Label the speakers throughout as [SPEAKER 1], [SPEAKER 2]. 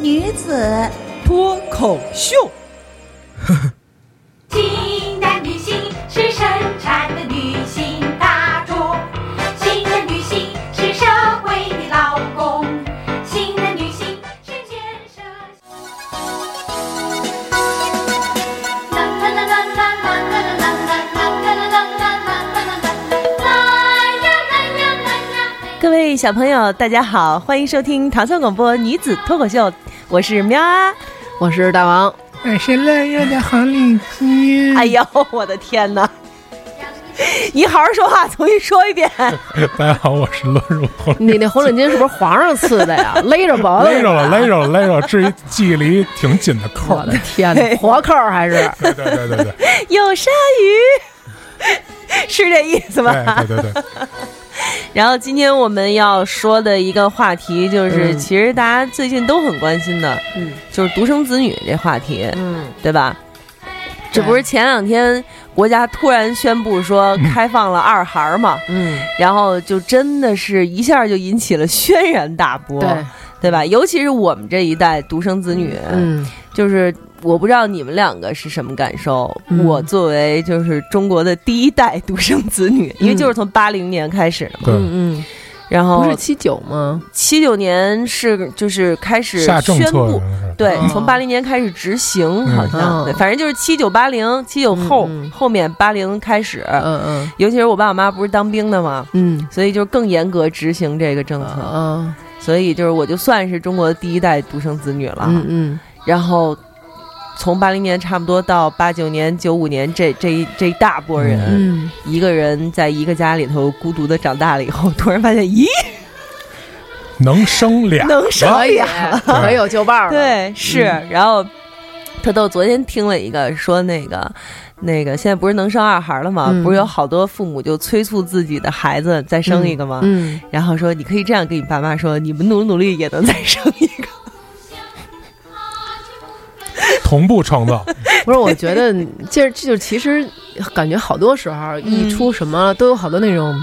[SPEAKER 1] 女子
[SPEAKER 2] 脱口秀。
[SPEAKER 3] 呵呵。新的女性是生产的女性大众，新的女性是社会的劳工，新的女性是建设。啦啦啦啦啦啦啦啦啦啦啦啦啦啦啦呀啦呀啦呀！
[SPEAKER 2] 各位小朋友，大家好，欢迎收听糖蒜广播女子脱口秀，我是喵啊，
[SPEAKER 4] 我是大王。
[SPEAKER 5] 我是乐乐的红领巾。
[SPEAKER 2] 哎呦，我的天哪！你好好说话，重新说一遍。
[SPEAKER 5] 大家好，我是乐乐红 领巾。
[SPEAKER 4] 你那红领巾是不是皇上赐 的呀？勒着脖子，
[SPEAKER 5] 勒着了，勒着了，勒着了，至于系了一挺紧的扣。
[SPEAKER 4] 我的天 哪，活扣还是？
[SPEAKER 5] 对对对 对对，
[SPEAKER 2] 有鲨鱼，是这意思吧？
[SPEAKER 5] 对哎对对。
[SPEAKER 2] 然后今天我们要说的一个话题，就是其实大家最近都很关心的，
[SPEAKER 4] 嗯，
[SPEAKER 2] 就是独生子女这话题，
[SPEAKER 4] 嗯，
[SPEAKER 2] 对吧？这不是前两天国家突然宣布说开放了二孩嘛，
[SPEAKER 4] 嗯，
[SPEAKER 2] 然后就真的是一下就引起了轩然大波，
[SPEAKER 4] 对，
[SPEAKER 2] 对吧？尤其是我们这一代独生子女，
[SPEAKER 4] 嗯，
[SPEAKER 2] 就是我不知道你们两个是什么感受。
[SPEAKER 4] 嗯
[SPEAKER 2] 我作为就是中国的第一代独生子女，因为就是从八零年开始的嘛，
[SPEAKER 5] 对，
[SPEAKER 4] 嗯
[SPEAKER 2] 然
[SPEAKER 4] 嗯，
[SPEAKER 2] 后
[SPEAKER 4] 不是七九吗？
[SPEAKER 2] 七九年是就是开始
[SPEAKER 5] 下政
[SPEAKER 2] 宣
[SPEAKER 5] 策
[SPEAKER 2] 布
[SPEAKER 5] 了，那是
[SPEAKER 2] 对
[SPEAKER 4] 哦，
[SPEAKER 2] 从八零年开始执行，
[SPEAKER 5] 嗯
[SPEAKER 2] 好像、
[SPEAKER 4] 哦
[SPEAKER 2] 对，反正就是七九八零，七九后、
[SPEAKER 4] 嗯嗯
[SPEAKER 2] 后面八零开始，
[SPEAKER 4] 嗯嗯
[SPEAKER 2] 尤其是我爸我妈不是当兵的嘛，
[SPEAKER 4] 嗯
[SPEAKER 2] 所以就更严格执行这个政策，
[SPEAKER 4] 嗯
[SPEAKER 2] 所以就是我就算是中国第一代独生子女了。
[SPEAKER 4] 嗯嗯，
[SPEAKER 2] 然后从八零年差不多到八九年、九五年这这一这一大波人，
[SPEAKER 4] 嗯，
[SPEAKER 2] 一个人在一个家里头孤独的长大了以后，突然发现，咦，
[SPEAKER 5] 能生俩，
[SPEAKER 2] 能生
[SPEAKER 4] 可以
[SPEAKER 2] 俩？，
[SPEAKER 4] 可以有旧伴儿了。嗯
[SPEAKER 2] 对，是。然后特逗，昨天听了一个说那个。那个现在不是能生二孩了吗？
[SPEAKER 4] 嗯
[SPEAKER 2] 不是有好多父母就催促自己的孩子再生一个吗？
[SPEAKER 4] 嗯，
[SPEAKER 2] 然后说你可以这样跟你爸妈说，你们努努力也能再生一个。
[SPEAKER 5] 同步 创造。
[SPEAKER 4] 不是，我觉得这这就其实感觉好多时候一出什么都有好多那种。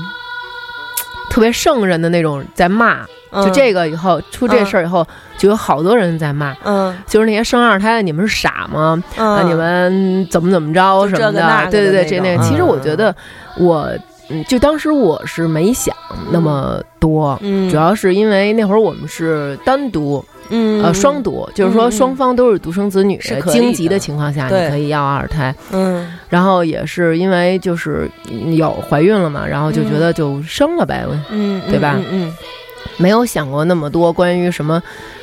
[SPEAKER 4] 特别圣人的那种在骂， 就
[SPEAKER 2] 嗯
[SPEAKER 4] 这个以后出这事儿以后，就有好多人在骂，
[SPEAKER 2] 嗯
[SPEAKER 4] 就是那些生二胎的，你们是傻吗？啊，
[SPEAKER 2] 嗯，
[SPEAKER 4] 你们怎么怎么着
[SPEAKER 2] 就
[SPEAKER 4] 什
[SPEAKER 2] 这
[SPEAKER 4] 么
[SPEAKER 2] 个那个
[SPEAKER 4] 的，对对对，
[SPEAKER 2] 的
[SPEAKER 4] 这
[SPEAKER 2] 那种
[SPEAKER 4] 那个，其实我
[SPEAKER 2] 嗯
[SPEAKER 4] 觉得我，嗯，就当时我是没想那么多，
[SPEAKER 2] 嗯
[SPEAKER 4] 主要是因为那会儿我们是单独，
[SPEAKER 2] 嗯
[SPEAKER 4] 呃，双独，就是说
[SPEAKER 2] 嗯嗯
[SPEAKER 4] 双方都是独生子女，
[SPEAKER 2] 是可以
[SPEAKER 4] 经济
[SPEAKER 2] 的
[SPEAKER 4] 的情况下，
[SPEAKER 2] 对
[SPEAKER 4] 你可以要二胎，
[SPEAKER 2] 嗯
[SPEAKER 4] 然后也是因为就是嗯有怀孕了嘛，然后就觉得就生了呗，
[SPEAKER 2] 嗯，
[SPEAKER 4] 对吧
[SPEAKER 2] 嗯嗯
[SPEAKER 4] 没有想过那么多关于什么。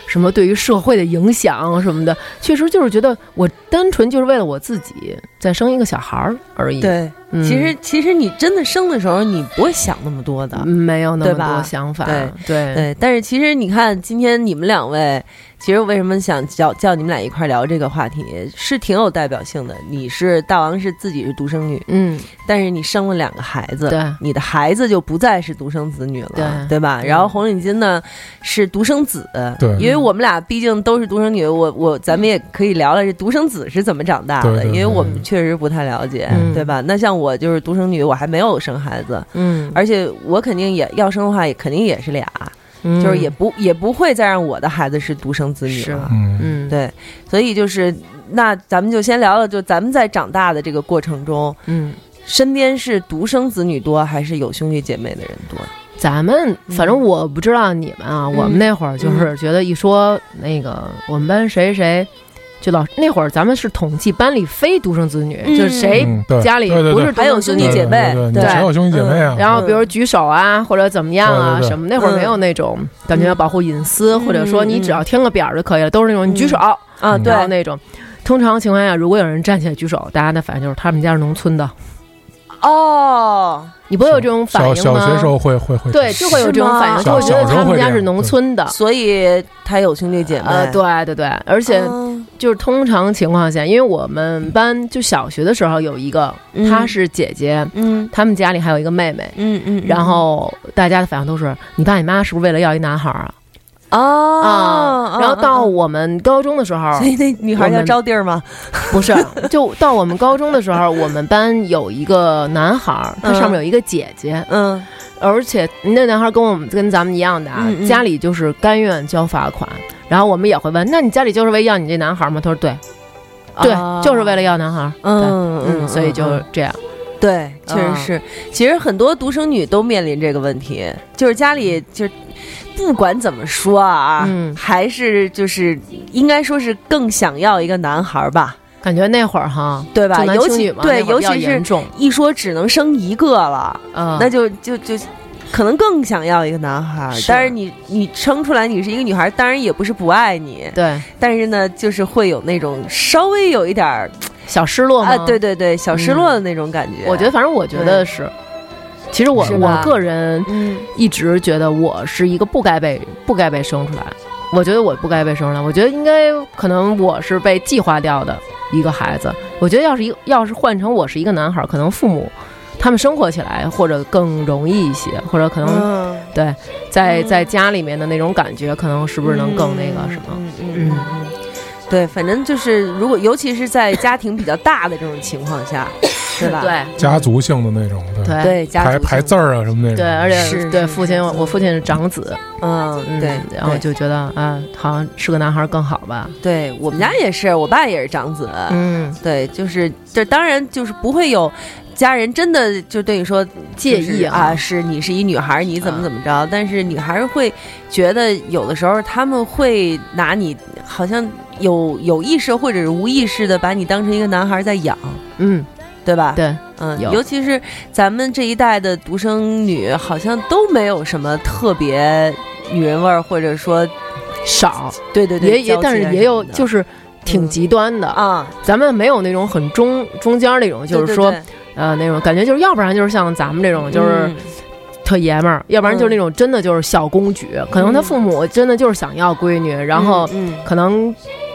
[SPEAKER 4] 什么对于社会的影响什么的，确实就是觉得我单纯就是为了我自己再生一个小孩儿而已。
[SPEAKER 2] 嗯，对。
[SPEAKER 4] 嗯，
[SPEAKER 2] 其实其实你真的生的时候，你不会想那么多的。
[SPEAKER 4] 嗯没有那
[SPEAKER 2] 对
[SPEAKER 4] 么
[SPEAKER 2] 吧
[SPEAKER 4] 多想法。
[SPEAKER 2] 对
[SPEAKER 4] 对
[SPEAKER 2] 对，但是其实你看，今天你们两位，其实为什么想叫叫你们俩一块儿聊这个话题，是挺有代表性的。你是大王，是自己是独生女，
[SPEAKER 4] 嗯，
[SPEAKER 2] 但是你生了两个孩子，
[SPEAKER 4] 对
[SPEAKER 2] 你的孩子就不再是独生子女了，
[SPEAKER 4] 对
[SPEAKER 2] 吧？
[SPEAKER 4] 嗯
[SPEAKER 2] 然后红领巾呢是独生子，
[SPEAKER 5] 对
[SPEAKER 2] 因为我们俩毕竟都是独生女，我我咱们也可以聊聊这独生子是怎么长大的，
[SPEAKER 5] 对
[SPEAKER 2] 因
[SPEAKER 5] 对
[SPEAKER 2] 为
[SPEAKER 5] 对
[SPEAKER 2] 我们确实不太了解，
[SPEAKER 4] 嗯
[SPEAKER 2] 对吧？那像我就是独生女，我还没有生孩子，
[SPEAKER 4] 嗯，
[SPEAKER 2] 而且我肯定也要生的话，也肯定也是俩，
[SPEAKER 4] 嗯
[SPEAKER 2] 就是也不也不会再让我的孩子是独生子女了，
[SPEAKER 5] 嗯，
[SPEAKER 4] 嗯，
[SPEAKER 2] 对，所以就是那咱们就先聊聊，就咱们在长大的这个过程中。
[SPEAKER 4] 嗯，
[SPEAKER 2] 身边是独生子女多还是有兄弟姐妹的人多？
[SPEAKER 4] 咱们
[SPEAKER 2] 嗯
[SPEAKER 4] 反正我不知道你们啊，我们那会儿就是觉得一说那个我们班谁谁，就老那会儿咱们是统计班里非独生子女，
[SPEAKER 2] 嗯
[SPEAKER 4] 就是谁
[SPEAKER 5] 嗯对
[SPEAKER 4] 家里
[SPEAKER 5] 对对
[SPEAKER 4] 不
[SPEAKER 5] 对
[SPEAKER 4] 是独
[SPEAKER 2] 还有
[SPEAKER 4] 生
[SPEAKER 2] 兄
[SPEAKER 4] 子女
[SPEAKER 2] 弟姐妹
[SPEAKER 5] 对，对对
[SPEAKER 4] 对
[SPEAKER 5] 你谁有兄弟姐妹啊？
[SPEAKER 4] 然后
[SPEAKER 2] 嗯
[SPEAKER 4] 比如举手啊，或者怎么样啊
[SPEAKER 5] 对对对嗯
[SPEAKER 4] 什么，那会儿没有那种感觉要保护隐私，
[SPEAKER 2] 嗯
[SPEAKER 4] 或者说你只要填个表儿就可以了，都是那种你举手，
[SPEAKER 2] 啊，
[SPEAKER 5] 嗯
[SPEAKER 2] 对
[SPEAKER 4] 然，后那种。通常情哦况下，如果有人站起来举手，大家的反应就是他们家是农村的，
[SPEAKER 2] 哦，
[SPEAKER 4] 你不会有这种反应
[SPEAKER 5] 小
[SPEAKER 4] 吗？
[SPEAKER 5] 小学时候会会会
[SPEAKER 4] 对，就会有这种反应，
[SPEAKER 2] 是
[SPEAKER 4] 就
[SPEAKER 2] 吗
[SPEAKER 4] 会觉得
[SPEAKER 5] 小小时
[SPEAKER 4] 他
[SPEAKER 5] 候
[SPEAKER 4] 们
[SPEAKER 5] 会这
[SPEAKER 4] 家
[SPEAKER 5] 样嗯
[SPEAKER 4] 是农村的。
[SPEAKER 2] 所以他有兄弟姐妹，
[SPEAKER 4] 呃，对对对，而且嗯
[SPEAKER 2] 哦，
[SPEAKER 4] 就是通常情况下，因为我们班就小学的时候有一个，
[SPEAKER 2] 嗯
[SPEAKER 4] 她是姐姐，
[SPEAKER 2] 嗯
[SPEAKER 4] 他们家里还有一个妹妹，
[SPEAKER 2] 嗯嗯，
[SPEAKER 4] 然后大家的反应都是你爸你妈是不是为了要一男孩儿啊？
[SPEAKER 2] 哦嗯
[SPEAKER 4] 啊，，然后到我们高中的时候，
[SPEAKER 2] 所以那女孩叫招弟儿吗？
[SPEAKER 4] 不是，就到我们高中的时候，我们班有一个男孩儿，他
[SPEAKER 2] 嗯
[SPEAKER 4] 上面有一个姐姐，
[SPEAKER 2] 嗯，
[SPEAKER 4] 而且那男孩儿跟我们跟咱们一样的啊，
[SPEAKER 2] 嗯嗯
[SPEAKER 4] 家里就是甘愿交罚款，然后我们也会问，那你家里就是为要你这男孩儿吗？他说对，对，就是为了要男孩儿，
[SPEAKER 2] 哦嗯
[SPEAKER 4] 对嗯，所以就这样，
[SPEAKER 2] 对，确
[SPEAKER 4] 啊
[SPEAKER 2] 实是。其实很多独生女都面临这个问题，就是家里就是不管怎么说啊，
[SPEAKER 4] 嗯
[SPEAKER 2] 还是就是应该说是更想要一个男孩儿吧，
[SPEAKER 4] 感觉那会儿哈，
[SPEAKER 2] 对吧？
[SPEAKER 4] 重男
[SPEAKER 2] 尤
[SPEAKER 4] 轻
[SPEAKER 2] 其
[SPEAKER 4] 女嘛，
[SPEAKER 2] 对，
[SPEAKER 4] 那会儿
[SPEAKER 2] 尤
[SPEAKER 4] 比较
[SPEAKER 2] 其是
[SPEAKER 4] 严重，
[SPEAKER 2] 一说只能生一个了，
[SPEAKER 4] 嗯，
[SPEAKER 2] 那就就就。可能更想要一个男孩儿，
[SPEAKER 4] 是
[SPEAKER 2] 但是你你生出来你是一个女孩儿，当然也不是不爱你，
[SPEAKER 4] 对
[SPEAKER 2] 但是呢，就是会有那种稍微有一点儿
[SPEAKER 4] 小失落
[SPEAKER 2] 啊
[SPEAKER 4] 吗？，
[SPEAKER 2] 对，对对，小失
[SPEAKER 4] 嗯
[SPEAKER 2] 落的那种感觉。
[SPEAKER 4] 我觉得，反正我觉得
[SPEAKER 2] 对
[SPEAKER 4] 是，其实我
[SPEAKER 2] 是吧
[SPEAKER 4] 我个人
[SPEAKER 2] 嗯，
[SPEAKER 4] 一直觉得我是一个不该被不该被生出来，我觉得我不该被生出来，我觉得应该可能我是被计划掉的一个孩子。我觉得要是一个要是换成我是一个男孩儿，可能父母他们生活起来或者更容易一些，或者可能
[SPEAKER 2] 嗯，
[SPEAKER 4] 在
[SPEAKER 2] 嗯
[SPEAKER 4] 在家里面的那种感觉，可能是不是能更那个什么？
[SPEAKER 2] 嗯嗯嗯嗯，对，反正就是如果尤其是在家庭比较大的这种情况 下，对吧？
[SPEAKER 4] 对
[SPEAKER 5] 家族性的那种，对，
[SPEAKER 4] 对
[SPEAKER 2] 对，家
[SPEAKER 5] 排
[SPEAKER 2] 族
[SPEAKER 5] 排
[SPEAKER 2] 性
[SPEAKER 5] 字儿啊什么那种，
[SPEAKER 4] 对，而
[SPEAKER 2] 是
[SPEAKER 4] 且
[SPEAKER 2] 是
[SPEAKER 4] 对
[SPEAKER 2] 是
[SPEAKER 4] 父亲，
[SPEAKER 2] 是
[SPEAKER 4] 我父亲是长子，
[SPEAKER 2] 嗯，
[SPEAKER 4] 嗯，
[SPEAKER 2] 对，
[SPEAKER 4] 然后
[SPEAKER 2] 对
[SPEAKER 4] 就觉得啊，好像是个男孩儿更好吧，
[SPEAKER 2] 对我们家也是，我爸也是长子，
[SPEAKER 4] 嗯，
[SPEAKER 2] 对，就是这当然就是不会有。家人真的就对你说
[SPEAKER 4] 介
[SPEAKER 2] 就是
[SPEAKER 4] 意嗯
[SPEAKER 2] 啊，是你是一女孩儿，你怎么怎么着？但是你还是会觉得有的时候他们会拿你好像有有意识或者是无意识的把你当成一个男孩儿在养，
[SPEAKER 4] 嗯，
[SPEAKER 2] 对吧？
[SPEAKER 4] 对，
[SPEAKER 2] 嗯，
[SPEAKER 4] 有
[SPEAKER 2] 尤其是咱们这一代的独生女，好像都没有什么特别女人味儿，或者说，
[SPEAKER 4] 少，
[SPEAKER 2] 对对对，
[SPEAKER 4] 也
[SPEAKER 2] 娇
[SPEAKER 4] 也，
[SPEAKER 2] 气啊
[SPEAKER 4] 但是也有就是是
[SPEAKER 2] 嗯
[SPEAKER 4] 挺极端的。
[SPEAKER 2] 啊，
[SPEAKER 4] 咱们没有那种很中中间儿那种，就是说
[SPEAKER 2] 对对对
[SPEAKER 4] 呃那种感觉，就是要不然就是像咱们这种就是
[SPEAKER 2] 嗯
[SPEAKER 4] 特爷们儿，要不然就是那种真的就是小公举，可能他父母真的就是想要闺女，然后
[SPEAKER 2] 嗯嗯
[SPEAKER 4] 可能。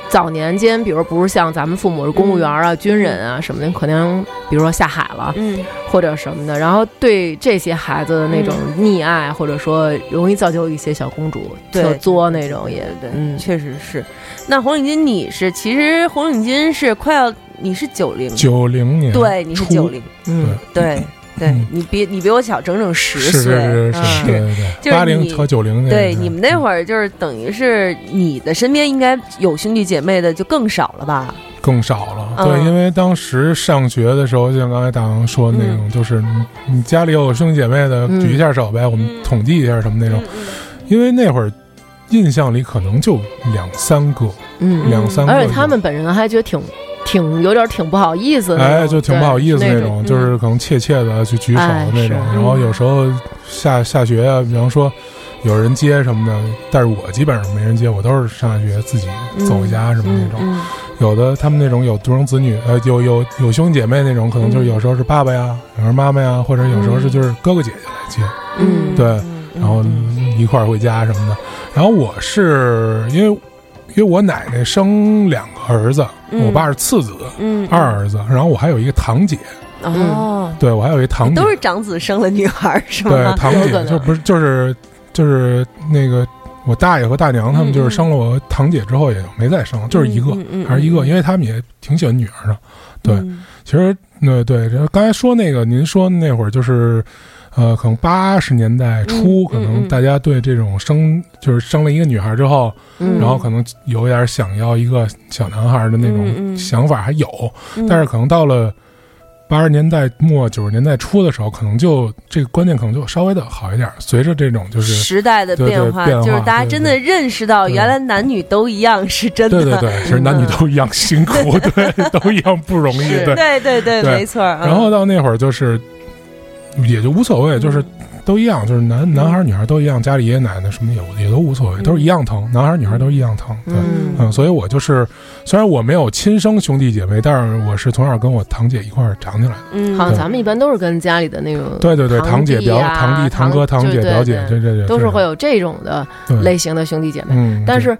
[SPEAKER 4] 早年间，比如不是像咱们父母是公务员啊、军人啊什么的，可能比如说下海了
[SPEAKER 2] 嗯
[SPEAKER 4] 或者什么的，然后对这些孩子的那种溺爱，或者说容易造就一些小公主
[SPEAKER 2] 嗯对
[SPEAKER 4] 特作那种也，
[SPEAKER 2] 对，
[SPEAKER 4] 嗯，
[SPEAKER 2] 确实是。那红领巾你是，其实红领巾是快要你是九零，
[SPEAKER 5] 九零年，
[SPEAKER 2] 对，你是
[SPEAKER 5] 初
[SPEAKER 2] 九零，
[SPEAKER 4] 嗯
[SPEAKER 2] 对对
[SPEAKER 5] 嗯，
[SPEAKER 2] 你比你比我小整整十
[SPEAKER 5] 是
[SPEAKER 2] 岁，
[SPEAKER 5] 是是是，
[SPEAKER 2] 嗯
[SPEAKER 5] 对对
[SPEAKER 2] 就是
[SPEAKER 5] 对，八零
[SPEAKER 2] 你
[SPEAKER 5] 和九零那个，
[SPEAKER 2] 对，你们那
[SPEAKER 5] 儿
[SPEAKER 2] 会儿就是等于是你的身边应该有兄弟姐妹的就更少了吧？
[SPEAKER 5] 更少了，
[SPEAKER 2] 嗯
[SPEAKER 5] 对，因为当时上学的时候，就像刚才大王说的那种，就是你你家里有兄弟姐妹的，
[SPEAKER 4] 嗯
[SPEAKER 5] 举一下手呗，我们
[SPEAKER 2] 嗯
[SPEAKER 5] 统计一下什么那种，因为那会儿印象里可能就两三个，
[SPEAKER 4] 嗯，
[SPEAKER 5] 两三个有，
[SPEAKER 4] 而且他们本人还觉得挺挺有点挺不好意思的那种，
[SPEAKER 5] 哎，就挺不好意思
[SPEAKER 4] 对
[SPEAKER 5] 那
[SPEAKER 4] 那
[SPEAKER 5] 种，
[SPEAKER 4] 种嗯
[SPEAKER 5] 就是可能怯怯的去举手的那种。
[SPEAKER 4] 哎是
[SPEAKER 5] 然后有时候下下学啊，比方说有人接什么的，但是我基本上没人接，我都是上下学自己走回家什么那种。
[SPEAKER 2] 嗯
[SPEAKER 5] 有的他们那种有独生子女，呃，有有有兄弟姐妹那种，可能
[SPEAKER 2] 嗯
[SPEAKER 5] 就是有时候是爸爸呀，有时候妈妈呀，或者有时候是就是哥哥姐姐来接，
[SPEAKER 4] 嗯
[SPEAKER 5] 对，然后一块儿回家什么的。然后我是因为因为我奶奶生两个儿子，
[SPEAKER 2] 嗯
[SPEAKER 5] 我爸是次子。
[SPEAKER 2] 嗯
[SPEAKER 5] 二儿子，然后我还有一个堂姐，
[SPEAKER 2] 哦，
[SPEAKER 5] 对我还有一堂姐，
[SPEAKER 2] 都是长子生了女孩儿是
[SPEAKER 5] 对
[SPEAKER 2] 吗？
[SPEAKER 5] 堂
[SPEAKER 4] 有可
[SPEAKER 5] 姐
[SPEAKER 4] 能
[SPEAKER 5] 就不是就是就是那个我大爷和大娘他们就是生了我堂姐之后也没再生，就是一个
[SPEAKER 2] 嗯嗯嗯
[SPEAKER 5] 还是一个，
[SPEAKER 2] 嗯
[SPEAKER 5] 因为他们也挺喜欢女儿的。对，
[SPEAKER 2] 嗯
[SPEAKER 5] 其实对对，然后刚才说那个您说那会儿就是。呃，可能八十年代初，
[SPEAKER 2] 嗯
[SPEAKER 5] 可
[SPEAKER 2] 嗯
[SPEAKER 5] 能
[SPEAKER 2] 嗯
[SPEAKER 5] 大家对这种生就是生了一个女孩之后，
[SPEAKER 4] 嗯
[SPEAKER 5] 然后可能有点想要一个小男孩的那
[SPEAKER 2] 嗯
[SPEAKER 5] 种
[SPEAKER 2] 嗯
[SPEAKER 5] 想法还有，
[SPEAKER 2] 嗯
[SPEAKER 5] 但是可能到了八十年代末九十年代初的时候，可能就这个观念可能就稍微的好一点儿。随着这种就是
[SPEAKER 2] 时代的
[SPEAKER 5] 对对
[SPEAKER 2] 变化，
[SPEAKER 5] 变化
[SPEAKER 2] 就是大家真的认识到，
[SPEAKER 5] 对对
[SPEAKER 2] 原来男女都一样是真的。
[SPEAKER 5] 对对对，其实男女都一样 辛苦，对，都一样不容易，
[SPEAKER 4] 是
[SPEAKER 5] 对。
[SPEAKER 2] 对对对
[SPEAKER 5] 对
[SPEAKER 2] 没错儿。嗯
[SPEAKER 4] 嗯
[SPEAKER 5] 然后到那会儿就是也就无所谓，就是都一样，就是男男孩儿女孩儿都一样，家里爷爷奶奶什么也也都无所谓，都是一样疼，男孩儿女孩儿都一样疼。对，
[SPEAKER 4] 嗯
[SPEAKER 5] 嗯，所以我就是虽然我没有亲生兄弟姐妹，但是我是从小跟我堂姐一块儿长起来的。
[SPEAKER 2] 嗯
[SPEAKER 4] 好像咱们一般都是跟家里的那种
[SPEAKER 5] 对对对，堂姐、
[SPEAKER 4] 呃弟
[SPEAKER 5] 表、
[SPEAKER 4] 啊
[SPEAKER 5] 堂弟、堂
[SPEAKER 4] 堂
[SPEAKER 5] 哥、堂
[SPEAKER 4] 就
[SPEAKER 5] 姐、
[SPEAKER 4] 对
[SPEAKER 5] 表姐，这
[SPEAKER 4] 对
[SPEAKER 5] 这这
[SPEAKER 4] 都是会
[SPEAKER 5] 有
[SPEAKER 4] 有这种的类。型的兄弟姐妹。
[SPEAKER 5] 嗯，
[SPEAKER 4] 但
[SPEAKER 5] 对
[SPEAKER 4] 是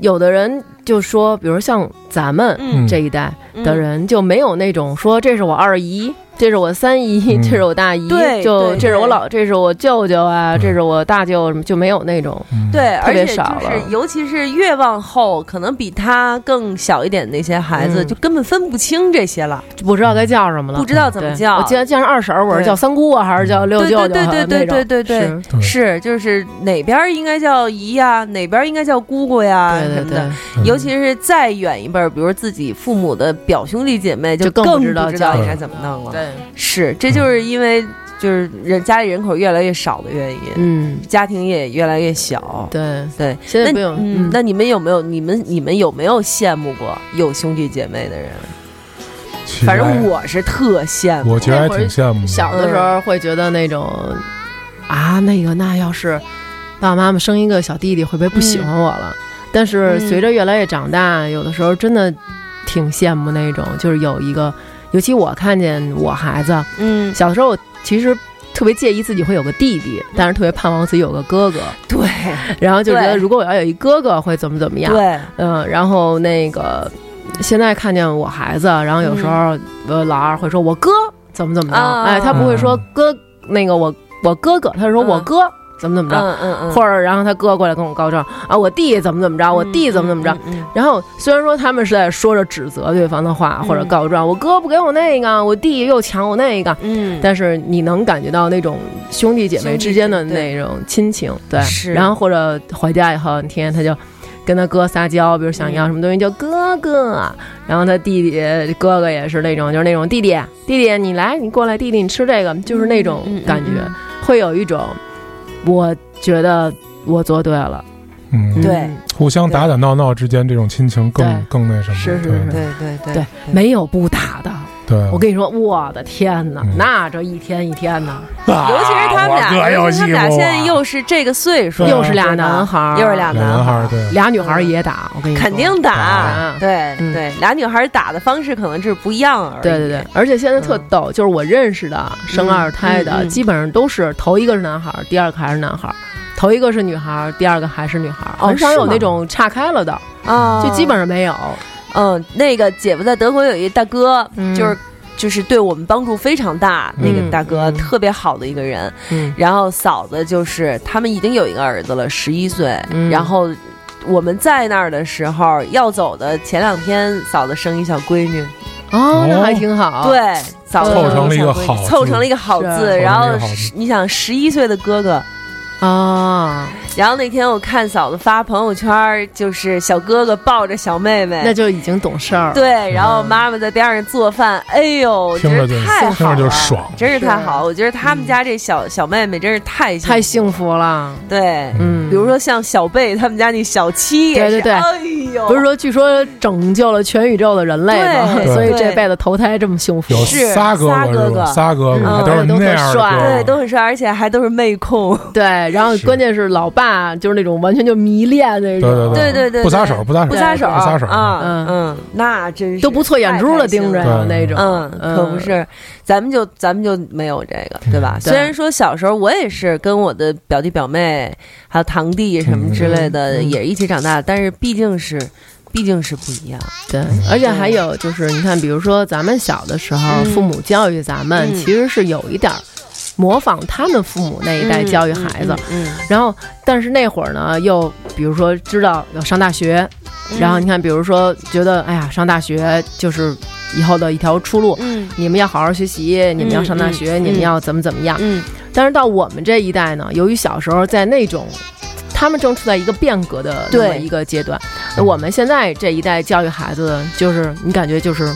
[SPEAKER 4] 有的人就说，比如像咱们
[SPEAKER 2] 嗯
[SPEAKER 4] 这一代的人就没有那种说这是我二姨，这是我三姨，
[SPEAKER 5] 嗯
[SPEAKER 4] 这是我大姨，
[SPEAKER 2] 对
[SPEAKER 4] 就
[SPEAKER 2] 对
[SPEAKER 4] 这是我老，这是我舅舅啊，
[SPEAKER 5] 嗯
[SPEAKER 4] 这是我大舅什么，就没有那种。
[SPEAKER 5] 嗯
[SPEAKER 2] 对，
[SPEAKER 4] 特
[SPEAKER 2] 而
[SPEAKER 4] 别
[SPEAKER 2] 且就
[SPEAKER 4] 少了
[SPEAKER 2] 是，尤其是越往后，可能比他更小一点的那些孩子，
[SPEAKER 4] 嗯
[SPEAKER 2] 就根本分不清这些了，
[SPEAKER 4] 就不知道该叫什么了，
[SPEAKER 2] 不知道怎么
[SPEAKER 4] 对
[SPEAKER 2] 叫
[SPEAKER 4] 我。既然叫上二婶儿，我是
[SPEAKER 2] 对
[SPEAKER 4] 叫三姑啊，还是叫六
[SPEAKER 2] 对
[SPEAKER 4] 舅
[SPEAKER 2] 对
[SPEAKER 4] 舅
[SPEAKER 2] 对
[SPEAKER 4] 啊？
[SPEAKER 2] 对对对对
[SPEAKER 4] 那
[SPEAKER 2] 对，
[SPEAKER 4] 种，
[SPEAKER 5] 对
[SPEAKER 2] 是就是哪边儿应该叫姨呀，哪边儿应该叫姑姑呀
[SPEAKER 4] 啊是
[SPEAKER 2] 什
[SPEAKER 4] 对对
[SPEAKER 2] 么
[SPEAKER 4] 对
[SPEAKER 2] 的。，
[SPEAKER 5] 嗯
[SPEAKER 2] 尤其是再远一辈儿，比如自己父母的表兄弟姐妹，
[SPEAKER 4] 就
[SPEAKER 2] 就
[SPEAKER 4] 更不
[SPEAKER 2] 更
[SPEAKER 4] 知道
[SPEAKER 2] 不知道
[SPEAKER 5] 叫
[SPEAKER 2] 应该怎么弄了。
[SPEAKER 4] 对，
[SPEAKER 2] 是，这就是因为就是人家里人口越来越少的原因，
[SPEAKER 4] 嗯，
[SPEAKER 2] 家庭也越来越小。
[SPEAKER 4] 对。
[SPEAKER 2] 对，
[SPEAKER 4] 现在
[SPEAKER 2] 那
[SPEAKER 4] 不用，
[SPEAKER 2] 嗯，那你们有没有你们你们有没有羡慕过有兄弟姐妹的人？
[SPEAKER 5] 其实
[SPEAKER 2] 反正我是特羡慕。
[SPEAKER 5] 我其实还挺羡慕的。
[SPEAKER 4] 小的时候会觉得那种啊，那个那要是爸爸妈妈生一个小弟弟，会不会
[SPEAKER 2] 嗯
[SPEAKER 4] 不喜欢我了？但是随着越来越长大，有的时候真的挺羡慕那种，就是有一个，尤其我看见我孩子
[SPEAKER 2] 嗯，
[SPEAKER 4] 小的时候，我其实。特别介意自己会有个弟弟，但是特别盼望自己有个哥哥，
[SPEAKER 2] 对
[SPEAKER 4] 然后就觉得
[SPEAKER 2] 对
[SPEAKER 4] 如果我要有一哥哥会怎么怎么样。
[SPEAKER 2] 对，
[SPEAKER 4] 嗯，然后那个现在看见我孩子，然后有时候、呃老二会说我哥怎么怎么着，
[SPEAKER 2] 嗯啊
[SPEAKER 4] 哎，他不会说哥、那个我我哥哥，他是说
[SPEAKER 2] 嗯
[SPEAKER 4] 我哥、怎么怎么着，
[SPEAKER 2] 嗯嗯嗯，
[SPEAKER 4] 或者然后他哥过来跟我告状啊，我弟怎么怎么着，我弟怎么怎么着。
[SPEAKER 2] 嗯，嗯
[SPEAKER 4] 然后虽然说他们是在说着指责对方的话或者
[SPEAKER 2] 嗯
[SPEAKER 4] 告状，我哥不给我那个，我弟又抢我那个，
[SPEAKER 2] 嗯，
[SPEAKER 4] 但是你能感觉到那种兄弟姐妹之间的
[SPEAKER 2] 兄弟姐妹
[SPEAKER 4] 那种亲情，对。
[SPEAKER 2] 是
[SPEAKER 4] 然后或者回家以后，你天天他就跟他哥撒娇，比如想要什么东西就哥哥，然后他弟弟哥哥也是那种，就是那种弟弟弟弟你来，你过来，弟弟你吃这个，就是那种
[SPEAKER 2] 嗯嗯
[SPEAKER 4] 感觉，
[SPEAKER 2] 嗯
[SPEAKER 4] 会有一种我觉得我做对了，
[SPEAKER 5] 嗯，
[SPEAKER 2] 对
[SPEAKER 4] 嗯
[SPEAKER 5] 互相打打闹闹之间，这种亲情更
[SPEAKER 4] 对
[SPEAKER 5] 更那什么。
[SPEAKER 4] 是是
[SPEAKER 5] 对
[SPEAKER 4] 是
[SPEAKER 2] 对对对
[SPEAKER 4] 对，没有不打的。
[SPEAKER 5] 对，
[SPEAKER 4] 我跟你说，我的天哪，
[SPEAKER 5] 嗯
[SPEAKER 4] 那这一天一天的，
[SPEAKER 2] 尤其是他们
[SPEAKER 5] 啊我哥
[SPEAKER 2] 俩，尤
[SPEAKER 5] 又
[SPEAKER 2] 其是他们
[SPEAKER 5] 欺
[SPEAKER 2] 俩
[SPEAKER 5] 负
[SPEAKER 2] 现
[SPEAKER 5] 我
[SPEAKER 2] 在又是这个岁数，
[SPEAKER 5] 对
[SPEAKER 4] 又是俩男孩儿，
[SPEAKER 2] 又是俩
[SPEAKER 5] 俩男孩
[SPEAKER 4] 啊
[SPEAKER 5] 儿，对，
[SPEAKER 4] 俩女孩儿也打，我跟你说，
[SPEAKER 2] 肯定打
[SPEAKER 4] 啊，
[SPEAKER 2] 对
[SPEAKER 4] 嗯
[SPEAKER 2] 对，俩女孩打的方式可能就是不一样而已。嗯
[SPEAKER 4] 对对对，而且现在特逗，就是我认识的生二胎的，
[SPEAKER 2] 嗯嗯
[SPEAKER 4] 基本上都是头一个是男孩儿，第二个还是男孩儿。头一个是女孩儿，第二个还是女孩儿，
[SPEAKER 2] 哦
[SPEAKER 4] 很少有
[SPEAKER 2] 是吗
[SPEAKER 4] 那种岔开了的，
[SPEAKER 2] 啊，
[SPEAKER 4] 就基本上没有。
[SPEAKER 2] 嗯，那个姐夫在德国有一大哥，
[SPEAKER 4] 嗯
[SPEAKER 2] 就是就是对我们帮助非常大，那个
[SPEAKER 4] 嗯
[SPEAKER 2] 大哥、
[SPEAKER 4] 嗯
[SPEAKER 2] 特别好的一个人。
[SPEAKER 4] 嗯
[SPEAKER 2] 然后嫂子就是他们已经有一个儿子了，十一岁。
[SPEAKER 4] 嗯
[SPEAKER 2] 然后我们在那儿的时候，要走的前两天，嫂子生一小闺女，
[SPEAKER 4] 哦
[SPEAKER 5] 哦，
[SPEAKER 4] 那还挺好。，
[SPEAKER 2] 对，嫂子
[SPEAKER 4] 啊凑
[SPEAKER 5] 成了一个好
[SPEAKER 2] 小闺女凑成了一个好
[SPEAKER 4] 是
[SPEAKER 2] 字。
[SPEAKER 5] 成
[SPEAKER 2] 然
[SPEAKER 5] 了一
[SPEAKER 2] 后
[SPEAKER 5] 个好字
[SPEAKER 2] 是你想，十一岁的哥哥，
[SPEAKER 4] 啊，
[SPEAKER 2] 然后那天我看嫂子发朋友圈，就是小哥哥抱着小妹妹，
[SPEAKER 4] 那就已经懂事儿了。
[SPEAKER 2] 对，然后妈妈在边上做饭，哎呦，
[SPEAKER 5] 听
[SPEAKER 2] 真
[SPEAKER 5] 着
[SPEAKER 2] 是
[SPEAKER 5] 就
[SPEAKER 2] 太
[SPEAKER 5] 听
[SPEAKER 2] 好
[SPEAKER 5] 着
[SPEAKER 2] 了，
[SPEAKER 5] 就爽。嗯
[SPEAKER 2] 真是太
[SPEAKER 4] 是
[SPEAKER 2] 好了。我觉得他们家这小小妹妹真是太
[SPEAKER 4] 太幸
[SPEAKER 2] 福
[SPEAKER 4] 福了。
[SPEAKER 2] 了。对，
[SPEAKER 4] 嗯，
[SPEAKER 2] 比如说像小贝他们家那小七也是，
[SPEAKER 4] 对对对
[SPEAKER 2] 哎呦，
[SPEAKER 4] 不是说据说拯救了全宇宙的人类吗？
[SPEAKER 2] 对
[SPEAKER 4] 所以
[SPEAKER 2] 对
[SPEAKER 4] 这辈子投胎这么幸福。
[SPEAKER 5] 有
[SPEAKER 2] 是
[SPEAKER 5] 仨哥
[SPEAKER 2] 仨哥
[SPEAKER 5] 是吧
[SPEAKER 2] 哥
[SPEAKER 5] 仨哥
[SPEAKER 4] 嗯
[SPEAKER 5] 哥都是那样的
[SPEAKER 4] 都特帅
[SPEAKER 5] 哥
[SPEAKER 2] 对，
[SPEAKER 5] 哥，
[SPEAKER 2] 都很帅，而且还都是妹控。
[SPEAKER 4] 对，然后
[SPEAKER 5] 是
[SPEAKER 4] 关键是老爸就是那种完全就迷恋那种。
[SPEAKER 5] 对
[SPEAKER 2] 对对对，
[SPEAKER 5] 不撒手不撒手
[SPEAKER 2] 不撒手，
[SPEAKER 5] 哎不撒手
[SPEAKER 2] 啊，
[SPEAKER 4] 嗯
[SPEAKER 2] 嗯，那真是
[SPEAKER 4] 都不错眼珠了，盯着
[SPEAKER 2] 太开心了
[SPEAKER 4] 呀那种。
[SPEAKER 2] 嗯，可不
[SPEAKER 4] 嗯
[SPEAKER 2] 是，咱们就咱们就没有这个，对吧？
[SPEAKER 4] 嗯
[SPEAKER 2] 虽然说小时候我也是跟我的表弟表妹还有堂弟什么之类的
[SPEAKER 4] 嗯
[SPEAKER 2] 也一起长大，但是毕竟是毕竟是不一样。
[SPEAKER 4] 对，而且还有就是，你看，比如说咱们小的时候，
[SPEAKER 2] 嗯
[SPEAKER 4] 父母教育咱们，
[SPEAKER 2] 嗯
[SPEAKER 4] 其实是有一点儿模仿他们父母那一代教育孩子。
[SPEAKER 2] 嗯，
[SPEAKER 4] 然后，但是那会儿呢，又比如说知道要上大学，
[SPEAKER 2] 嗯
[SPEAKER 4] 然后你看，比如说觉得，哎呀，上大学就是以后的一条出路。
[SPEAKER 2] 嗯
[SPEAKER 4] 你们要好好学习，你们要上大学，
[SPEAKER 2] 嗯
[SPEAKER 4] 你们要怎么怎么样。
[SPEAKER 2] 嗯
[SPEAKER 4] 但是到我们这一代呢，由于小时候在那种，他们正处在一个变革的那么
[SPEAKER 2] 对嗯
[SPEAKER 4] 一个阶段，那我们现在这一代教育孩子，就是你感觉就是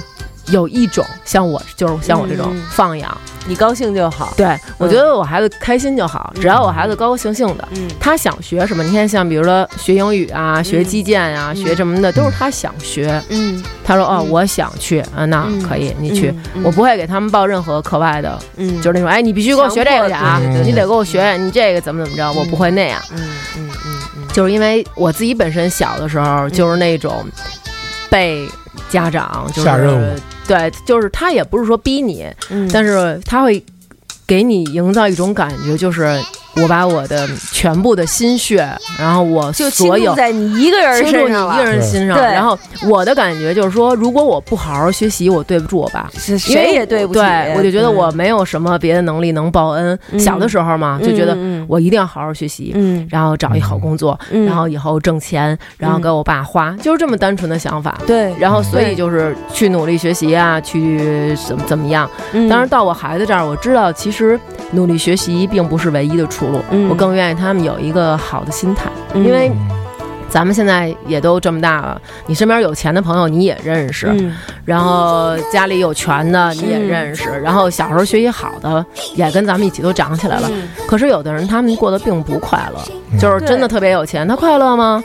[SPEAKER 4] 有一种像我，就是像我这种
[SPEAKER 2] 嗯
[SPEAKER 4] 放养，
[SPEAKER 2] 你高兴就好。
[SPEAKER 4] 对，我觉得我孩子开心就好，只要我孩子高高兴兴的，
[SPEAKER 2] 嗯
[SPEAKER 4] 他想学什么，你看像比如说学英语啊、学击剑啊、学什么的，都是他想学。
[SPEAKER 2] 嗯，
[SPEAKER 4] 他说哦，
[SPEAKER 2] 嗯
[SPEAKER 4] 我想去，啊，那
[SPEAKER 2] 嗯
[SPEAKER 4] 可以，你去。
[SPEAKER 2] 嗯
[SPEAKER 4] 我不会给他们报任何课外的，
[SPEAKER 2] 嗯，
[SPEAKER 4] 就是那种哎，你必须给我学这个去啊
[SPEAKER 5] 强迫对对，对
[SPEAKER 4] 你得给我学，你这个怎么怎么着，我不会那样。
[SPEAKER 2] 嗯嗯嗯
[SPEAKER 4] 就是因为我自己本身小的时候就是那种被家长就是
[SPEAKER 5] 下任务
[SPEAKER 4] 对，就是他也不是说逼你，
[SPEAKER 2] 嗯，
[SPEAKER 4] 但是他会给你营造一种感觉，就是我把我的全部的心血，然后我
[SPEAKER 2] 就
[SPEAKER 4] 所
[SPEAKER 2] 倾
[SPEAKER 4] 有
[SPEAKER 2] 注在你一个人
[SPEAKER 4] 倾注
[SPEAKER 2] 身
[SPEAKER 4] 你
[SPEAKER 2] 上
[SPEAKER 4] 一
[SPEAKER 2] 了，
[SPEAKER 4] 个人身上。
[SPEAKER 2] 对
[SPEAKER 4] 然后我的感觉就是说，如果我不好好学习，我对不住我爸。
[SPEAKER 2] 是
[SPEAKER 4] 因为
[SPEAKER 2] 谁也对不起。
[SPEAKER 4] 对我就觉得我没有什么别的能力能报恩。
[SPEAKER 2] 嗯
[SPEAKER 4] 小的时候嘛，就觉得
[SPEAKER 2] 嗯嗯
[SPEAKER 4] 我一定要好好学习，
[SPEAKER 2] 嗯，
[SPEAKER 4] 然后找一好工作，
[SPEAKER 2] 嗯
[SPEAKER 4] 然后以后挣钱，然后给我爸花，就是这么单纯的想法。
[SPEAKER 2] 对，
[SPEAKER 4] 然后，所
[SPEAKER 2] 对
[SPEAKER 4] 以就是去努力学习啊，去怎么怎么样。
[SPEAKER 2] 嗯
[SPEAKER 4] 当然，到我孩子这儿，我知道其实努力学习并不是唯一的出路，
[SPEAKER 2] 嗯
[SPEAKER 4] 我更愿意他们有一个好的心态，
[SPEAKER 2] 嗯
[SPEAKER 4] 因为
[SPEAKER 5] 嗯
[SPEAKER 4] 咱们现在也都这么大了，你身边有钱的朋友你也认识，
[SPEAKER 2] 嗯
[SPEAKER 4] 然后家里有权的你也认识，
[SPEAKER 2] 嗯
[SPEAKER 4] 然后小时候学习好的也跟咱们一起都长起来
[SPEAKER 2] 嗯
[SPEAKER 4] 了。可是有的人他们过得并不快乐，
[SPEAKER 5] 嗯
[SPEAKER 4] 就是真的特别有钱，他快乐吗？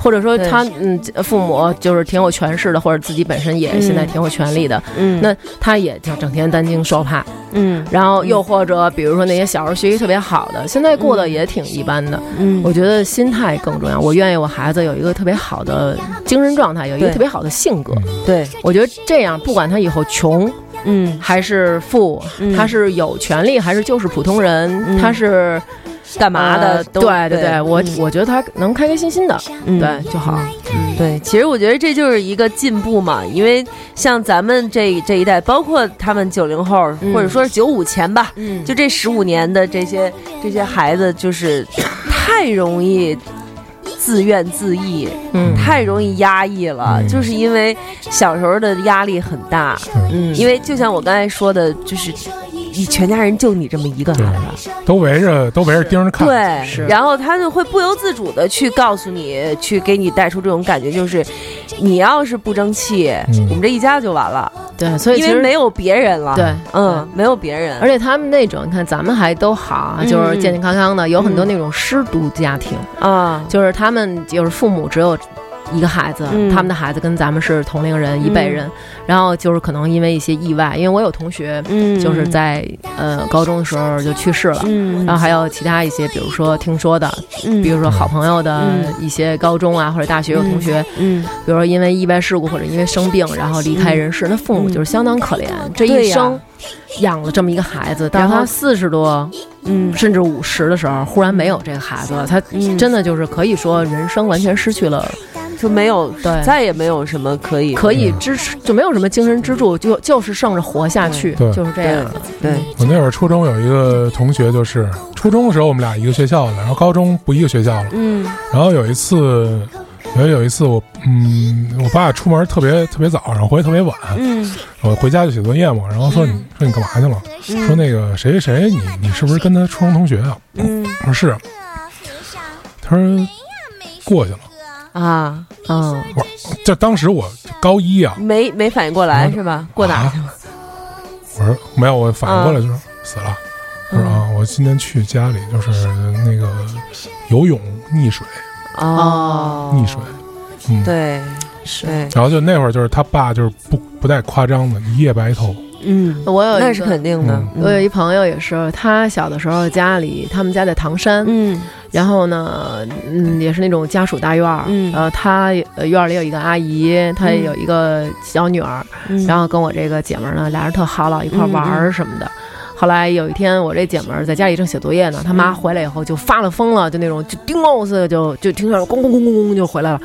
[SPEAKER 4] 或者说
[SPEAKER 2] 对
[SPEAKER 4] 他嗯，父母就是挺有权势的，或者自己本身也现在挺有权利的，
[SPEAKER 2] 嗯
[SPEAKER 4] 那他也就整天担惊受怕，
[SPEAKER 2] 嗯
[SPEAKER 4] 然后又或者比如说那些小时候学习特别好的，现在过得也挺一般的。
[SPEAKER 2] 嗯，
[SPEAKER 4] 我觉得心态更重要。我愿意我孩子有一个特别好的精神状态，有一个
[SPEAKER 2] 对
[SPEAKER 4] 特别好的性格。
[SPEAKER 2] 对，
[SPEAKER 4] 我觉得这样，不管他以后穷
[SPEAKER 2] 嗯，
[SPEAKER 4] 还是富，
[SPEAKER 2] 嗯
[SPEAKER 4] 他是有权利还是就是普通人，
[SPEAKER 2] 嗯
[SPEAKER 4] 他是
[SPEAKER 2] 干嘛的
[SPEAKER 4] 呃
[SPEAKER 2] 都？
[SPEAKER 4] 对对对，我
[SPEAKER 2] 嗯
[SPEAKER 4] 我觉得他能开开心心的，
[SPEAKER 2] 嗯
[SPEAKER 4] 对就好。
[SPEAKER 5] 嗯
[SPEAKER 2] 对，其实我觉得这就是一个进步嘛，因为像咱们这这一代，包括他们九零后，
[SPEAKER 4] 嗯
[SPEAKER 2] 或者说是九五前吧，
[SPEAKER 4] 嗯
[SPEAKER 2] 就这十五年的这些这些孩子，就是 太容易自怨自艾，
[SPEAKER 4] 嗯
[SPEAKER 2] 太容易压抑了，
[SPEAKER 5] 嗯
[SPEAKER 2] 就是因为小时候的压力很大，
[SPEAKER 4] 嗯，
[SPEAKER 2] 因为就像我刚才说的，就是你全家人就你这么一个孩子。
[SPEAKER 5] 都围着都围着盯着看，
[SPEAKER 2] 对，
[SPEAKER 4] 是
[SPEAKER 2] 然后他就会不由自主的去告诉你，去给你带出这种感觉，就是你要是不争气，
[SPEAKER 5] 嗯
[SPEAKER 2] 我们这一家就完了，
[SPEAKER 4] 对，所以
[SPEAKER 2] 因
[SPEAKER 4] 其
[SPEAKER 2] 为
[SPEAKER 4] 实
[SPEAKER 2] 没有别人了。
[SPEAKER 4] 对，
[SPEAKER 2] 嗯，没有别人，
[SPEAKER 4] 而且他们那种，你看咱们还都好啊，
[SPEAKER 2] 嗯
[SPEAKER 4] 就是健健康康的，有很多
[SPEAKER 2] 嗯
[SPEAKER 4] 那种失独家庭，
[SPEAKER 2] 啊，
[SPEAKER 4] 就是他们就是父母只有。一个孩子，
[SPEAKER 2] 嗯
[SPEAKER 4] 他们的孩子跟咱们是同龄人、一辈人，然后就是可能因为一些意外，因为我有同学
[SPEAKER 2] 嗯，
[SPEAKER 4] 就是在、呃高中的时候就去世了，
[SPEAKER 2] 嗯，
[SPEAKER 4] 然后还有其他一些，比如说听说的，
[SPEAKER 2] 嗯
[SPEAKER 4] 比如说好朋友的
[SPEAKER 2] 嗯
[SPEAKER 4] 一些高中啊、或者大学有同学，
[SPEAKER 2] 嗯
[SPEAKER 4] 比如说因为意外事故或者因为生病然后离开人世，那父母就是相当可怜，这
[SPEAKER 2] 嗯对
[SPEAKER 4] 一
[SPEAKER 2] 呀
[SPEAKER 4] 生养了这么一个孩子，到
[SPEAKER 2] 然后
[SPEAKER 4] 他四十多
[SPEAKER 2] 嗯
[SPEAKER 4] 甚至五十的时候，忽然没有这个孩子了，他
[SPEAKER 2] 嗯
[SPEAKER 4] 真的就是可以说人生完全失去了，
[SPEAKER 2] 就没有，
[SPEAKER 4] 对
[SPEAKER 2] 再也没有什么可以
[SPEAKER 4] 可以支持就没有什么精神支柱，就就是剩着活下去，
[SPEAKER 5] 对
[SPEAKER 4] 就是这样。
[SPEAKER 2] 对，
[SPEAKER 5] 我那会儿初中有一个同学，就是初中的时候我们俩一个学校的，然后高中不一个学校了。
[SPEAKER 2] 嗯
[SPEAKER 5] 然后有一次，有有一次我嗯，我爸出门特别特别早，然后回来特别晚，
[SPEAKER 2] 嗯
[SPEAKER 5] 我回家就写作业嘛。然后说你说你干嘛去了？说那个谁谁谁，你你是不是跟他初中同学啊？
[SPEAKER 2] 嗯
[SPEAKER 5] 我说是。啊他说过去了。
[SPEAKER 2] 啊，
[SPEAKER 4] 嗯，
[SPEAKER 5] 就当时我高一啊，
[SPEAKER 2] 没没反应过
[SPEAKER 4] 嗯
[SPEAKER 2] 来是吧？过哪儿
[SPEAKER 5] 啊
[SPEAKER 2] 去了？
[SPEAKER 5] 我说没有，我反应过来
[SPEAKER 4] 嗯
[SPEAKER 5] 就是死了。他说
[SPEAKER 2] 嗯
[SPEAKER 5] 啊，我今天去家里就是那个游泳溺水，
[SPEAKER 2] 哦，
[SPEAKER 5] 溺水，嗯，
[SPEAKER 2] 对
[SPEAKER 4] 是
[SPEAKER 2] 对，
[SPEAKER 5] 然后就那会儿就是他爸就是不不带夸张的，一夜白头，
[SPEAKER 2] 嗯，
[SPEAKER 4] 我有一
[SPEAKER 2] 那
[SPEAKER 4] 个
[SPEAKER 2] 是肯定的，
[SPEAKER 4] 我有一朋友也是，他小的时候家里他们家在唐山，
[SPEAKER 2] 嗯
[SPEAKER 4] 然后呢，嗯，也是那种家属大院儿，
[SPEAKER 2] 嗯
[SPEAKER 4] 然后他呃院儿里有一个阿姨，她
[SPEAKER 2] 嗯
[SPEAKER 4] 有一个小女儿，
[SPEAKER 2] 嗯，
[SPEAKER 4] 然后跟我这个姐们儿呢，俩人特好，老一块儿玩儿什么的。后来有一天，我这姐们儿在家里正写作业呢，她
[SPEAKER 2] 嗯
[SPEAKER 4] 妈回来以后就发了疯了，就那种就叮咣似的，就就听见咣咣咣咣咣就回来了。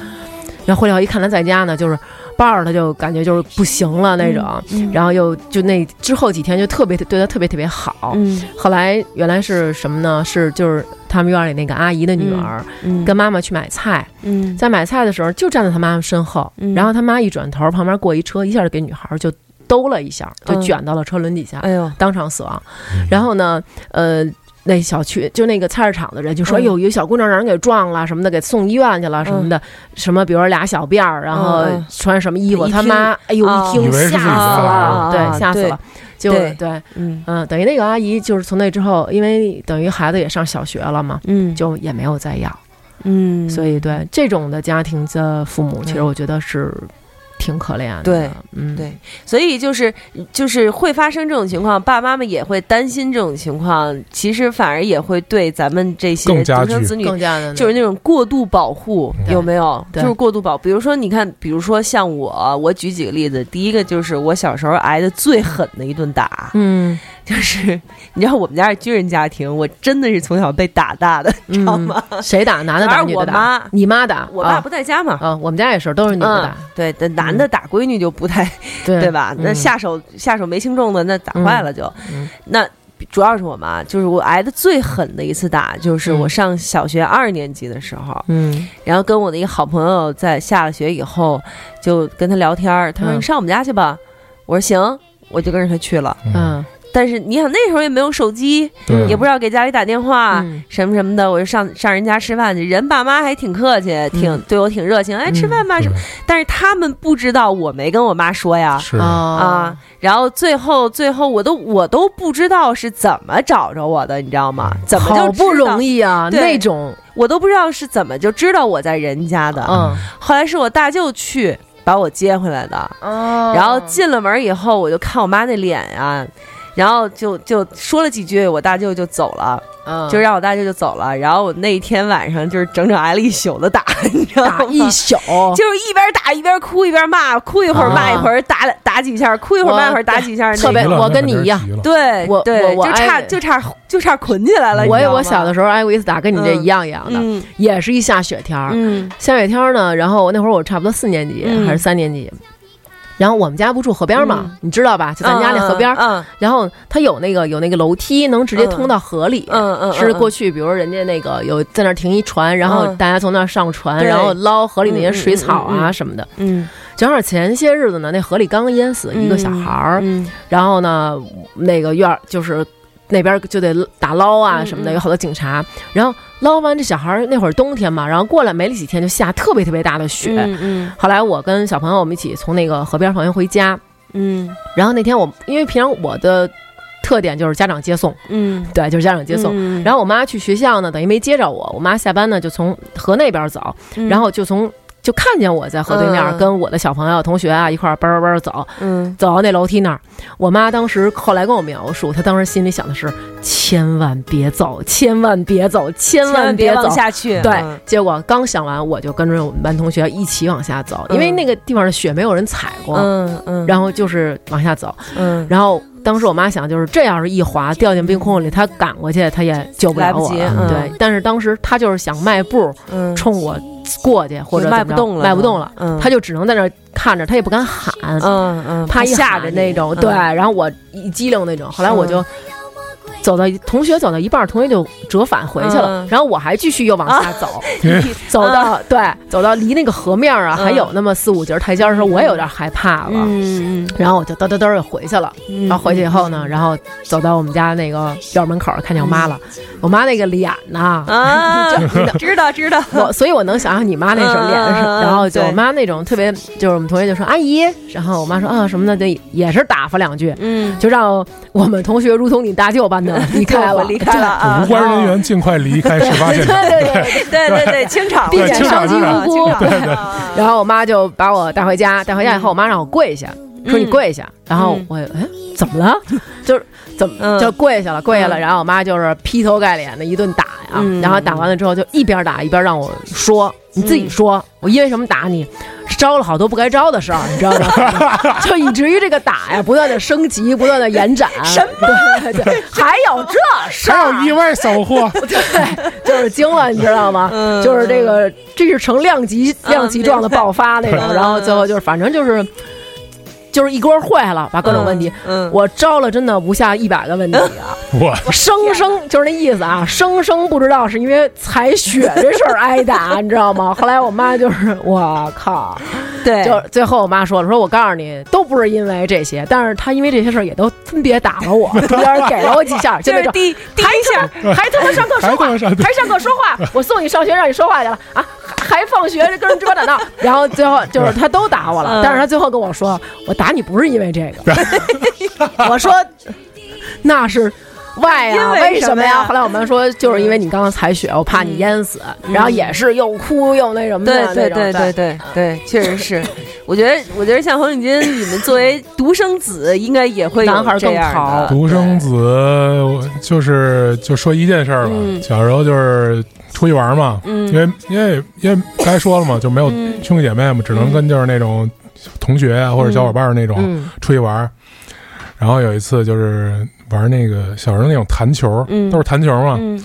[SPEAKER 4] 然后回来以后一看她在家呢，就是抱着她就感觉就是不行了
[SPEAKER 2] 嗯
[SPEAKER 4] 那种，然后又就那之后几天就特别对她特别特别好。
[SPEAKER 2] 嗯
[SPEAKER 4] 后来原来是什么呢？是就是他们院儿里那个阿姨的女儿、
[SPEAKER 2] 嗯
[SPEAKER 4] 跟妈妈去买菜，
[SPEAKER 2] 嗯
[SPEAKER 4] 在买菜的时候就站在他妈妈身后，
[SPEAKER 2] 嗯
[SPEAKER 4] 然后他妈一转头，旁边过一车，一下就给女孩儿就兜了一下，就
[SPEAKER 2] 嗯
[SPEAKER 4] 卷到了车轮底下，
[SPEAKER 2] 哎呦，
[SPEAKER 4] 当场死亡。嗯然后呢，呃。那小区就那个菜市场的人就
[SPEAKER 2] 嗯
[SPEAKER 4] 说：“哎呦，有一小姑娘让人给撞了，什么的，给送医院去了，什么的，什么比如说俩小辫儿，然后
[SPEAKER 2] 嗯嗯嗯
[SPEAKER 4] 穿什么衣服，
[SPEAKER 2] 一
[SPEAKER 4] 他
[SPEAKER 2] 听
[SPEAKER 4] 妈哎呦
[SPEAKER 2] 啊
[SPEAKER 5] 以
[SPEAKER 4] 一
[SPEAKER 5] 为
[SPEAKER 4] 听
[SPEAKER 5] 是
[SPEAKER 4] 吓
[SPEAKER 5] 自己
[SPEAKER 4] 死
[SPEAKER 5] 的
[SPEAKER 4] 了，
[SPEAKER 2] 啊
[SPEAKER 4] 对，吓死
[SPEAKER 2] 对
[SPEAKER 4] 了。就
[SPEAKER 2] 对
[SPEAKER 4] 对，
[SPEAKER 2] 嗯
[SPEAKER 4] 嗯，等于那个阿姨就是从那之后，因为等于孩子也上小学了嘛，
[SPEAKER 2] 嗯
[SPEAKER 4] 就也没有再要。
[SPEAKER 2] 嗯，
[SPEAKER 4] 所
[SPEAKER 2] 以
[SPEAKER 4] 以对这种的家庭的父母，其实我觉得是挺可怜的。
[SPEAKER 2] 对，
[SPEAKER 4] 嗯，
[SPEAKER 2] 对所以就是就是会发生这种情况，爸妈们也会担心这种情况，其实反而也会对咱们这些
[SPEAKER 5] 更加
[SPEAKER 2] 独生
[SPEAKER 5] 剧
[SPEAKER 2] 子女
[SPEAKER 4] 更加的
[SPEAKER 2] 就是那种过度保护，
[SPEAKER 4] 对
[SPEAKER 2] 有没有？就
[SPEAKER 4] 对
[SPEAKER 2] 是过度保，比如说你看，比如说像我，我举几个例子。第一个就是我小时候挨的最狠的一顿打，
[SPEAKER 4] 嗯，
[SPEAKER 2] 就是你知道我们家是军人家庭，我真的是从小被打大的，
[SPEAKER 4] 知
[SPEAKER 2] 道吗？
[SPEAKER 4] 谁嗯打？男
[SPEAKER 2] 反
[SPEAKER 4] 的打，
[SPEAKER 2] 正
[SPEAKER 4] 女
[SPEAKER 2] 我
[SPEAKER 4] 的打
[SPEAKER 2] 妈？
[SPEAKER 4] 你妈打？
[SPEAKER 2] 我爸
[SPEAKER 4] 啊
[SPEAKER 2] 不在家嘛。
[SPEAKER 4] 啊，我们家也是，都是女的
[SPEAKER 2] 嗯
[SPEAKER 4] 打，，
[SPEAKER 2] 对，那男的打闺女就不太
[SPEAKER 4] 对
[SPEAKER 2] 对吧？那
[SPEAKER 4] 嗯
[SPEAKER 2] 下手下手没轻重的，那打坏了就
[SPEAKER 4] 嗯嗯。
[SPEAKER 2] 那主要是我妈，就是我挨的最狠的一次打，就是我
[SPEAKER 4] 嗯
[SPEAKER 2] 上小学二年级的时候，
[SPEAKER 4] 嗯
[SPEAKER 2] 然后跟我的一个好朋友在下了学以后，就跟他聊天儿，他说：“
[SPEAKER 4] 嗯
[SPEAKER 2] 你上我们家去吧。”我说：“行。”我就跟着他去了。
[SPEAKER 5] 嗯，
[SPEAKER 4] 嗯
[SPEAKER 2] 但是你想那时候也没有手机，
[SPEAKER 5] 对，
[SPEAKER 2] 也不知道给家里打电话。
[SPEAKER 4] 嗯
[SPEAKER 2] 什么什么的，我就上上人家吃饭去，人爸妈还挺客气，挺、对我挺热情，哎，
[SPEAKER 4] 嗯
[SPEAKER 2] 吃饭吧、什么。
[SPEAKER 5] 对
[SPEAKER 2] 但是他们不知道我没跟我妈说呀，
[SPEAKER 5] 是
[SPEAKER 2] 啊
[SPEAKER 4] 啊，
[SPEAKER 2] 然后最后最后我都我都不知道是怎么找着我的，你知道吗？怎么就
[SPEAKER 4] 嗯好不容
[SPEAKER 2] 易，
[SPEAKER 4] 易啊，
[SPEAKER 2] 对
[SPEAKER 4] 那种
[SPEAKER 2] 我都不知道是怎么就知道我在人家
[SPEAKER 5] 啊
[SPEAKER 2] 的，
[SPEAKER 4] 嗯
[SPEAKER 2] 后来是我大舅去把我接回来的，
[SPEAKER 4] 哦
[SPEAKER 2] 然后进了门以后，我就看我妈那脸啊，然后就就说了几句，我大舅就走了，
[SPEAKER 4] 嗯
[SPEAKER 2] 就让我大舅就走了。然后我那一天晚上就是整整挨了一宿的打， 你知道吗
[SPEAKER 4] 打？一宿，
[SPEAKER 2] 就是一边打一边哭，一边骂，哭一会儿
[SPEAKER 4] 啊
[SPEAKER 2] 骂一会儿，打打几下，哭一会儿
[SPEAKER 4] 我
[SPEAKER 2] 骂一会儿，打几下，
[SPEAKER 4] 特别
[SPEAKER 5] 急了
[SPEAKER 4] 我
[SPEAKER 5] 那
[SPEAKER 4] 跟
[SPEAKER 5] 肯
[SPEAKER 4] 你
[SPEAKER 5] 定
[SPEAKER 4] 一
[SPEAKER 5] 是
[SPEAKER 4] 样
[SPEAKER 5] 急了
[SPEAKER 2] 对
[SPEAKER 4] 我
[SPEAKER 2] 对，
[SPEAKER 4] 我我
[SPEAKER 2] 就差
[SPEAKER 4] 挨
[SPEAKER 2] 就差就差捆起来了。
[SPEAKER 4] 我也我小的
[SPEAKER 2] 时
[SPEAKER 4] 时候挨过一次打，跟你这一样一样的，
[SPEAKER 2] 嗯
[SPEAKER 4] 也是一下雪天儿。
[SPEAKER 2] 嗯
[SPEAKER 4] 下雪天儿呢，然后那会儿我差不多四年级、
[SPEAKER 2] 嗯
[SPEAKER 4] 还是三年级，然后我们家不住河边儿嘛，你知道吧？就咱家那河边儿，
[SPEAKER 2] 嗯
[SPEAKER 4] 然后它有那个有那个楼梯能直接通到河里。
[SPEAKER 2] 嗯嗯，
[SPEAKER 4] 是过
[SPEAKER 2] 去
[SPEAKER 4] 去，比如人家那个有在那儿停一船，然后
[SPEAKER 2] 嗯
[SPEAKER 4] 大家从那儿上船，
[SPEAKER 2] 对
[SPEAKER 4] 然后捞河里那些
[SPEAKER 2] 嗯嗯
[SPEAKER 4] 水草
[SPEAKER 2] 嗯嗯
[SPEAKER 4] 啊
[SPEAKER 2] 嗯
[SPEAKER 4] 什么的。
[SPEAKER 2] 嗯
[SPEAKER 4] 正好前些日子呢，那河里刚淹死一个小孩儿，
[SPEAKER 2] 嗯
[SPEAKER 4] 然后呢，那个院儿就是那边儿就得打捞啊
[SPEAKER 2] 嗯
[SPEAKER 4] 什么的，
[SPEAKER 2] 嗯
[SPEAKER 4] 有好多警察。然后捞完这小孩儿那会儿冬天嘛，然后过来没几天就下特别特别大的雪。
[SPEAKER 2] 嗯嗯
[SPEAKER 4] 后来我跟小朋友我们一起从那个河边放学回家，
[SPEAKER 2] 嗯
[SPEAKER 4] 然后那天我因为平常我的特点就是家长接送，
[SPEAKER 2] 嗯，
[SPEAKER 4] 对，就是家长接送。
[SPEAKER 2] 嗯
[SPEAKER 4] 然后我妈去学校呢，等于没接着我，我妈下班呢就从河那边走，
[SPEAKER 2] 嗯
[SPEAKER 4] 然后就从。就看见我在河对面
[SPEAKER 2] 嗯
[SPEAKER 4] 儿
[SPEAKER 2] 嗯
[SPEAKER 4] 跟我的小朋友、同学啊一块儿叭叭叭走，
[SPEAKER 2] 嗯
[SPEAKER 4] 走到那楼梯那儿，我妈当时后来跟我描述，她当时心里想的是：千万别走，千万别走，千
[SPEAKER 2] 千
[SPEAKER 4] 万
[SPEAKER 2] 万别
[SPEAKER 4] 走
[SPEAKER 2] 往。下去。
[SPEAKER 4] 对
[SPEAKER 2] 嗯，
[SPEAKER 4] 结果刚想完，我就跟着我们班同学一起往下走，
[SPEAKER 2] 嗯
[SPEAKER 4] 因为那个地方的雪没有人踩过，
[SPEAKER 2] 嗯嗯，
[SPEAKER 4] 然后就是往下走。
[SPEAKER 2] 嗯
[SPEAKER 4] 然后当时我妈想，就是这要是一滑掉进冰窟窿里，她赶过去，她也救不
[SPEAKER 2] 来
[SPEAKER 4] 了
[SPEAKER 2] 不
[SPEAKER 4] 我
[SPEAKER 2] 及
[SPEAKER 4] 了
[SPEAKER 2] 嗯
[SPEAKER 4] 对，但是当时她就是想迈步
[SPEAKER 2] 嗯，
[SPEAKER 4] 冲我过去，或者
[SPEAKER 2] 就
[SPEAKER 4] 怎
[SPEAKER 2] 迈
[SPEAKER 4] 么
[SPEAKER 2] 不
[SPEAKER 4] 着
[SPEAKER 2] 动了
[SPEAKER 4] 迈不
[SPEAKER 2] 就
[SPEAKER 4] 动了，
[SPEAKER 2] 嗯
[SPEAKER 4] 她就只能在那儿看着，她也不敢喊。
[SPEAKER 2] 嗯嗯，
[SPEAKER 4] 怕吓着
[SPEAKER 2] 你
[SPEAKER 4] 那种，对。然后我一激灵那种，后来我
[SPEAKER 2] 嗯
[SPEAKER 4] 就走到同学走到一半儿，同学就折返回去了
[SPEAKER 2] 嗯，
[SPEAKER 4] 然后我还继续又往下走，
[SPEAKER 2] 嗯
[SPEAKER 4] 走到对，走到离那个河面儿啊
[SPEAKER 2] 嗯
[SPEAKER 4] 还有那么四五节台阶儿的时候，我也有点害怕了。
[SPEAKER 2] 嗯
[SPEAKER 4] 然后我就嘚嘚嘚又回去了，
[SPEAKER 2] 嗯，
[SPEAKER 4] 然后回去以后呢，然后走到我们家那个院门口儿看见我妈了，
[SPEAKER 2] 嗯
[SPEAKER 4] 我妈那个脸 呐，
[SPEAKER 2] 啊，知道知道，
[SPEAKER 4] 我所以，我能想象你妈那时候脸是什
[SPEAKER 2] 嗯嗯嗯
[SPEAKER 4] 么， 然后就
[SPEAKER 2] 对
[SPEAKER 4] 我妈那种特别，就是我们同学就说阿姨，然后我妈说啊什么的，就也是打发两句，
[SPEAKER 2] 嗯，
[SPEAKER 4] 就让我们同学如同你大舅般的离 开
[SPEAKER 2] 我
[SPEAKER 4] 了，
[SPEAKER 2] 离开了啊
[SPEAKER 5] 无，关人员尽快离开事发现场。
[SPEAKER 4] 哦对对嗯对。
[SPEAKER 2] 对对对，清场，
[SPEAKER 4] 避
[SPEAKER 5] 对
[SPEAKER 4] 免
[SPEAKER 5] 清场
[SPEAKER 4] 伤及
[SPEAKER 5] 清场
[SPEAKER 4] 无辜。
[SPEAKER 2] 对，
[SPEAKER 4] 然后我妈就把我带回家，带回
[SPEAKER 2] 嗯
[SPEAKER 4] 家以后，我妈让我跪下，说你跪下。然后我哎怎么了？ 就是怎
[SPEAKER 2] 嗯
[SPEAKER 4] 么就跪下了，跪下了。
[SPEAKER 2] 嗯
[SPEAKER 4] 然后我妈就是劈头盖脸的一顿打呀
[SPEAKER 2] 嗯，
[SPEAKER 4] 然后打完了之后就一边打一边让我说。你自己说，我因为什么打你？招了好多不该招的事儿，你知道 吗？就以至于这个打呀，不断的升级，不断的延展。什么？ 对对，还有这事儿？啊
[SPEAKER 5] 还有意外收获，
[SPEAKER 4] 对，就是惊了，你知道吗？就是这个，这是成量级量级状的爆发那
[SPEAKER 2] 嗯
[SPEAKER 4] 种，然后最后就是反正就是就是一锅坏了，把各种问题，
[SPEAKER 2] 嗯，
[SPEAKER 4] 我招了真的无下一百个 问题啊，
[SPEAKER 5] 我
[SPEAKER 4] 我生生就是那意思啊，生生不知道是因为采血这事儿挨打， 你知道吗？后来我妈就是我靠，
[SPEAKER 5] 哎
[SPEAKER 2] 对，
[SPEAKER 4] 就是最后我妈说了，说我告诉你，都不是因为这些，但是她因为这些事儿也都分别打了我，中间给了我几下，就
[SPEAKER 2] 就
[SPEAKER 4] 那
[SPEAKER 2] 是
[SPEAKER 4] 种。
[SPEAKER 2] 第第
[SPEAKER 4] 还
[SPEAKER 2] 一下
[SPEAKER 4] 他。妈还他妈上课
[SPEAKER 5] 还
[SPEAKER 4] 说话，
[SPEAKER 5] 他妈上
[SPEAKER 4] 还上课说 话，我送你上学让你说话去了啊，还还放学跟人芝麻打闹，
[SPEAKER 5] 嗯
[SPEAKER 4] 然后最后就是他都打我了，但是他最后跟我说，我打你不是因为这个，我说
[SPEAKER 2] 哦
[SPEAKER 4] 那是。外呀、
[SPEAKER 2] 因为
[SPEAKER 4] 为
[SPEAKER 2] 什么
[SPEAKER 4] 么
[SPEAKER 2] 呀
[SPEAKER 4] 后来我妈说，就是因为你刚刚采血，我怕你淹死，然后也是又哭又那什么的
[SPEAKER 2] 对
[SPEAKER 4] 那
[SPEAKER 2] 对
[SPEAKER 4] 种
[SPEAKER 2] 对对对对，确实是。我觉得，我觉得像黄景金，你们作为独生子，应该也会有
[SPEAKER 4] 男孩
[SPEAKER 2] 这
[SPEAKER 4] 更
[SPEAKER 2] 样
[SPEAKER 4] 淘
[SPEAKER 2] 的
[SPEAKER 5] 独生子，我就是就说一件事儿吧。
[SPEAKER 2] 嗯
[SPEAKER 5] 小时候就是出去玩嘛，因为因为因为刚才说了嘛，就没有
[SPEAKER 2] 嗯
[SPEAKER 5] 兄弟姐妹嘛，只能跟就是那种同学啊或者小伙伴儿那种
[SPEAKER 4] 嗯
[SPEAKER 5] 出去玩儿。然后有一次就是玩那个小时候那种弹球，
[SPEAKER 2] 嗯
[SPEAKER 5] 都是弹球嘛，
[SPEAKER 2] 嗯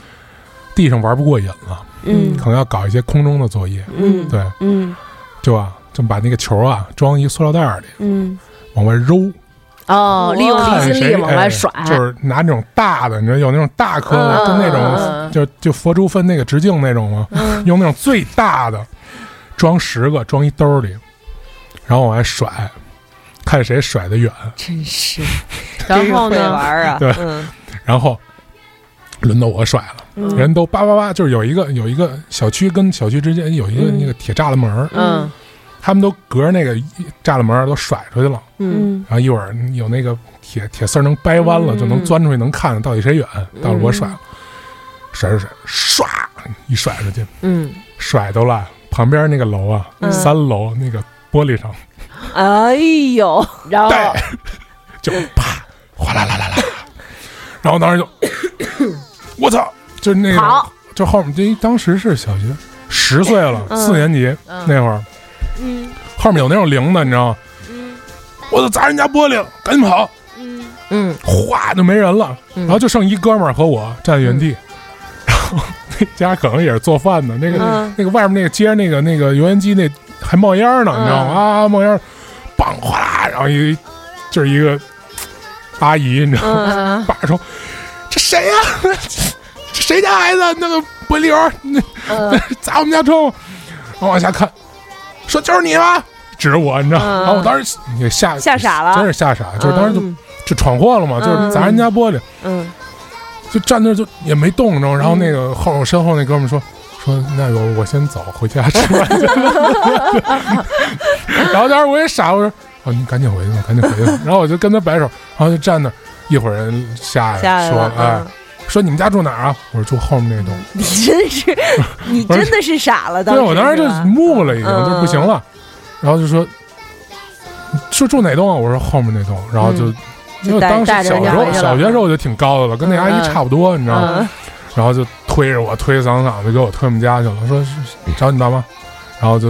[SPEAKER 5] 地上玩不过瘾了，
[SPEAKER 2] 嗯
[SPEAKER 5] 可能要搞一些空中的作业。
[SPEAKER 2] 嗯
[SPEAKER 5] 对，
[SPEAKER 2] 嗯
[SPEAKER 5] 就啊，就把那个球啊装一个塑料袋儿里，
[SPEAKER 2] 嗯
[SPEAKER 5] 往外揉，
[SPEAKER 4] 哦，利用
[SPEAKER 5] 看
[SPEAKER 4] 离心
[SPEAKER 5] 谁
[SPEAKER 4] 力往外
[SPEAKER 5] 哎
[SPEAKER 4] 甩，
[SPEAKER 5] 就是拿那种大的，你知道有那种大颗的，
[SPEAKER 4] 嗯
[SPEAKER 5] 跟那
[SPEAKER 4] 嗯嗯嗯
[SPEAKER 5] 种就就佛珠分那个直径那种嘛，用那种最大的装十个，装一兜里，然后往外甩，看谁甩得远，
[SPEAKER 2] 真是，
[SPEAKER 4] 然后
[SPEAKER 2] 真是会
[SPEAKER 4] 呢
[SPEAKER 2] 玩，儿啊，
[SPEAKER 5] 对
[SPEAKER 2] 嗯
[SPEAKER 5] 然后轮到我甩了，
[SPEAKER 4] 嗯
[SPEAKER 5] 人都叭叭叭，就是有一个有一个小区跟小区之间有一个
[SPEAKER 2] 嗯
[SPEAKER 5] 那个铁栅栏门儿，
[SPEAKER 4] 嗯
[SPEAKER 5] 他们都隔着那个栅栏门儿都甩出去了，
[SPEAKER 4] 嗯
[SPEAKER 2] 嗯
[SPEAKER 5] 然后一会儿有那个铁铁丝儿能掰弯了，
[SPEAKER 4] 嗯
[SPEAKER 5] 就能钻出去，能看到底谁远，到时候我甩了，甩甩甩，唰一甩出去，
[SPEAKER 4] 嗯，
[SPEAKER 5] 甩到了旁边那个楼啊，
[SPEAKER 2] 嗯
[SPEAKER 5] 三楼那个玻璃上，
[SPEAKER 2] 哎呦，
[SPEAKER 4] 然后
[SPEAKER 5] 对， 就啪，哗啦啦啦啦， 然后当时就，我操，就那个
[SPEAKER 4] 跑，
[SPEAKER 5] 就后面这当时是小学十岁了，
[SPEAKER 2] 嗯
[SPEAKER 5] 四年级
[SPEAKER 4] 嗯
[SPEAKER 5] 那会儿，
[SPEAKER 2] 嗯
[SPEAKER 5] 后面有那种铃的，你知道吗？嗯我都砸人家玻璃了，赶紧跑！
[SPEAKER 2] 嗯
[SPEAKER 4] 嗯，
[SPEAKER 5] 哗就没人了，
[SPEAKER 4] 嗯
[SPEAKER 5] 然后就剩一哥们儿和我站在原地，然后那家可能也是做饭的，那个、
[SPEAKER 2] 嗯
[SPEAKER 5] 那个外面那个街那个那个油烟机那还冒烟呢，你知道吗？啊，冒烟儿，梆哗啦，然后一就是一个阿姨，你知道吗？
[SPEAKER 2] 嗯，
[SPEAKER 4] 嗯
[SPEAKER 5] 爸说：“这谁呀、 这谁家孩子？那个玻璃油儿那
[SPEAKER 4] 嗯
[SPEAKER 5] 砸我们家窗户。”然后往下看，说：“就是你吗？”指着我，你知道吗？
[SPEAKER 2] 嗯
[SPEAKER 5] 然后我当时也吓
[SPEAKER 2] 吓傻了
[SPEAKER 5] 真是吓傻，就是当时就、
[SPEAKER 2] 嗯
[SPEAKER 5] 就闯祸了嘛，就是砸人家玻璃。
[SPEAKER 2] 嗯
[SPEAKER 5] 就站那儿就也没动，你知道吗？然后那个后我身后那哥们儿说说那个我先走，回家吃饭去。然后当时我也傻，我说哦你赶紧回去吧，赶紧回去吧。然后我就跟他摆手，然后就站那儿，一会儿人下来
[SPEAKER 2] 下来
[SPEAKER 5] 说
[SPEAKER 2] 了，
[SPEAKER 5] 哎
[SPEAKER 2] 嗯，
[SPEAKER 5] 说你们家住哪儿啊？我说住后面那栋。
[SPEAKER 2] 你真是，你
[SPEAKER 5] 不是
[SPEAKER 2] 真的是傻 了，
[SPEAKER 5] 对，我当时
[SPEAKER 2] 是
[SPEAKER 5] 就
[SPEAKER 2] 吧
[SPEAKER 5] 木了，已经
[SPEAKER 2] 嗯
[SPEAKER 5] 就不行了。然后就说说住哪栋啊？我说后面那栋。然后就因为
[SPEAKER 2] 嗯带
[SPEAKER 5] 当时
[SPEAKER 4] 带着
[SPEAKER 5] 小时
[SPEAKER 4] 人家
[SPEAKER 5] 候
[SPEAKER 4] 回去
[SPEAKER 5] 小学
[SPEAKER 4] 了
[SPEAKER 5] 时候我就挺高的了，跟那阿
[SPEAKER 4] 嗯
[SPEAKER 5] 姨
[SPEAKER 4] 嗯
[SPEAKER 5] 差不多，你知道吗？
[SPEAKER 2] 嗯
[SPEAKER 5] 然后就推着我推搡搡的给我推我们家去了，说是找你爸妈，然后就，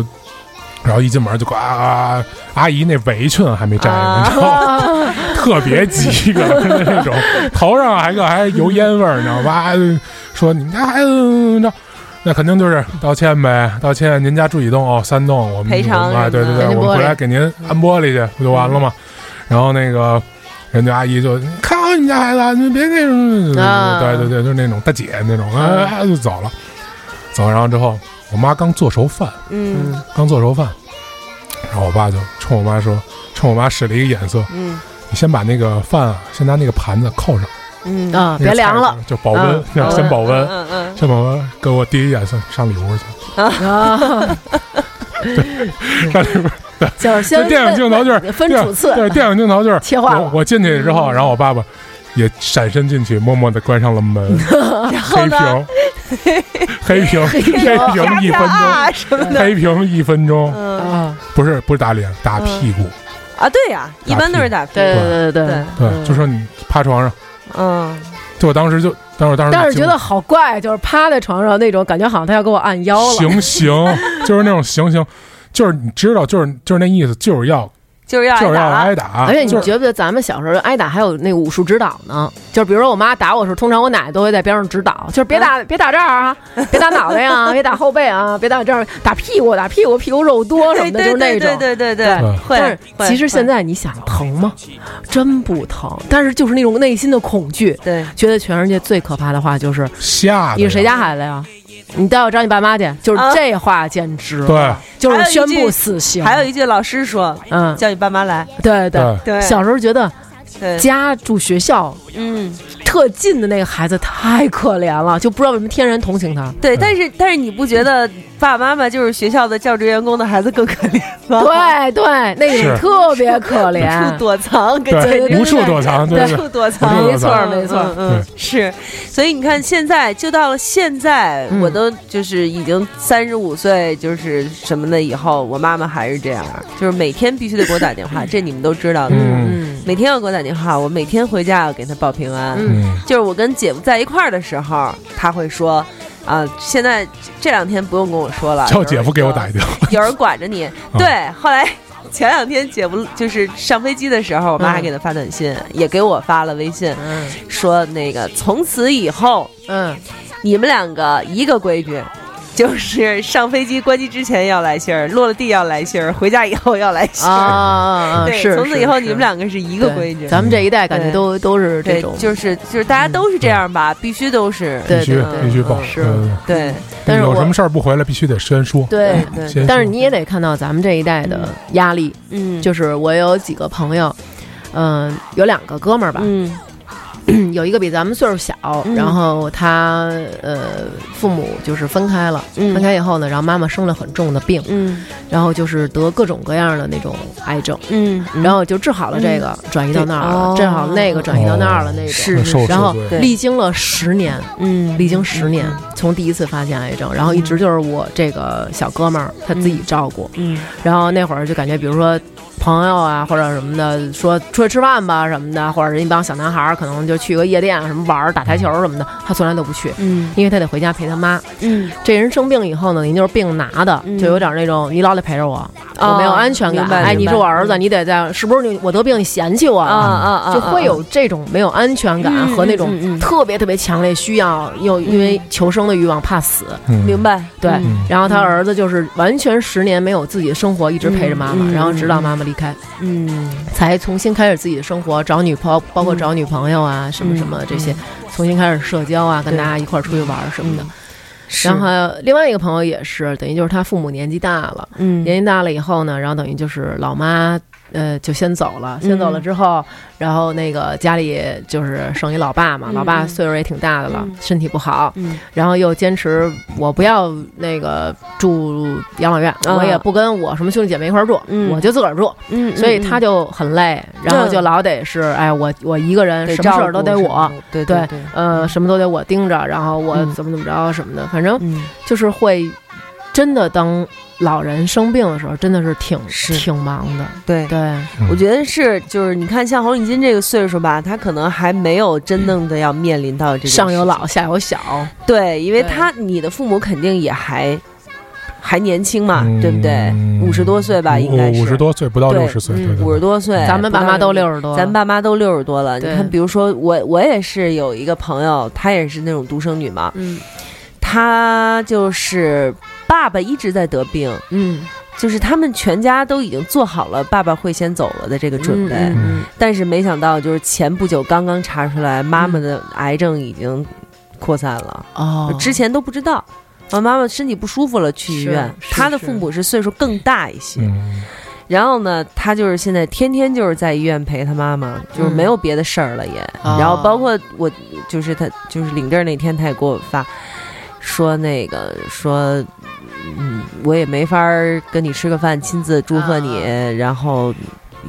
[SPEAKER 5] 然后一进门就呱、啊，阿姨那围裙还没摘呢，你知道吗？特别急 个那种，头上还个还是油烟味儿，你知道吧？说你们家孩子这。那肯定就是道歉呗，道歉。您家住几栋？哦，三栋。我们
[SPEAKER 2] 赔偿
[SPEAKER 5] 我们啊，对对
[SPEAKER 2] 什
[SPEAKER 5] 对，
[SPEAKER 4] 么的
[SPEAKER 5] 我们回
[SPEAKER 4] 给您玻璃
[SPEAKER 5] 来给您安玻璃去，不就完了吗？然后那个人家阿姨就看好你们家孩子啊，你别那种，
[SPEAKER 4] 啊
[SPEAKER 5] 对对对，就是那种大姐那种，
[SPEAKER 4] 嗯
[SPEAKER 5] 哎哎就走了，走了。然后之后，我妈刚做熟饭，
[SPEAKER 2] 嗯
[SPEAKER 5] 刚做熟饭，然后我爸就冲我妈说，冲我妈使了一个眼色，
[SPEAKER 2] 嗯
[SPEAKER 5] 你先把那个饭啊，先拿那个盘子扣上，
[SPEAKER 2] 嗯嗯，
[SPEAKER 4] 啊，
[SPEAKER 5] 那个
[SPEAKER 4] 别凉
[SPEAKER 5] 菜
[SPEAKER 4] 了
[SPEAKER 5] 就保温
[SPEAKER 4] 嗯，
[SPEAKER 5] 要先保温。
[SPEAKER 2] 嗯嗯
[SPEAKER 5] 先保温，给我第一眼色上里屋去，
[SPEAKER 4] 啊，
[SPEAKER 5] 上里 屋。
[SPEAKER 4] 就
[SPEAKER 5] 这
[SPEAKER 4] 是先
[SPEAKER 5] 电影镜头就是
[SPEAKER 4] 分分
[SPEAKER 5] 电
[SPEAKER 4] 主次，
[SPEAKER 5] 对，啊电影镜头就是
[SPEAKER 4] 切换
[SPEAKER 5] 我
[SPEAKER 4] 了嗯
[SPEAKER 5] 我进去之后，然后我爸爸也闪身进去，默默的关上了门。
[SPEAKER 4] 嗯
[SPEAKER 5] 黑 屏， 黑屏，黑屏一分
[SPEAKER 2] 啊
[SPEAKER 5] 钟，
[SPEAKER 2] 什么的
[SPEAKER 5] 黑屏一分钟，
[SPEAKER 2] 嗯
[SPEAKER 4] 啊，
[SPEAKER 5] 不是不是打脸，
[SPEAKER 4] 嗯
[SPEAKER 5] 打屁股。
[SPEAKER 2] 啊，对呀，一般都是打
[SPEAKER 4] 对
[SPEAKER 2] 对
[SPEAKER 4] 对对对
[SPEAKER 2] 对，
[SPEAKER 5] 对，就说你趴床上，
[SPEAKER 2] 嗯
[SPEAKER 5] 就我当时就，当时当时
[SPEAKER 4] 但是
[SPEAKER 5] 就
[SPEAKER 4] 觉得好怪，就是趴在床上那种感觉，好像他要给我按腰了。
[SPEAKER 5] 行行， 就是那种行行，就是你知道，就是就是那意思，就是要
[SPEAKER 2] 就是要
[SPEAKER 5] 就是要
[SPEAKER 2] 打
[SPEAKER 5] 挨打，
[SPEAKER 4] 而且你
[SPEAKER 5] 啊就是
[SPEAKER 4] 觉不觉得咱们小时候挨打还有那个武术指导呢？就是比如说我妈打我的时候，通常我奶奶都会在边上指导，就是别
[SPEAKER 2] 嗯
[SPEAKER 4] 打、别打这儿啊，别打脑袋呀、别打后背啊，别打这儿，打屁股，打屁股，屁股肉多什
[SPEAKER 2] 对
[SPEAKER 4] 么的，就
[SPEAKER 2] 对
[SPEAKER 4] 是那
[SPEAKER 2] 对对
[SPEAKER 4] 种。
[SPEAKER 2] 对对
[SPEAKER 5] 对
[SPEAKER 2] 对，
[SPEAKER 4] 但是
[SPEAKER 2] 会。会
[SPEAKER 4] 其实现
[SPEAKER 2] 会
[SPEAKER 4] 在你想疼吗？真不疼，但是就是那种内心的恐惧，
[SPEAKER 2] 对
[SPEAKER 4] 觉得全世界最可怕的话就是
[SPEAKER 5] 吓的
[SPEAKER 4] 你
[SPEAKER 5] 呀
[SPEAKER 4] 是谁？家孩子呀？你带我找你爸妈去，就是
[SPEAKER 2] 啊
[SPEAKER 4] 这话简直
[SPEAKER 5] 对，
[SPEAKER 4] 就是宣
[SPEAKER 2] 还有一
[SPEAKER 4] 布
[SPEAKER 2] 句
[SPEAKER 4] 死刑。
[SPEAKER 2] 还有一句老师说，
[SPEAKER 4] 嗯，
[SPEAKER 2] 叫你爸妈来，
[SPEAKER 4] 对对
[SPEAKER 2] 对
[SPEAKER 5] 对
[SPEAKER 4] 小时候觉得
[SPEAKER 2] 对，
[SPEAKER 4] 家住学校
[SPEAKER 2] 嗯，
[SPEAKER 4] 特近的那个孩子太可怜了，就不知道为什么天然同情他。
[SPEAKER 5] 嗯
[SPEAKER 2] 对，但是但是你不觉得爸爸妈妈就是学校的教职员工的孩子更可怜吗？
[SPEAKER 4] 对对，那
[SPEAKER 5] 是
[SPEAKER 4] 也特别 可
[SPEAKER 2] 无处
[SPEAKER 4] 怜。
[SPEAKER 2] 躲藏，跟
[SPEAKER 5] 对
[SPEAKER 2] 跟
[SPEAKER 5] 无处躲藏对
[SPEAKER 2] 无
[SPEAKER 5] 对
[SPEAKER 2] 处躲藏，
[SPEAKER 5] 无处躲
[SPEAKER 4] 藏
[SPEAKER 2] 没错，
[SPEAKER 4] 嗯
[SPEAKER 2] 嗯，是。所以你看，现在就到了现在，
[SPEAKER 4] 嗯
[SPEAKER 2] 我都就是已经三十五岁，就是什么的，以后我妈妈还是这样，就是每天必须得给我打电话，这你们都知道的。
[SPEAKER 5] 嗯
[SPEAKER 4] 嗯
[SPEAKER 2] 每天要给我打电话，我每天回家要给她报平安。
[SPEAKER 4] 嗯
[SPEAKER 5] 嗯
[SPEAKER 2] 就是我跟姐夫在一块儿的时候，她会说。啊，现在这两天不用跟我说了，
[SPEAKER 5] 叫姐夫给我打一电话。
[SPEAKER 2] 有人管着你。对，后
[SPEAKER 4] 嗯
[SPEAKER 2] 来前两天姐夫就是上飞机的时候，我妈还给他发短信，也给我发了微信，
[SPEAKER 4] 嗯
[SPEAKER 2] 说那个从此以后
[SPEAKER 4] 嗯，
[SPEAKER 2] 你们两个一个规矩。就是上飞机关机之前要来信儿，落了地要来信儿，回家以后要来信
[SPEAKER 4] 啊
[SPEAKER 2] 儿。
[SPEAKER 4] 啊，啊
[SPEAKER 2] 对，
[SPEAKER 4] 是。
[SPEAKER 2] 从此
[SPEAKER 4] 是
[SPEAKER 2] 以后
[SPEAKER 4] 是
[SPEAKER 2] 你们两个是一个规矩
[SPEAKER 4] 对。咱们这一代感觉
[SPEAKER 2] 对
[SPEAKER 4] 都都是这
[SPEAKER 2] 对，
[SPEAKER 4] 种，嗯
[SPEAKER 2] 就是就是大家都是这样吧，必须都是。
[SPEAKER 4] 对
[SPEAKER 5] 必须
[SPEAKER 4] 对
[SPEAKER 5] 必须报，
[SPEAKER 4] 是
[SPEAKER 5] 嗯
[SPEAKER 2] 对，
[SPEAKER 4] 但是
[SPEAKER 5] 有什
[SPEAKER 4] 我
[SPEAKER 5] 么事儿不回来必须得先说，
[SPEAKER 4] 对
[SPEAKER 2] 对
[SPEAKER 5] 先
[SPEAKER 4] 但是
[SPEAKER 5] 说
[SPEAKER 4] 你也得看到咱们这一代的压力，
[SPEAKER 2] 嗯，
[SPEAKER 4] 就是我有几个朋友，嗯、有两个哥们儿吧，
[SPEAKER 2] 嗯
[SPEAKER 4] 有一个比咱们岁数小，
[SPEAKER 2] 嗯
[SPEAKER 4] 然后他呃父母就是分开了，
[SPEAKER 2] 嗯
[SPEAKER 4] 分开以后呢，然后妈妈生了很重的病，
[SPEAKER 2] 嗯
[SPEAKER 4] 然后就是得各种各样的那种癌症，
[SPEAKER 2] 嗯，
[SPEAKER 4] 然后就治好了这个，转移到那儿了，
[SPEAKER 2] 哦
[SPEAKER 4] 治好那个，转移到那儿了
[SPEAKER 5] 哦
[SPEAKER 4] 那种，
[SPEAKER 2] 是
[SPEAKER 5] 受
[SPEAKER 4] 然
[SPEAKER 5] 受
[SPEAKER 4] 后
[SPEAKER 5] 罪
[SPEAKER 2] 对
[SPEAKER 4] 历经了十年，
[SPEAKER 2] 嗯
[SPEAKER 4] 历经十年，从第一次发现癌症，然后一直就是我这个小哥们儿他自己照顾，
[SPEAKER 2] 嗯
[SPEAKER 4] 然后那会儿就感觉，比如说朋友啊或者什么的，说出去吃饭吧什么的，或者一帮小男孩儿可能就去个夜店啊什么玩儿、打台球什么的，他从来都不去。
[SPEAKER 2] 嗯
[SPEAKER 4] 因为他得回家陪他妈。
[SPEAKER 2] 嗯，
[SPEAKER 4] 这人生病以后呢，您就是病拿的，
[SPEAKER 2] 嗯
[SPEAKER 4] 就有点那种你老得陪着我，
[SPEAKER 2] 哦
[SPEAKER 4] 我没有安全感
[SPEAKER 2] 明。白
[SPEAKER 4] 哎，
[SPEAKER 2] 明
[SPEAKER 4] 你
[SPEAKER 2] 白嗯
[SPEAKER 4] 是我儿子，你得在，是不是你我得病你嫌弃我
[SPEAKER 2] 啊
[SPEAKER 4] 了？
[SPEAKER 2] 啊啊，
[SPEAKER 4] 就会有这种没有安全感
[SPEAKER 2] 嗯
[SPEAKER 4] 和那种
[SPEAKER 2] 嗯嗯嗯嗯
[SPEAKER 4] 特别特别强烈需要，又因为求生的欲望怕死，
[SPEAKER 5] 嗯
[SPEAKER 2] 明白，
[SPEAKER 4] 对
[SPEAKER 2] 嗯
[SPEAKER 5] 嗯
[SPEAKER 4] 然后他儿子就是完全十年没有自己的生活，一直陪着妈妈，
[SPEAKER 2] 嗯嗯
[SPEAKER 4] 然后直到妈妈离开，
[SPEAKER 2] 嗯
[SPEAKER 4] 才重新开始自己的生活，找女朋友，包括找女朋友啊，什么什么这些，重新开始社交啊，跟
[SPEAKER 2] 嗯对
[SPEAKER 4] 大家一块儿出去玩儿什
[SPEAKER 2] 嗯
[SPEAKER 4] 么的。
[SPEAKER 2] 是
[SPEAKER 4] 然后另外一个朋友也是，等于就是他父母年纪大了，
[SPEAKER 2] 嗯
[SPEAKER 4] 年纪大了以后呢，然后等于就是老妈。呃，就先走了，
[SPEAKER 2] 嗯
[SPEAKER 4] 先走了之后，然后那个家里就是剩一老爸嘛，
[SPEAKER 2] 嗯
[SPEAKER 4] 老爸岁数也挺大的了，
[SPEAKER 2] 嗯
[SPEAKER 4] 身体不好，
[SPEAKER 2] 嗯
[SPEAKER 4] 然后又坚持我不要那个住养老院，
[SPEAKER 2] 啊
[SPEAKER 4] 我也不跟我什么兄弟姐妹一块儿住，
[SPEAKER 2] 嗯
[SPEAKER 4] 我就自个儿住，
[SPEAKER 2] 嗯，
[SPEAKER 4] 所以他
[SPEAKER 2] 就
[SPEAKER 4] 就很累，然后就老得是，哎，我我一个人什么事儿都得我，，
[SPEAKER 2] 对
[SPEAKER 4] 对
[SPEAKER 2] 对，
[SPEAKER 4] 呃，什么都得我盯着，然后我
[SPEAKER 2] 嗯
[SPEAKER 4] 怎么怎么着什么的，反正
[SPEAKER 2] 嗯
[SPEAKER 4] 就是会真的当老人生病的时候，真的是挺
[SPEAKER 2] 是
[SPEAKER 4] 挺忙的。
[SPEAKER 2] 对。
[SPEAKER 4] 对，
[SPEAKER 2] 我觉得是，就是你看，像黄立金这个岁数吧，他可能还没有真正的要面临到这个
[SPEAKER 4] 上有老，下有小，
[SPEAKER 2] 对，因为
[SPEAKER 4] 对
[SPEAKER 2] 他你的父母肯定也还还年轻嘛，
[SPEAKER 5] 嗯
[SPEAKER 2] 对不对？五十多岁吧，应该是
[SPEAKER 5] 五十，多岁不到
[SPEAKER 2] 对
[SPEAKER 5] 六十岁，
[SPEAKER 4] 嗯
[SPEAKER 5] 对对对
[SPEAKER 2] 五十多岁，
[SPEAKER 4] 咱们爸妈都六十多，
[SPEAKER 2] 咱爸妈都六十多了。你
[SPEAKER 4] 对
[SPEAKER 2] 看，比如说我，我也是有一个朋友，她也是那种独生女嘛，
[SPEAKER 4] 嗯
[SPEAKER 2] 她就是爸爸一直在得病，
[SPEAKER 4] 嗯
[SPEAKER 2] 就是他们全家都已经做好了爸爸会先走了的这个准备，
[SPEAKER 4] 嗯
[SPEAKER 2] 但是没想到就是前不久刚刚查出来妈妈的癌症已经扩散了，
[SPEAKER 4] 嗯哦，
[SPEAKER 2] 之前都不知道。啊，妈妈身体不舒服了，去医
[SPEAKER 4] 是
[SPEAKER 2] 院。
[SPEAKER 4] 是
[SPEAKER 2] 她的
[SPEAKER 4] 是
[SPEAKER 2] 父母是岁数更大一些，
[SPEAKER 5] 嗯，
[SPEAKER 2] 然后呢，她就是现在天天就是在医院陪她妈妈，就是
[SPEAKER 4] 嗯
[SPEAKER 2] 没有别的事儿了也。
[SPEAKER 4] 哦
[SPEAKER 2] 然后包括我，就是他就是领证那天，他也给我发说那个说，嗯，我也没法儿跟你吃个饭，亲自祝贺你，
[SPEAKER 4] 啊
[SPEAKER 2] 然后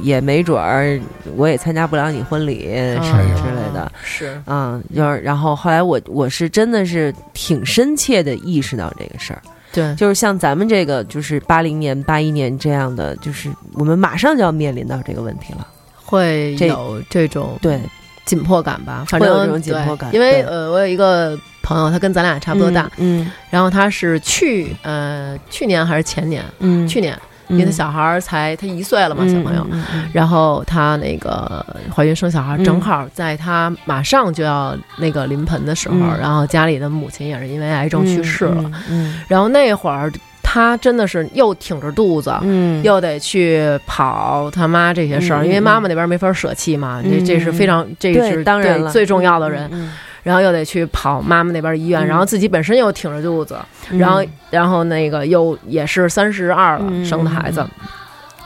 [SPEAKER 2] 也没准儿我也参加不了你婚礼
[SPEAKER 4] 嗯
[SPEAKER 2] 什么之类的。
[SPEAKER 4] 是
[SPEAKER 2] 啊，就是，然后后来我我是真的是挺深切的意识到这个事儿，
[SPEAKER 4] 对，
[SPEAKER 2] 就是像咱们这个就是八零年、八一年这样的，就是我们马上就要面临到这个问题了。嗯
[SPEAKER 4] 会
[SPEAKER 2] 这
[SPEAKER 4] 有这种
[SPEAKER 2] 对，
[SPEAKER 4] 紧迫感吧，反
[SPEAKER 2] 会有
[SPEAKER 4] 正
[SPEAKER 2] 这种紧
[SPEAKER 4] 对
[SPEAKER 2] 迫感
[SPEAKER 4] 因
[SPEAKER 2] 对
[SPEAKER 4] 为呃，我有一个朋友，他跟咱俩差不多大，
[SPEAKER 2] 嗯
[SPEAKER 4] 然后他是去呃去年还是前年，
[SPEAKER 2] 嗯，
[SPEAKER 4] 去年，因为他小孩儿才他一岁了嘛，
[SPEAKER 2] 嗯
[SPEAKER 4] 小朋友。，
[SPEAKER 2] 嗯嗯
[SPEAKER 4] 然后她那个怀孕生小孩，
[SPEAKER 2] 嗯
[SPEAKER 4] 正好在她马上就要那个临盆的时候，
[SPEAKER 2] 嗯
[SPEAKER 4] 然后家里的母亲也是因为癌症去世了。，
[SPEAKER 2] 嗯
[SPEAKER 4] 然后那会儿她真的是又挺着肚子，
[SPEAKER 2] 嗯，
[SPEAKER 4] 又得去跑他妈这些事
[SPEAKER 2] 嗯
[SPEAKER 4] 儿，
[SPEAKER 2] 嗯
[SPEAKER 4] 因为妈妈那边没法舍弃嘛，
[SPEAKER 2] 嗯
[SPEAKER 4] 这这是非常这
[SPEAKER 2] 对
[SPEAKER 4] 是
[SPEAKER 2] 当然
[SPEAKER 4] 对
[SPEAKER 2] 了
[SPEAKER 4] 最重要的人，，
[SPEAKER 2] 嗯
[SPEAKER 4] 然后又得去跑妈妈那边医院，
[SPEAKER 2] 嗯
[SPEAKER 4] 然后自己本身又挺着肚子，然后然后那个又也是三十二了
[SPEAKER 2] 嗯嗯
[SPEAKER 4] 生的孩子，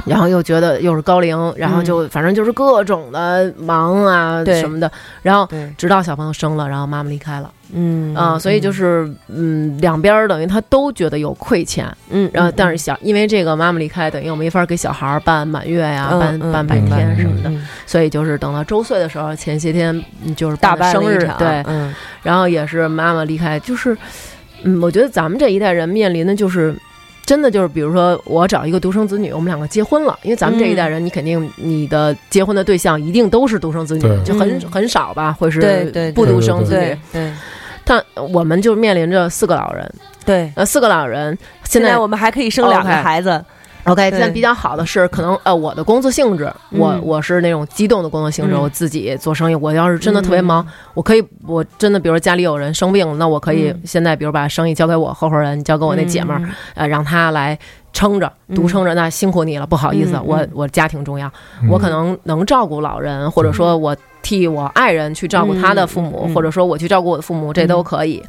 [SPEAKER 4] 然后又觉得又是高龄，然后就、反正就是各种的忙啊
[SPEAKER 2] 对
[SPEAKER 4] 什么的，然后
[SPEAKER 2] 对，
[SPEAKER 4] 直到小朋友生了，然后妈妈离开了
[SPEAKER 2] 嗯
[SPEAKER 4] 啊、所以就是嗯，两边儿等于他都觉得有亏欠，
[SPEAKER 2] 嗯，
[SPEAKER 4] 然后但
[SPEAKER 2] 是
[SPEAKER 4] 是小因为这个妈妈离开，等于我没法给小孩儿办满月呀、
[SPEAKER 2] 嗯
[SPEAKER 4] 办
[SPEAKER 2] 嗯
[SPEAKER 4] 办百
[SPEAKER 2] 嗯
[SPEAKER 4] 天
[SPEAKER 5] 嗯
[SPEAKER 4] 什么的，
[SPEAKER 2] 嗯
[SPEAKER 4] 所以就是等到周岁的时候，前些天嗯就是
[SPEAKER 2] 大
[SPEAKER 4] 办了
[SPEAKER 2] 办了
[SPEAKER 4] 生
[SPEAKER 2] 一
[SPEAKER 4] 日
[SPEAKER 2] 场
[SPEAKER 4] 对，
[SPEAKER 2] 嗯
[SPEAKER 4] 然后也是妈妈离开，就是，嗯，我觉得咱们这一代人面临的就是，真的就是，比如说我找一个独生子女，我们两个结婚了，因为咱们这
[SPEAKER 2] 嗯
[SPEAKER 4] 一代人，你肯定你的结婚的对象一定都是独生子女，
[SPEAKER 5] 对
[SPEAKER 4] 就很、
[SPEAKER 2] 嗯
[SPEAKER 4] 很少吧，会是
[SPEAKER 2] 对对
[SPEAKER 4] 不独生子女。
[SPEAKER 2] 对对
[SPEAKER 4] 但我们就面临着四个老人，
[SPEAKER 2] 对。
[SPEAKER 4] 呃，四个老人现
[SPEAKER 2] 现
[SPEAKER 4] 在
[SPEAKER 2] 在我们还可以生两个
[SPEAKER 4] OK
[SPEAKER 2] 孩子，
[SPEAKER 4] OK，
[SPEAKER 2] 对
[SPEAKER 4] 现在比较好的是，可能呃，我的工作性质，
[SPEAKER 2] 嗯
[SPEAKER 4] 我我是那种机动的工作性质，
[SPEAKER 2] 嗯
[SPEAKER 4] 我自己做生意。我要是真的特别忙，我可以，我真的，比如家里有人生病了，那我可以
[SPEAKER 2] 嗯
[SPEAKER 4] 现在，比如把生意交给我合伙人，交给我那姐们儿，呃，让她来撑着，
[SPEAKER 2] 嗯
[SPEAKER 4] 独撑着。那辛苦你了，不好意思，
[SPEAKER 2] 嗯嗯
[SPEAKER 4] 我我家庭重要，
[SPEAKER 5] 嗯
[SPEAKER 4] 我可能能照顾老人，或者说我替我爱人去照顾他的父母，
[SPEAKER 2] 嗯嗯嗯嗯
[SPEAKER 4] 或者说我去照顾我的父母，这都可以。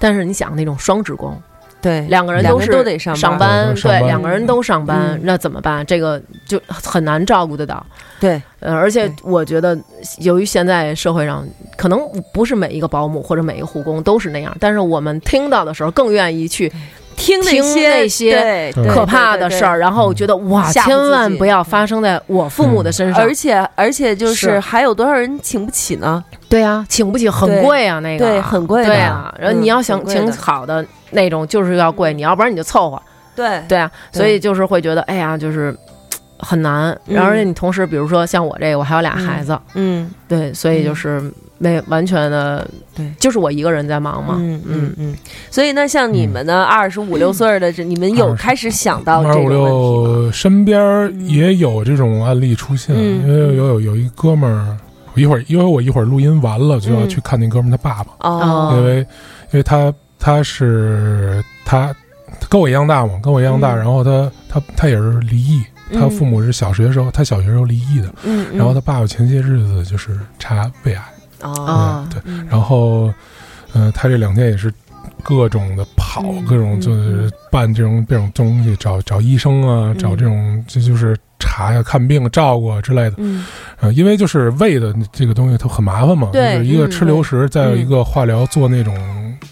[SPEAKER 4] 但是你想那种双职工，
[SPEAKER 2] 对，
[SPEAKER 4] 两个人
[SPEAKER 2] 两
[SPEAKER 4] 都
[SPEAKER 2] 个
[SPEAKER 4] 是
[SPEAKER 2] 人都得上班
[SPEAKER 4] 上班，
[SPEAKER 5] 对上班
[SPEAKER 4] 对，两个人都上班
[SPEAKER 2] 嗯，
[SPEAKER 4] 那怎么办？这个就很难照顾得到。
[SPEAKER 2] 对，
[SPEAKER 4] 呃，而且
[SPEAKER 2] 对
[SPEAKER 4] 我觉得，由于现在社会上可能不是每一个保姆或者每一个护工都是那样，但是我们听到的时候更愿意去
[SPEAKER 2] 听
[SPEAKER 4] 听
[SPEAKER 2] 些
[SPEAKER 4] 那些
[SPEAKER 2] 对
[SPEAKER 5] 对嗯
[SPEAKER 2] 对
[SPEAKER 4] 可怕的
[SPEAKER 2] 对对
[SPEAKER 4] 事儿，然后觉得哇，
[SPEAKER 2] 吓唬
[SPEAKER 4] 千万
[SPEAKER 2] 自己嗯
[SPEAKER 4] 不要发生在我父母的身上
[SPEAKER 2] 而。且而且就是
[SPEAKER 4] 是
[SPEAKER 2] 还有多少人请不起呢？
[SPEAKER 4] 对啊，请不起，很
[SPEAKER 2] 对
[SPEAKER 4] 贵啊，那个
[SPEAKER 2] 对，很贵的。
[SPEAKER 4] 对啊。然后你要想
[SPEAKER 2] 嗯很贵
[SPEAKER 4] 请
[SPEAKER 2] 的嗯
[SPEAKER 4] 好的那种，就是要贵，你要不然你就凑合。
[SPEAKER 2] 对
[SPEAKER 4] 对啊，
[SPEAKER 2] 对
[SPEAKER 4] 所以就是会觉得，哎呀，就是嘖很难。
[SPEAKER 2] 嗯
[SPEAKER 4] 然后而且你同时，比如说像我这个，我还有俩孩子，
[SPEAKER 2] 嗯
[SPEAKER 4] 对，所以就是没完全的，
[SPEAKER 2] 对
[SPEAKER 4] 就是我一个人在忙嘛。
[SPEAKER 2] 嗯嗯嗯。所以呢，像你们
[SPEAKER 5] 嗯
[SPEAKER 2] 呢，二十五六岁儿的这，你们有
[SPEAKER 5] 25
[SPEAKER 2] 开始想到
[SPEAKER 5] 二
[SPEAKER 2] 这
[SPEAKER 5] 五
[SPEAKER 2] 个问题吗？
[SPEAKER 5] 六身边儿也有这种案例出现，
[SPEAKER 2] 嗯
[SPEAKER 5] 因为有有有一哥们儿，我一会儿因为我一会儿录音完了就要
[SPEAKER 2] 嗯
[SPEAKER 5] 去看那哥们儿他爸爸，因
[SPEAKER 2] 哦，
[SPEAKER 5] 为因为他他是他他跟我一样大嘛，跟我一样大，
[SPEAKER 2] 嗯
[SPEAKER 5] 然后他他他也是离异，嗯他父母是小学时候他小学时候离异的，
[SPEAKER 2] 嗯，嗯
[SPEAKER 5] 然后他爸爸前些日子就是查胃癌，
[SPEAKER 2] 哦，
[SPEAKER 4] 啊
[SPEAKER 5] 对，
[SPEAKER 2] 嗯
[SPEAKER 5] 然后，呃，他这两天也是各种的跑，
[SPEAKER 2] 嗯
[SPEAKER 5] 各种就是办这种这种东西，找找医生啊，
[SPEAKER 2] 嗯
[SPEAKER 5] 找这种这就是查呀、看病、照顾啊之类的。
[SPEAKER 2] 嗯
[SPEAKER 5] 呃，因为就是胃的这个东西它很麻烦嘛，就
[SPEAKER 2] 对
[SPEAKER 5] 是一个
[SPEAKER 4] 嗯
[SPEAKER 5] 吃流食，再有一个化疗做那种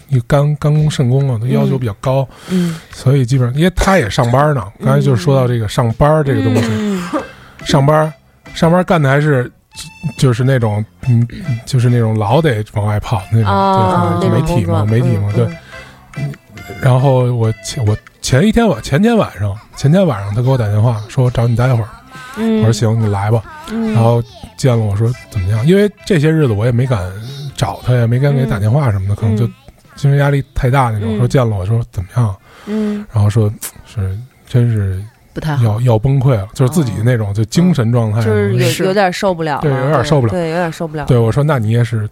[SPEAKER 5] 一个肝肝功肾功啊，它要求比较高，
[SPEAKER 2] 嗯，
[SPEAKER 5] 所以基本上因为他也上班呢，刚才就是说到这个上班这个东西，
[SPEAKER 2] 嗯
[SPEAKER 5] 上班上班干的还是。就是那种，嗯，就是那种老得往外跑那种，
[SPEAKER 2] 哦，
[SPEAKER 5] 对，
[SPEAKER 2] 那
[SPEAKER 5] 媒
[SPEAKER 2] 种
[SPEAKER 5] 体嘛，
[SPEAKER 2] 工作
[SPEAKER 5] 媒体嘛，
[SPEAKER 2] 嗯
[SPEAKER 5] 对。
[SPEAKER 2] 嗯
[SPEAKER 5] 然后我前我前一天晚前天晚上前天晚上他给我打电话说找你待会儿，
[SPEAKER 2] 嗯，
[SPEAKER 5] 我说行，你来吧。
[SPEAKER 2] 嗯，
[SPEAKER 5] 然后见了我说怎么样？因为这些日子我也没敢找他，也没敢给他打电话什么的，可能就
[SPEAKER 2] 嗯
[SPEAKER 5] 精神压力太大那种。
[SPEAKER 2] 嗯
[SPEAKER 5] 说见了我说怎么样？
[SPEAKER 2] 嗯
[SPEAKER 5] 然后说是真是
[SPEAKER 4] 不太好。
[SPEAKER 5] 要要崩溃了，就是自己那种就精神状态
[SPEAKER 2] 啊嗯就
[SPEAKER 5] 什么的，
[SPEAKER 2] 是
[SPEAKER 4] 是
[SPEAKER 2] 有有点受不了了，啊
[SPEAKER 5] 对有点受不了
[SPEAKER 2] 对，有点受不了，
[SPEAKER 5] 对我说那你也是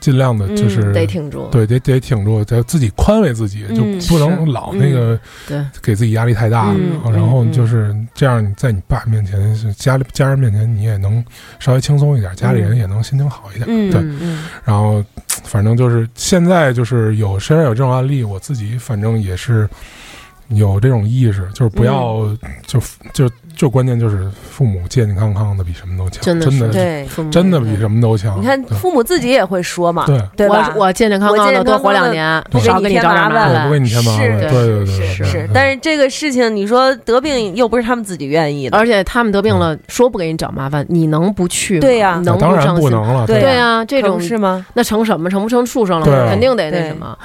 [SPEAKER 5] 尽量的，就
[SPEAKER 2] 嗯
[SPEAKER 5] 是
[SPEAKER 4] 得挺住，
[SPEAKER 5] 对，得得挺住，得自己宽慰自己，
[SPEAKER 2] 嗯
[SPEAKER 5] 就不能
[SPEAKER 4] 是
[SPEAKER 5] 老那个
[SPEAKER 4] 对
[SPEAKER 5] 给自己压力太大了。
[SPEAKER 2] 嗯
[SPEAKER 5] 啊然后
[SPEAKER 2] 嗯嗯
[SPEAKER 5] 就是这样，你在你爸面前、是家里家人面前，你也能稍微轻松一点，家里人也能心情好一点。
[SPEAKER 2] 嗯，
[SPEAKER 5] 对，
[SPEAKER 2] 嗯
[SPEAKER 5] 然后反正就是现在就是有身上有这种案例，我自己反正也是有这种意识，就是
[SPEAKER 2] 嗯
[SPEAKER 5] 不要、就就就关键就是父母健健康康的比什么都强，
[SPEAKER 4] 真
[SPEAKER 5] 真
[SPEAKER 4] 的是
[SPEAKER 5] 的
[SPEAKER 2] 对，
[SPEAKER 4] 父母
[SPEAKER 5] 真的比什么都强。
[SPEAKER 2] 你看
[SPEAKER 5] 对
[SPEAKER 2] 父母自己也会说嘛，
[SPEAKER 5] 对。
[SPEAKER 2] 对吧
[SPEAKER 4] 我？我健健康康
[SPEAKER 2] 我健健康
[SPEAKER 4] 的
[SPEAKER 2] 康的
[SPEAKER 4] 多活两年，
[SPEAKER 5] 不给
[SPEAKER 4] 少
[SPEAKER 2] 你
[SPEAKER 4] 给你
[SPEAKER 2] 添
[SPEAKER 4] 找点
[SPEAKER 2] 麻
[SPEAKER 4] 麻
[SPEAKER 2] 烦
[SPEAKER 5] 对，不
[SPEAKER 4] 烦
[SPEAKER 5] 给。你添麻烦，
[SPEAKER 2] 是的
[SPEAKER 5] 对对对对，
[SPEAKER 4] 是
[SPEAKER 2] 是，但是这个事情，你说得病又不是他们自己愿意的，
[SPEAKER 4] 而且他们得病了，
[SPEAKER 5] 嗯
[SPEAKER 4] 说不给你找麻烦，你能不去吗？
[SPEAKER 2] 对呀
[SPEAKER 4] 你
[SPEAKER 5] 那
[SPEAKER 4] 能
[SPEAKER 5] 啊当然
[SPEAKER 4] 上
[SPEAKER 5] 不
[SPEAKER 4] 心
[SPEAKER 5] 能了，
[SPEAKER 2] 对
[SPEAKER 4] 对啊，这
[SPEAKER 2] 这
[SPEAKER 4] 种
[SPEAKER 2] 是吗？
[SPEAKER 4] 那成什么？成不成畜生了
[SPEAKER 5] 对啊
[SPEAKER 4] 吗？肯定得那
[SPEAKER 2] 对
[SPEAKER 4] 什么。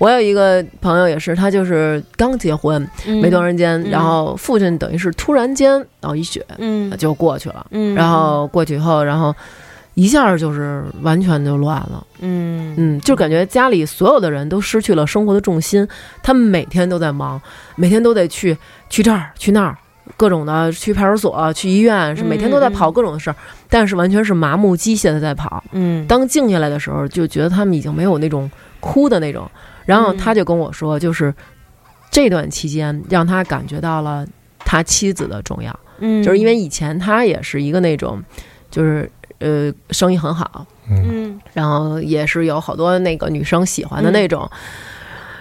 [SPEAKER 4] 我有一个朋友也是，他就是刚结婚没多长时间，
[SPEAKER 2] 嗯
[SPEAKER 4] 然后父亲等于是突然间脑溢血
[SPEAKER 2] 嗯
[SPEAKER 4] 就过去了，
[SPEAKER 2] 嗯，
[SPEAKER 4] 然后过去以后，然后一下就是完全就乱了，
[SPEAKER 2] 嗯嗯
[SPEAKER 4] 嗯，就感觉家里所有的人都失去了生活的重心，他们每天都在忙，每天都得去去这儿去那儿。各种的去派出所、去医院，是每天都在跑
[SPEAKER 2] 嗯嗯
[SPEAKER 4] 各种的事儿，但是完全是麻木机械的在跑。
[SPEAKER 2] 嗯，
[SPEAKER 4] 当静下来的时候，就觉得他们已经没有那种哭的那种。然后
[SPEAKER 2] 嗯
[SPEAKER 4] 他就跟我说，就是这段期间让他感觉到了他妻子的重要，
[SPEAKER 2] 嗯
[SPEAKER 4] 就是因为以前他也是一个那种，就是呃生意很好，
[SPEAKER 5] 嗯，
[SPEAKER 2] 嗯
[SPEAKER 4] 然后也是有好多那个女生喜欢的那种，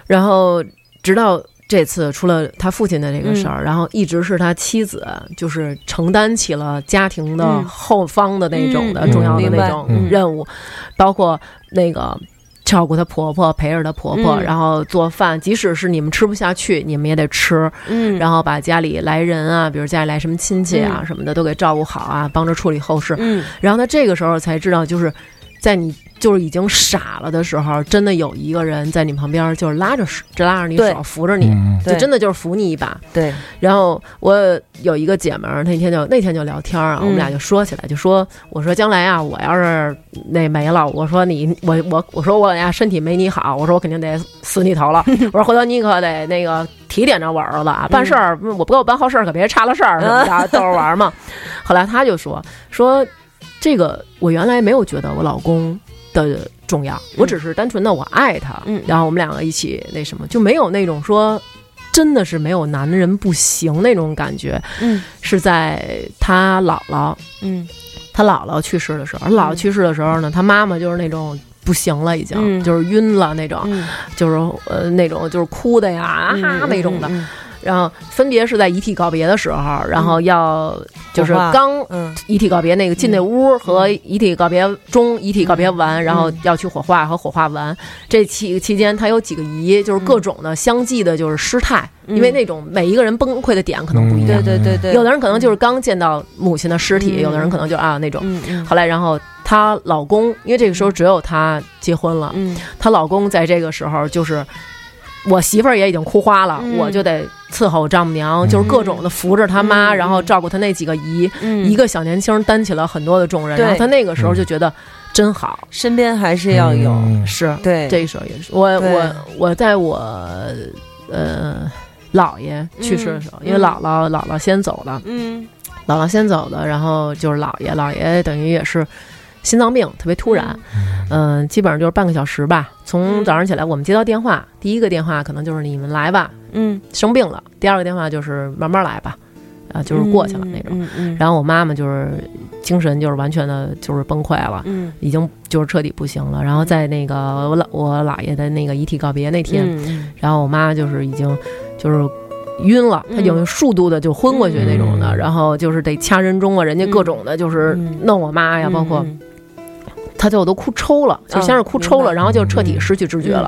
[SPEAKER 4] 然后直到这次除了他父亲的
[SPEAKER 2] 嗯
[SPEAKER 4] 这个事儿，然后一直是他妻子，就是承担起了家庭的
[SPEAKER 2] 嗯
[SPEAKER 4] 后方的那种的、
[SPEAKER 5] 嗯
[SPEAKER 4] 重要的
[SPEAKER 2] 明白
[SPEAKER 4] 那种
[SPEAKER 5] 嗯
[SPEAKER 4] 任务，包括那个照顾她婆婆，陪着她婆婆，
[SPEAKER 2] 嗯
[SPEAKER 4] 然后做饭，即使是你们吃不下去，你们也得吃，
[SPEAKER 2] 嗯
[SPEAKER 4] 然后把家里来人啊，比如家里来什么亲戚啊、
[SPEAKER 2] 嗯
[SPEAKER 4] 什么的都给照顾好啊，帮着处理后事。
[SPEAKER 2] 嗯
[SPEAKER 4] 然后他这个时候才知道，就是在你就是已经傻了的时候，真的有一个人在你旁边，就是拉着手，拉着你
[SPEAKER 2] 对
[SPEAKER 4] 手，扶着你，
[SPEAKER 5] 嗯
[SPEAKER 4] 就
[SPEAKER 2] 对
[SPEAKER 4] 真的就是扶你一把。
[SPEAKER 2] 对，
[SPEAKER 4] 然后我有一个姐们儿，那天就那天就聊天儿啊，
[SPEAKER 2] 嗯
[SPEAKER 4] 我们俩就说起来，就说我说将来啊，我要是那没了，我说你我我我说我呀身体没你好，我说我肯定得死你头了，我说回头你可得那个提点着我儿子啊，办事儿、我不给我办好事儿，可别差了事儿什么的，逗着玩儿嘛。后来他就说说这个我原来没有觉得我老公的。重要，我只是单纯的我爱他，
[SPEAKER 2] 嗯
[SPEAKER 4] 然后我们两个一起那什么，就没有那种说真的是没有男人不行那种感觉，
[SPEAKER 2] 嗯
[SPEAKER 4] 是在他姥姥，
[SPEAKER 2] 嗯
[SPEAKER 4] 他姥姥去世的时候，姥姥去世的时候呢，他妈妈就是那种。不行了，已经、
[SPEAKER 2] 嗯
[SPEAKER 4] 就是晕了那种，
[SPEAKER 2] 嗯
[SPEAKER 4] 就是呃那种就是哭的呀啊哈、那种的。，
[SPEAKER 2] 嗯
[SPEAKER 4] 然后分别是在遗体告别的时候，然后要就是
[SPEAKER 2] 火化
[SPEAKER 4] 刚
[SPEAKER 2] 嗯
[SPEAKER 4] 遗体告别那个进那屋和遗体告别中、遗体告别
[SPEAKER 2] 嗯
[SPEAKER 4] 完，然后要去火化和火化完这期期间，他有几个姨，就是各种的相继的，就是失态，因为那种每一个人崩溃的点可能不一
[SPEAKER 2] 嗯对
[SPEAKER 4] 样，
[SPEAKER 2] 对对对，
[SPEAKER 4] 有的人可能就是刚见到母亲的尸体，
[SPEAKER 2] 嗯
[SPEAKER 4] 有的人可能就啊那种。
[SPEAKER 2] 嗯嗯
[SPEAKER 4] 后来，然后她老公，因为这个时候只有她结婚了，
[SPEAKER 2] 嗯
[SPEAKER 4] 她老公在这个时候就是。我媳妇儿也已经哭花了，
[SPEAKER 2] 嗯
[SPEAKER 4] 我就得伺候丈母娘，就是各种的扶着她妈，
[SPEAKER 2] 嗯
[SPEAKER 4] 然后照顾她那几个姨，
[SPEAKER 2] 嗯
[SPEAKER 4] 一个小年轻担起了很多的重任，
[SPEAKER 2] 对
[SPEAKER 4] 然后他那个时候就觉得真好，
[SPEAKER 2] 身边还是要有，
[SPEAKER 5] 嗯
[SPEAKER 4] 是
[SPEAKER 2] 对，
[SPEAKER 4] 这时候也是我
[SPEAKER 2] 对
[SPEAKER 4] 我我在我呃姥爷去世的时候，
[SPEAKER 2] 嗯
[SPEAKER 4] 因为姥姥姥姥先走了，
[SPEAKER 2] 嗯
[SPEAKER 4] 姥姥先走的，然后就是姥爷，姥爷等于也是心脏病，特别突然，嗯、基本上就是半个小时吧。从
[SPEAKER 2] 嗯
[SPEAKER 4] 早上起来，我们接到电话，第一个电话可能就是你们来吧，
[SPEAKER 2] 嗯，
[SPEAKER 4] 生病了；第二个电话就是慢慢来吧，啊，就是过去了那种。
[SPEAKER 2] 嗯嗯，
[SPEAKER 4] 然后我妈妈就是精神就是完全的就是崩溃了，
[SPEAKER 2] 嗯
[SPEAKER 4] 已经就是彻底不行了。然后在那个我姥我姥爷的那个遗体告别那天，
[SPEAKER 2] 嗯
[SPEAKER 4] 然后我妈就是已经就是。晕了，她
[SPEAKER 2] 嗯
[SPEAKER 4] 有速度的就昏过去那种的，
[SPEAKER 5] 嗯
[SPEAKER 4] 然后就是得掐人中啊，人家各种的就是
[SPEAKER 2] 嗯
[SPEAKER 4] 弄我妈呀，包括她就都哭抽了，就先是哭抽了，
[SPEAKER 2] 嗯明白嗯
[SPEAKER 4] 然后就彻底失去知觉了。，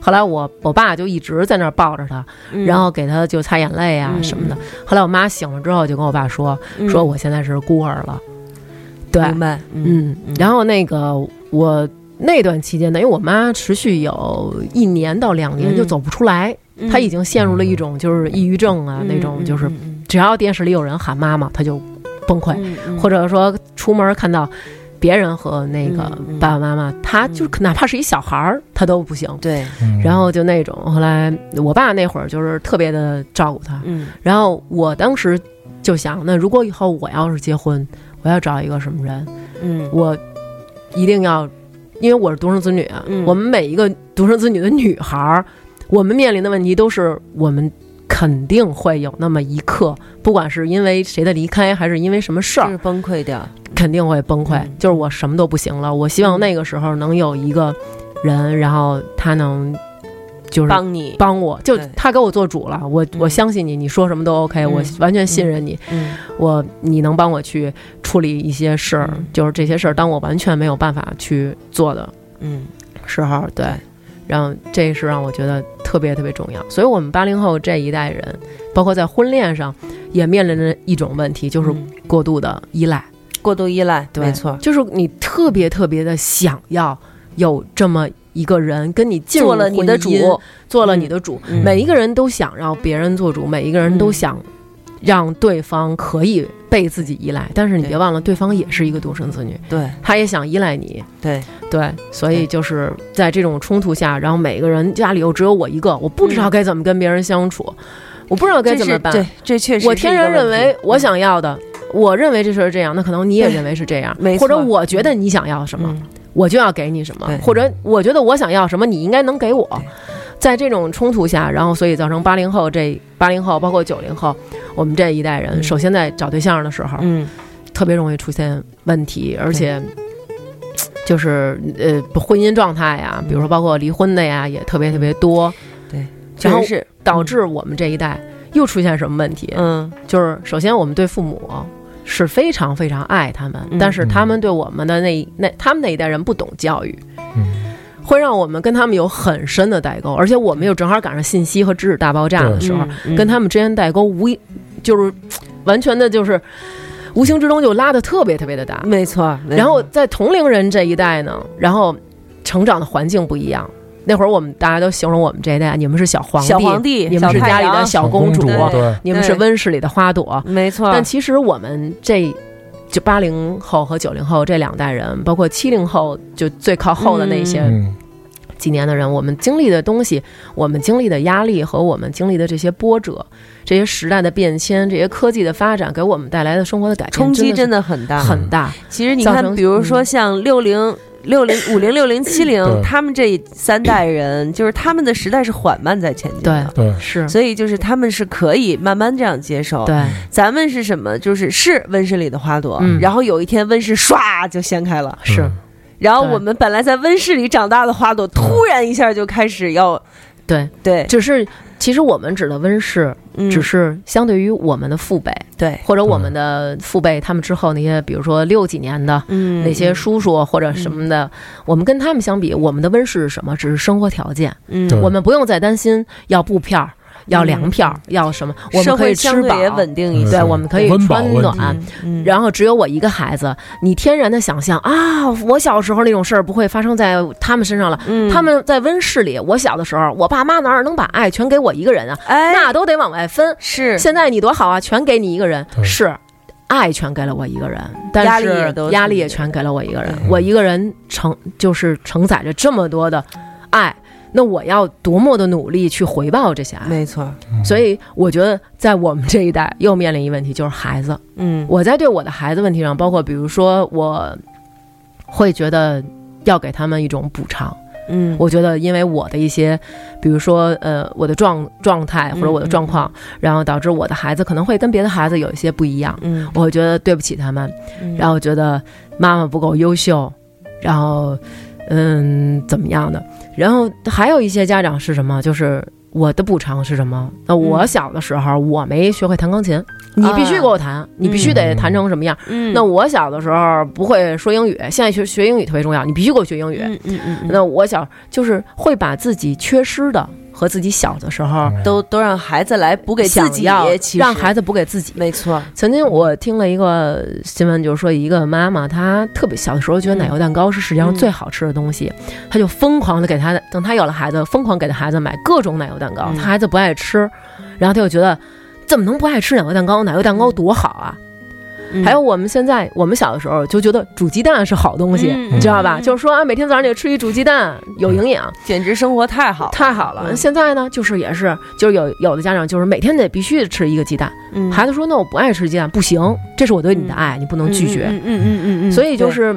[SPEAKER 4] 后来我我爸就一直在那儿抱着她，然后给她就擦眼泪啊
[SPEAKER 2] 嗯
[SPEAKER 4] 什么的。后来我妈醒了之后就跟我爸说，说我现在是孤儿了。对，
[SPEAKER 2] 明白，
[SPEAKER 4] 嗯，然后那个我那段期间呢，因为我妈持续有一年到两年
[SPEAKER 2] 嗯
[SPEAKER 4] 就走不出来，
[SPEAKER 2] 嗯
[SPEAKER 4] 她已经陷入了一种就是抑郁症啊、那种，就是
[SPEAKER 2] 嗯
[SPEAKER 4] 只要电视里有人喊妈妈，她就崩溃，或
[SPEAKER 2] 者
[SPEAKER 4] 者说出门看到。别人和那个
[SPEAKER 2] 嗯嗯
[SPEAKER 4] 爸爸妈妈，她就是哪怕是一小孩儿，她都不行。
[SPEAKER 2] 对，
[SPEAKER 5] 嗯
[SPEAKER 4] 然后就那种，后来我爸那会儿就是特别的照顾她，
[SPEAKER 2] 嗯
[SPEAKER 4] 然后我当时就想，那如果以后我要是结婚，我要找一个什么人？
[SPEAKER 2] 嗯
[SPEAKER 4] 我一定要，因为我是独生子女啊，
[SPEAKER 2] 嗯
[SPEAKER 4] 我们每一个独生子女的女孩儿，我们面临的问题都是我们。肯定会有那么一刻，不管是因为谁的离开，还是因为什么事
[SPEAKER 2] 就
[SPEAKER 4] 儿
[SPEAKER 2] 是，崩溃掉，
[SPEAKER 4] 肯定会崩溃。
[SPEAKER 2] 嗯
[SPEAKER 4] 就是我什么都不行了，我希望那个时候能有一个人，然后他能就是
[SPEAKER 2] 帮你，
[SPEAKER 4] 帮我，就
[SPEAKER 2] 对
[SPEAKER 4] 他给我做主了，我我
[SPEAKER 2] 嗯
[SPEAKER 4] 相信你，你说什么都 OK，、我
[SPEAKER 2] 嗯
[SPEAKER 4] 完全信任你。
[SPEAKER 2] 嗯
[SPEAKER 4] 我你能帮我去处理一些事儿，
[SPEAKER 2] 嗯
[SPEAKER 4] 就是这些事儿，当我完全没有办法去做的
[SPEAKER 2] 嗯
[SPEAKER 4] 时候，对，然后这是让我觉得特别特别重要。所以，我们八零后这一代人，包括在婚恋上，也面临着一种问题，就是过度的依赖，
[SPEAKER 2] 过度依赖，
[SPEAKER 4] 对
[SPEAKER 2] 嗯没错，
[SPEAKER 4] 就是你特别特别的想要有这么一个人跟你进入
[SPEAKER 2] 做了你的主，
[SPEAKER 4] 婚姻做了你的主，
[SPEAKER 2] 嗯
[SPEAKER 4] 每一个人都想让别人做主，每一个人都想让对方可以被自己依赖，但是你
[SPEAKER 2] 对
[SPEAKER 4] 别忘了，对方也是一个独生子女，
[SPEAKER 2] 对
[SPEAKER 4] 他也想依赖你。
[SPEAKER 2] 对，
[SPEAKER 4] 对，所以
[SPEAKER 2] 对
[SPEAKER 4] 就是在这种冲突下，然后每个人家里又只有我一个，我不知道该怎么跟别人相处，我不知道该
[SPEAKER 2] 这
[SPEAKER 4] 怎么
[SPEAKER 2] 是
[SPEAKER 4] 办。
[SPEAKER 2] 对，这确实，
[SPEAKER 4] 我天然认为
[SPEAKER 2] 嗯
[SPEAKER 4] 我，想要的，我认为这事儿这样，那可能你也认为是这样，
[SPEAKER 2] 没
[SPEAKER 4] 或者
[SPEAKER 2] 错
[SPEAKER 4] 我觉得你想要什么，
[SPEAKER 2] 嗯
[SPEAKER 4] 我就要给你什么
[SPEAKER 2] 对，
[SPEAKER 4] 或者我觉得我想要什么，你应该能给我
[SPEAKER 2] 对。
[SPEAKER 4] 在这种冲突下，然后所以造成八零后这八零后，包括九零后，我们这一代人，
[SPEAKER 2] 嗯
[SPEAKER 4] 首先在找对象的时候，
[SPEAKER 2] 嗯
[SPEAKER 4] 特别容易出现问题，而且。就是呃，婚姻状态呀，比如说包括离婚的呀，也特别特别多。
[SPEAKER 2] 嗯对，确
[SPEAKER 4] 然后
[SPEAKER 2] 实是，
[SPEAKER 4] 导致我们这一代又出现什么问题？
[SPEAKER 2] 嗯
[SPEAKER 4] 就是首先我们对父母是非常非常爱他们，
[SPEAKER 2] 嗯
[SPEAKER 4] 但是他们对我们的那一那他们那一代人不懂教育，
[SPEAKER 5] 嗯，
[SPEAKER 4] 会让我们跟他们有很深的代沟，而且我们又正好赶上信息和知识大爆炸的时候，
[SPEAKER 2] 嗯
[SPEAKER 4] 跟他们之间代沟无一就是完全的就是无形之中就拉的特别特别的大。
[SPEAKER 2] 没错，没错
[SPEAKER 4] 然后在同龄人这一代呢，然后成长的环境不一样。那会儿我们大家都形容我们这一代，你们是小皇帝，
[SPEAKER 2] 小皇帝
[SPEAKER 4] 你们是
[SPEAKER 2] 小太
[SPEAKER 4] 家里的
[SPEAKER 2] 阳
[SPEAKER 4] 小
[SPEAKER 5] 公啊
[SPEAKER 4] 公主，啊嗯
[SPEAKER 2] 对
[SPEAKER 5] 对，
[SPEAKER 4] 你们是
[SPEAKER 2] 对嗯
[SPEAKER 4] 温室里的花朵。
[SPEAKER 2] 没错，
[SPEAKER 4] 但其实我们这就八零后和九零后这两代人，包括七零后就最靠后的那些
[SPEAKER 5] 嗯，
[SPEAKER 4] 几年的人，我们经历的东西，我们经历的压力和我们经历的这些波折，这些时代的变迁，这些科技的发展给我们带来的生活的改变，
[SPEAKER 2] 冲击
[SPEAKER 4] 真
[SPEAKER 2] 真的很
[SPEAKER 4] 的
[SPEAKER 2] 大
[SPEAKER 4] 是。很大。
[SPEAKER 2] 其实你
[SPEAKER 4] 造
[SPEAKER 2] 看，
[SPEAKER 4] 成
[SPEAKER 2] 比如说
[SPEAKER 4] 嗯
[SPEAKER 2] 像六零。六零五零六零七零
[SPEAKER 5] 对，
[SPEAKER 2] 他们这三代人，就是他们的时代是缓慢在前进的，
[SPEAKER 5] 对，
[SPEAKER 4] 是，
[SPEAKER 2] 所以嗯就是他们是可以慢慢这样接受。
[SPEAKER 4] 对，
[SPEAKER 2] 咱们是什么？就是是温室里的花朵，
[SPEAKER 4] 嗯
[SPEAKER 2] 然后有一天温室唰就掀开了，
[SPEAKER 5] 嗯
[SPEAKER 4] 是，
[SPEAKER 2] 然后
[SPEAKER 4] 对
[SPEAKER 2] 我们本来在温室里长大的花朵，突然一下就开始要
[SPEAKER 4] 嗯对。
[SPEAKER 2] 对，
[SPEAKER 4] 只是，其实我们指的温室，
[SPEAKER 2] 嗯
[SPEAKER 4] 只是相对于我们的父辈，
[SPEAKER 2] 对，
[SPEAKER 4] 或者我们的父辈他们之后那些，比如说六几年的，
[SPEAKER 2] 嗯
[SPEAKER 4] 那些叔叔或者什么的，我们跟他们相比，我们的温室是什么？只是生活条件，
[SPEAKER 2] 嗯
[SPEAKER 5] 对
[SPEAKER 4] 我们不用再担心要布票儿、要粮票儿、要什么，我
[SPEAKER 2] 嗯社
[SPEAKER 4] 们可
[SPEAKER 2] 会
[SPEAKER 4] 以
[SPEAKER 2] 相
[SPEAKER 4] 吃
[SPEAKER 2] 对
[SPEAKER 4] 饱，
[SPEAKER 2] 也稳定一
[SPEAKER 5] 嗯
[SPEAKER 2] 些，
[SPEAKER 4] 对，我们可以
[SPEAKER 5] 温饱
[SPEAKER 4] 穿
[SPEAKER 5] 问
[SPEAKER 4] 暖。啊
[SPEAKER 2] 嗯嗯
[SPEAKER 4] 然后只有我一个孩子，你天然的想象啊，我小时候那种事儿不会发生在他们身上了。
[SPEAKER 2] 嗯
[SPEAKER 4] 他们在温室里，我小的时候，我爸妈哪儿能把爱全给我一个人啊？
[SPEAKER 2] 哎
[SPEAKER 4] 那都得往外分。
[SPEAKER 2] 是
[SPEAKER 4] 现在你多好啊，全给你一个人，
[SPEAKER 5] 对
[SPEAKER 4] 是爱全给了我一个人，
[SPEAKER 2] 嗯压
[SPEAKER 4] 但
[SPEAKER 2] 力也
[SPEAKER 4] 是
[SPEAKER 2] 都是
[SPEAKER 4] 压力
[SPEAKER 2] 你
[SPEAKER 4] 也
[SPEAKER 2] 的
[SPEAKER 4] 全给了我一个人，
[SPEAKER 5] 嗯
[SPEAKER 4] 我一个人承就是承载着这么多的爱，那我要多么的努力去回报这些爱。
[SPEAKER 2] 没错，
[SPEAKER 5] 嗯
[SPEAKER 4] 所以我觉得，在我们这一代又面临一个问题，就是孩子。
[SPEAKER 2] 嗯
[SPEAKER 4] 我在对我的孩子问题上，包括比如说，我会觉得要给他们一种补偿。
[SPEAKER 2] 嗯
[SPEAKER 4] 我觉得因为我的一些，比如说呃我的状状态或者我的状
[SPEAKER 2] 嗯
[SPEAKER 4] 况，然后导致我的孩子可能会跟别的孩子有一些不一样，
[SPEAKER 2] 嗯，
[SPEAKER 4] 我会觉得对不起他们，
[SPEAKER 2] 嗯
[SPEAKER 4] 然后觉得妈妈不够优秀，然后嗯怎么样的，然后还有一些家长是什么，就是。我的补偿是什么？那我小的时候我没学会弹钢琴，你必须给我弹，你必须得弹成什么样？
[SPEAKER 2] 嗯
[SPEAKER 4] 那我小的时候不会说英语，现在学学英语特别重要，你必须给我学英语。
[SPEAKER 2] 嗯嗯嗯嗯，
[SPEAKER 4] 那我想就是会把自己缺失的和自己小的时候
[SPEAKER 5] 嗯
[SPEAKER 2] 都都让孩子来补给自
[SPEAKER 4] 想
[SPEAKER 2] 己
[SPEAKER 4] 要，
[SPEAKER 2] 其实
[SPEAKER 4] 让孩子补给自己。
[SPEAKER 2] 没错，
[SPEAKER 4] 曾经我听了一个新闻，就是说一个妈妈，她特别小的时候觉得奶油蛋糕是世
[SPEAKER 2] 嗯
[SPEAKER 4] 界上最好吃的东西，她就疯狂的给她的，等她有了孩子，疯狂给她孩子买各种奶油蛋
[SPEAKER 2] 嗯
[SPEAKER 4] 糕。她孩子不爱吃，然后她就觉得怎么能不爱吃奶油蛋糕？奶油蛋糕多好啊！
[SPEAKER 2] 嗯
[SPEAKER 4] 还有我们现在，我们小的时候就觉得煮鸡蛋是好东西，
[SPEAKER 2] 嗯
[SPEAKER 4] 你知道吧？
[SPEAKER 2] 嗯
[SPEAKER 4] 就是说啊，每天早上你就吃一煮鸡蛋，有营养。
[SPEAKER 2] 简直生活太好了，
[SPEAKER 4] 太好了。
[SPEAKER 2] 嗯
[SPEAKER 4] 现在呢，就是也是，就是有有的家长就是每天得必须吃一个鸡蛋，
[SPEAKER 2] 嗯
[SPEAKER 4] 孩子说那我不爱吃鸡蛋，不行，这是我对你的爱，你不能拒绝。
[SPEAKER 2] 嗯嗯嗯嗯嗯，
[SPEAKER 4] 所以就
[SPEAKER 2] 对
[SPEAKER 4] 是。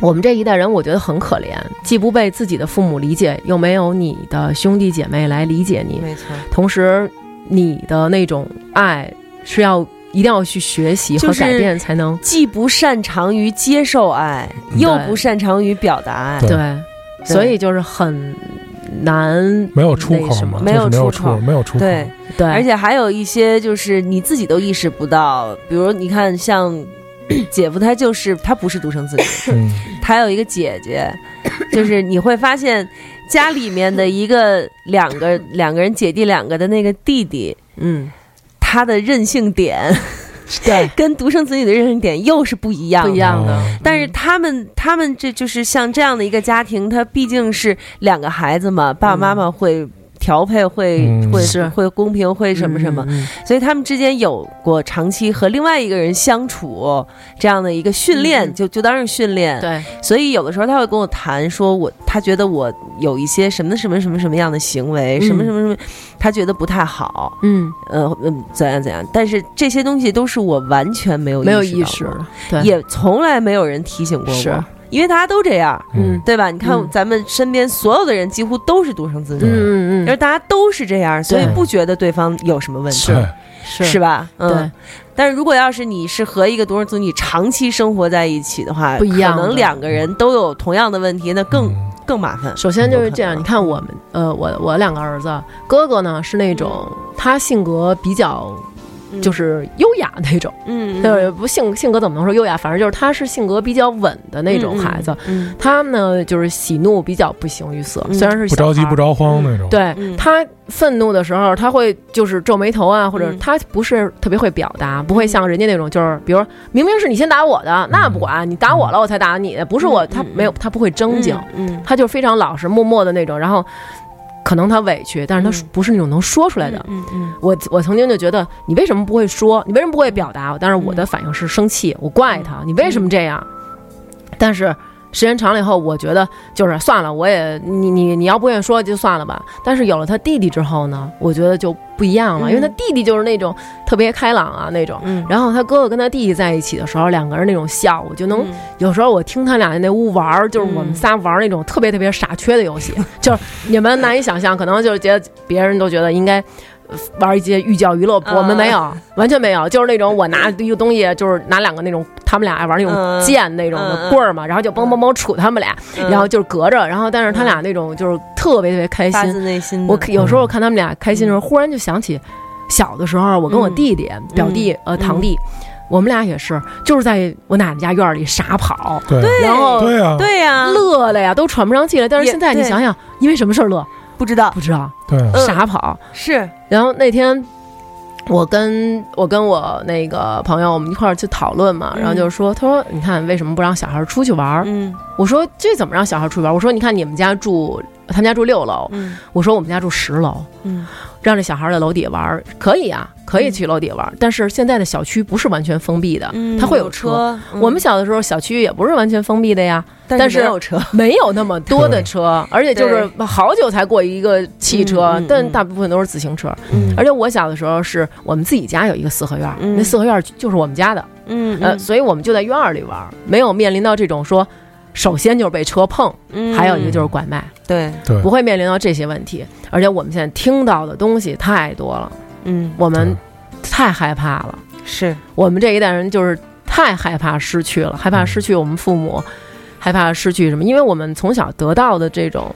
[SPEAKER 4] 我们这一代人，我觉得很可怜，既不被自己的父母理解，又没有你的兄弟姐妹来理解你。
[SPEAKER 2] 没错，
[SPEAKER 4] 同时，你的那种爱是要一定要去学习和
[SPEAKER 2] 就是
[SPEAKER 4] 改变才能。
[SPEAKER 2] 既不擅长于接受爱，又不擅长于表达爱，
[SPEAKER 5] 对
[SPEAKER 4] 对，所以就是很难。
[SPEAKER 5] 没有出口
[SPEAKER 4] 那什
[SPEAKER 5] 嘛，
[SPEAKER 4] 么
[SPEAKER 5] 就是
[SPEAKER 2] 没
[SPEAKER 5] 没
[SPEAKER 2] 有
[SPEAKER 5] 有
[SPEAKER 2] 出口
[SPEAKER 5] 口，没有出口，
[SPEAKER 2] 对，
[SPEAKER 4] 对，
[SPEAKER 2] 而且还有一些就是你自己都意识不到，比如你看像 姐夫，他就是他不是独生子女，
[SPEAKER 5] 嗯，
[SPEAKER 2] 他有一个姐 姐，就是你会发现家里面的一个两个两个人姐弟两个的那个弟弟，
[SPEAKER 4] 嗯，
[SPEAKER 2] 他的任性点
[SPEAKER 4] 对，
[SPEAKER 2] 跟独生子女的任性点又是不一样
[SPEAKER 4] 不
[SPEAKER 2] 的。
[SPEAKER 4] 一样的
[SPEAKER 5] 哦。
[SPEAKER 2] 但是他们，他们这就是像这样的一个家庭，他毕竟是两个孩子嘛，爸爸妈妈会调配，会、
[SPEAKER 5] 嗯
[SPEAKER 2] 会
[SPEAKER 4] 嗯是
[SPEAKER 2] 会公平，会什么什么，
[SPEAKER 4] 嗯嗯嗯
[SPEAKER 2] 所以他们之间有过长期和另外一个人相处这样的一个训练，
[SPEAKER 4] 嗯
[SPEAKER 2] 就就当是训练。
[SPEAKER 4] 对，
[SPEAKER 2] 所以有的时候他会跟我谈说我，他觉得我有一些什么什么什么什么样的行为，
[SPEAKER 4] 嗯
[SPEAKER 2] 什么什么什么，他觉得不太好，
[SPEAKER 4] 嗯，
[SPEAKER 2] 呃嗯怎样怎样，但是这些东西都是我完全没有
[SPEAKER 4] 没有
[SPEAKER 2] 意
[SPEAKER 4] 意
[SPEAKER 2] 识
[SPEAKER 4] 识
[SPEAKER 2] 到过，
[SPEAKER 4] 对，
[SPEAKER 2] 也从来没有人提醒过
[SPEAKER 4] 是
[SPEAKER 2] 我，因为大家都这样，
[SPEAKER 4] 嗯
[SPEAKER 2] 对吧？你看
[SPEAKER 4] 嗯
[SPEAKER 2] 咱们身边所有的人几乎都是独生子女，
[SPEAKER 4] 嗯嗯
[SPEAKER 2] 而
[SPEAKER 4] 嗯，
[SPEAKER 2] 大家都是这样，所以
[SPEAKER 4] 对
[SPEAKER 2] 不觉得对方有什么问题
[SPEAKER 5] 对，，
[SPEAKER 4] 是
[SPEAKER 2] 是？吧？嗯
[SPEAKER 4] 对。，
[SPEAKER 2] 但是如果要是你是和一个独生子女长期生活在一起的话，
[SPEAKER 4] 不一样的
[SPEAKER 2] 可能两个人都有同样的问题，那更
[SPEAKER 5] 嗯
[SPEAKER 2] 更麻烦。
[SPEAKER 4] 首先就是这样，
[SPEAKER 2] 有
[SPEAKER 4] 你
[SPEAKER 2] 可能
[SPEAKER 4] 看我们，呃，我我两个儿子，哥哥呢是那种他性格比较
[SPEAKER 2] 嗯
[SPEAKER 4] 就是优雅那种，
[SPEAKER 2] 嗯，
[SPEAKER 4] 就
[SPEAKER 2] 嗯
[SPEAKER 4] 是不性性格怎么能说优雅，反正就是他是性格比较稳的那种孩子。，
[SPEAKER 2] 嗯
[SPEAKER 4] 他呢就是喜怒比较不形于色，
[SPEAKER 2] 嗯
[SPEAKER 4] 虽然是
[SPEAKER 5] 不
[SPEAKER 4] 小
[SPEAKER 5] 着急
[SPEAKER 4] 孩儿
[SPEAKER 5] 不着慌那种。，
[SPEAKER 4] 对、
[SPEAKER 2] 嗯
[SPEAKER 4] 他愤怒的时候，他会就是皱眉头啊，或者
[SPEAKER 2] 嗯
[SPEAKER 4] 他不是特别会表达，不会像人家那种，就是比如说明明是你先打我的，那不管你打我了我才打你，不是我，
[SPEAKER 2] 嗯
[SPEAKER 4] 他
[SPEAKER 2] 嗯
[SPEAKER 4] 没有他不会争竞，，
[SPEAKER 2] 嗯
[SPEAKER 4] 他就是非常老实默默的那种，然后可能他委屈，但是他
[SPEAKER 2] 嗯
[SPEAKER 4] 不是那种能说出来的。
[SPEAKER 2] 嗯嗯
[SPEAKER 4] 我我曾经就觉得你为什么不会说，你为什么不会表达？但是
[SPEAKER 2] 嗯
[SPEAKER 4] 我的反应是生气，我怪他，你为什么这样？但是时间长了以后，我觉得就是算了，我也你你你要不愿意说就算了吧。但是有了他弟弟之后呢，我觉得就不一样了，
[SPEAKER 2] 嗯
[SPEAKER 4] 因为他弟弟就是那种特别开朗啊那种。
[SPEAKER 2] 嗯，
[SPEAKER 4] 然后他哥哥跟他弟弟在一起的时候，两个人那种笑，我就
[SPEAKER 2] 嗯
[SPEAKER 4] 能有时候我听他俩在那屋玩儿，就是我们仨玩儿那种特别特别傻缺 的游戏，就是你们难以想象，可能就是觉得别人都觉得应该。呃玩一些寓教于乐，
[SPEAKER 2] 啊
[SPEAKER 4] 我们没有，完全没有，就是那种我拿一个东西，就是拿两个那种他们俩爱玩那种
[SPEAKER 2] 嗯
[SPEAKER 4] 剑那种的
[SPEAKER 2] 嗯嗯
[SPEAKER 4] 棍儿嘛，然后就嘣嘣嘣杵他们俩，
[SPEAKER 2] 嗯
[SPEAKER 4] 然后就是隔着，然后但是他俩那种就是特别特别开
[SPEAKER 2] 嗯发
[SPEAKER 4] 心，
[SPEAKER 2] 自内心的，
[SPEAKER 4] 我可有时候看他们俩开心
[SPEAKER 2] 嗯
[SPEAKER 4] 的时候，忽然就想起小的时候，啊我跟我弟弟、表弟、
[SPEAKER 2] 嗯
[SPEAKER 4] 呃堂弟，我们俩也是，就是在我奶奶家院里傻跑，
[SPEAKER 5] 对
[SPEAKER 4] 然后
[SPEAKER 5] 对啊，
[SPEAKER 2] 对呀，
[SPEAKER 4] 乐了呀，都喘不上气来。但是
[SPEAKER 2] 也
[SPEAKER 4] 现在你
[SPEAKER 2] 对
[SPEAKER 4] 想想，因为什么事儿乐？
[SPEAKER 2] 不知道
[SPEAKER 4] 不知道，
[SPEAKER 5] 对啊，
[SPEAKER 2] 嗯
[SPEAKER 4] 傻跑。
[SPEAKER 2] 是
[SPEAKER 4] 然后那天。我跟我跟我那个朋友，我们一块儿去讨论嘛，
[SPEAKER 2] 嗯
[SPEAKER 4] 然后就说，他说你看为什么不让小孩儿出去玩儿？
[SPEAKER 2] 嗯
[SPEAKER 4] 我说这怎么让小孩儿出去玩儿？我说你看你们家住，他们家住六楼，
[SPEAKER 2] 嗯
[SPEAKER 4] 我说我们家住十楼，
[SPEAKER 2] 嗯
[SPEAKER 4] 让这小孩儿在楼底玩儿，可以啊，可以去楼底玩儿。但是现在的小区不是完全封闭的，
[SPEAKER 2] 嗯，
[SPEAKER 4] 它会有车。
[SPEAKER 2] 车，嗯
[SPEAKER 4] 我们小的时候，小区也不是完全封闭的呀，
[SPEAKER 2] 但
[SPEAKER 4] 但是
[SPEAKER 2] 没有车，
[SPEAKER 4] 没有那么多的车，而且就是好久才过一个汽车，
[SPEAKER 2] 嗯嗯
[SPEAKER 4] 但
[SPEAKER 2] 嗯
[SPEAKER 4] 大部分都是自行车。
[SPEAKER 5] 嗯
[SPEAKER 4] 而且我小的时候，是我们自己家有一个四合院儿，
[SPEAKER 2] 嗯
[SPEAKER 4] 那四合院儿就是我们家的，
[SPEAKER 2] 嗯
[SPEAKER 4] 呃，所以我们就在院儿里玩儿，没有面临到这种说，首先就是被车碰，
[SPEAKER 2] 嗯
[SPEAKER 4] 还有一个就是拐卖，
[SPEAKER 2] 对，
[SPEAKER 5] 对
[SPEAKER 4] 不，会面临到这些问题。而且我们现在听到的东西太多了，
[SPEAKER 2] 嗯
[SPEAKER 4] 我们太害怕了。
[SPEAKER 2] 是
[SPEAKER 4] 我们这一代人就是太害怕失去了，害怕失去我们父母，害怕失去什么？因为我们从小得到的这种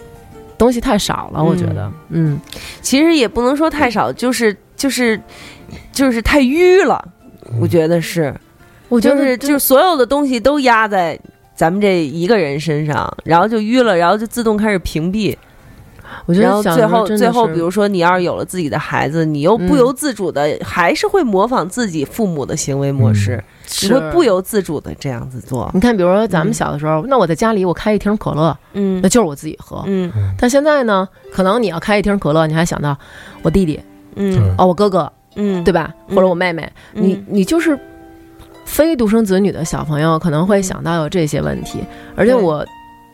[SPEAKER 4] 东西太少了，我觉得，嗯，
[SPEAKER 2] 其实也不能说太少，就是就是就是太淤了，我觉得是，
[SPEAKER 4] 我觉
[SPEAKER 2] 就
[SPEAKER 4] 得
[SPEAKER 2] 是就是所有的东西都压在咱们这一个人身上，然后就淤了，然后就自动开始屏蔽，
[SPEAKER 4] 我觉
[SPEAKER 2] 然后
[SPEAKER 4] 得小时
[SPEAKER 2] 最
[SPEAKER 4] 候
[SPEAKER 2] 后
[SPEAKER 4] 真的
[SPEAKER 2] 最后，
[SPEAKER 4] 是
[SPEAKER 2] 比如说你要是有了自己的孩子，你又不
[SPEAKER 4] 嗯
[SPEAKER 2] 由自主的、还是会模仿自己父母的行为模式，你
[SPEAKER 4] 嗯是
[SPEAKER 2] 会不由自主的这样子做，
[SPEAKER 4] 你看，比如说咱们
[SPEAKER 2] 嗯
[SPEAKER 4] 小的时候，那我在家里我开一瓶可乐，
[SPEAKER 2] 嗯
[SPEAKER 4] 那就是我自己喝。
[SPEAKER 2] 嗯
[SPEAKER 4] 但现在呢，可能你要开一瓶可乐，你还想到我弟弟
[SPEAKER 2] 嗯
[SPEAKER 5] 对
[SPEAKER 4] 哦，我哥哥，
[SPEAKER 2] 嗯，
[SPEAKER 4] 对吧？
[SPEAKER 2] 嗯
[SPEAKER 4] 或者我妹妹，
[SPEAKER 2] 嗯
[SPEAKER 4] 你你就是非独生子女的小朋友，可能会想到有这些问题。而且
[SPEAKER 2] 嗯对
[SPEAKER 4] 我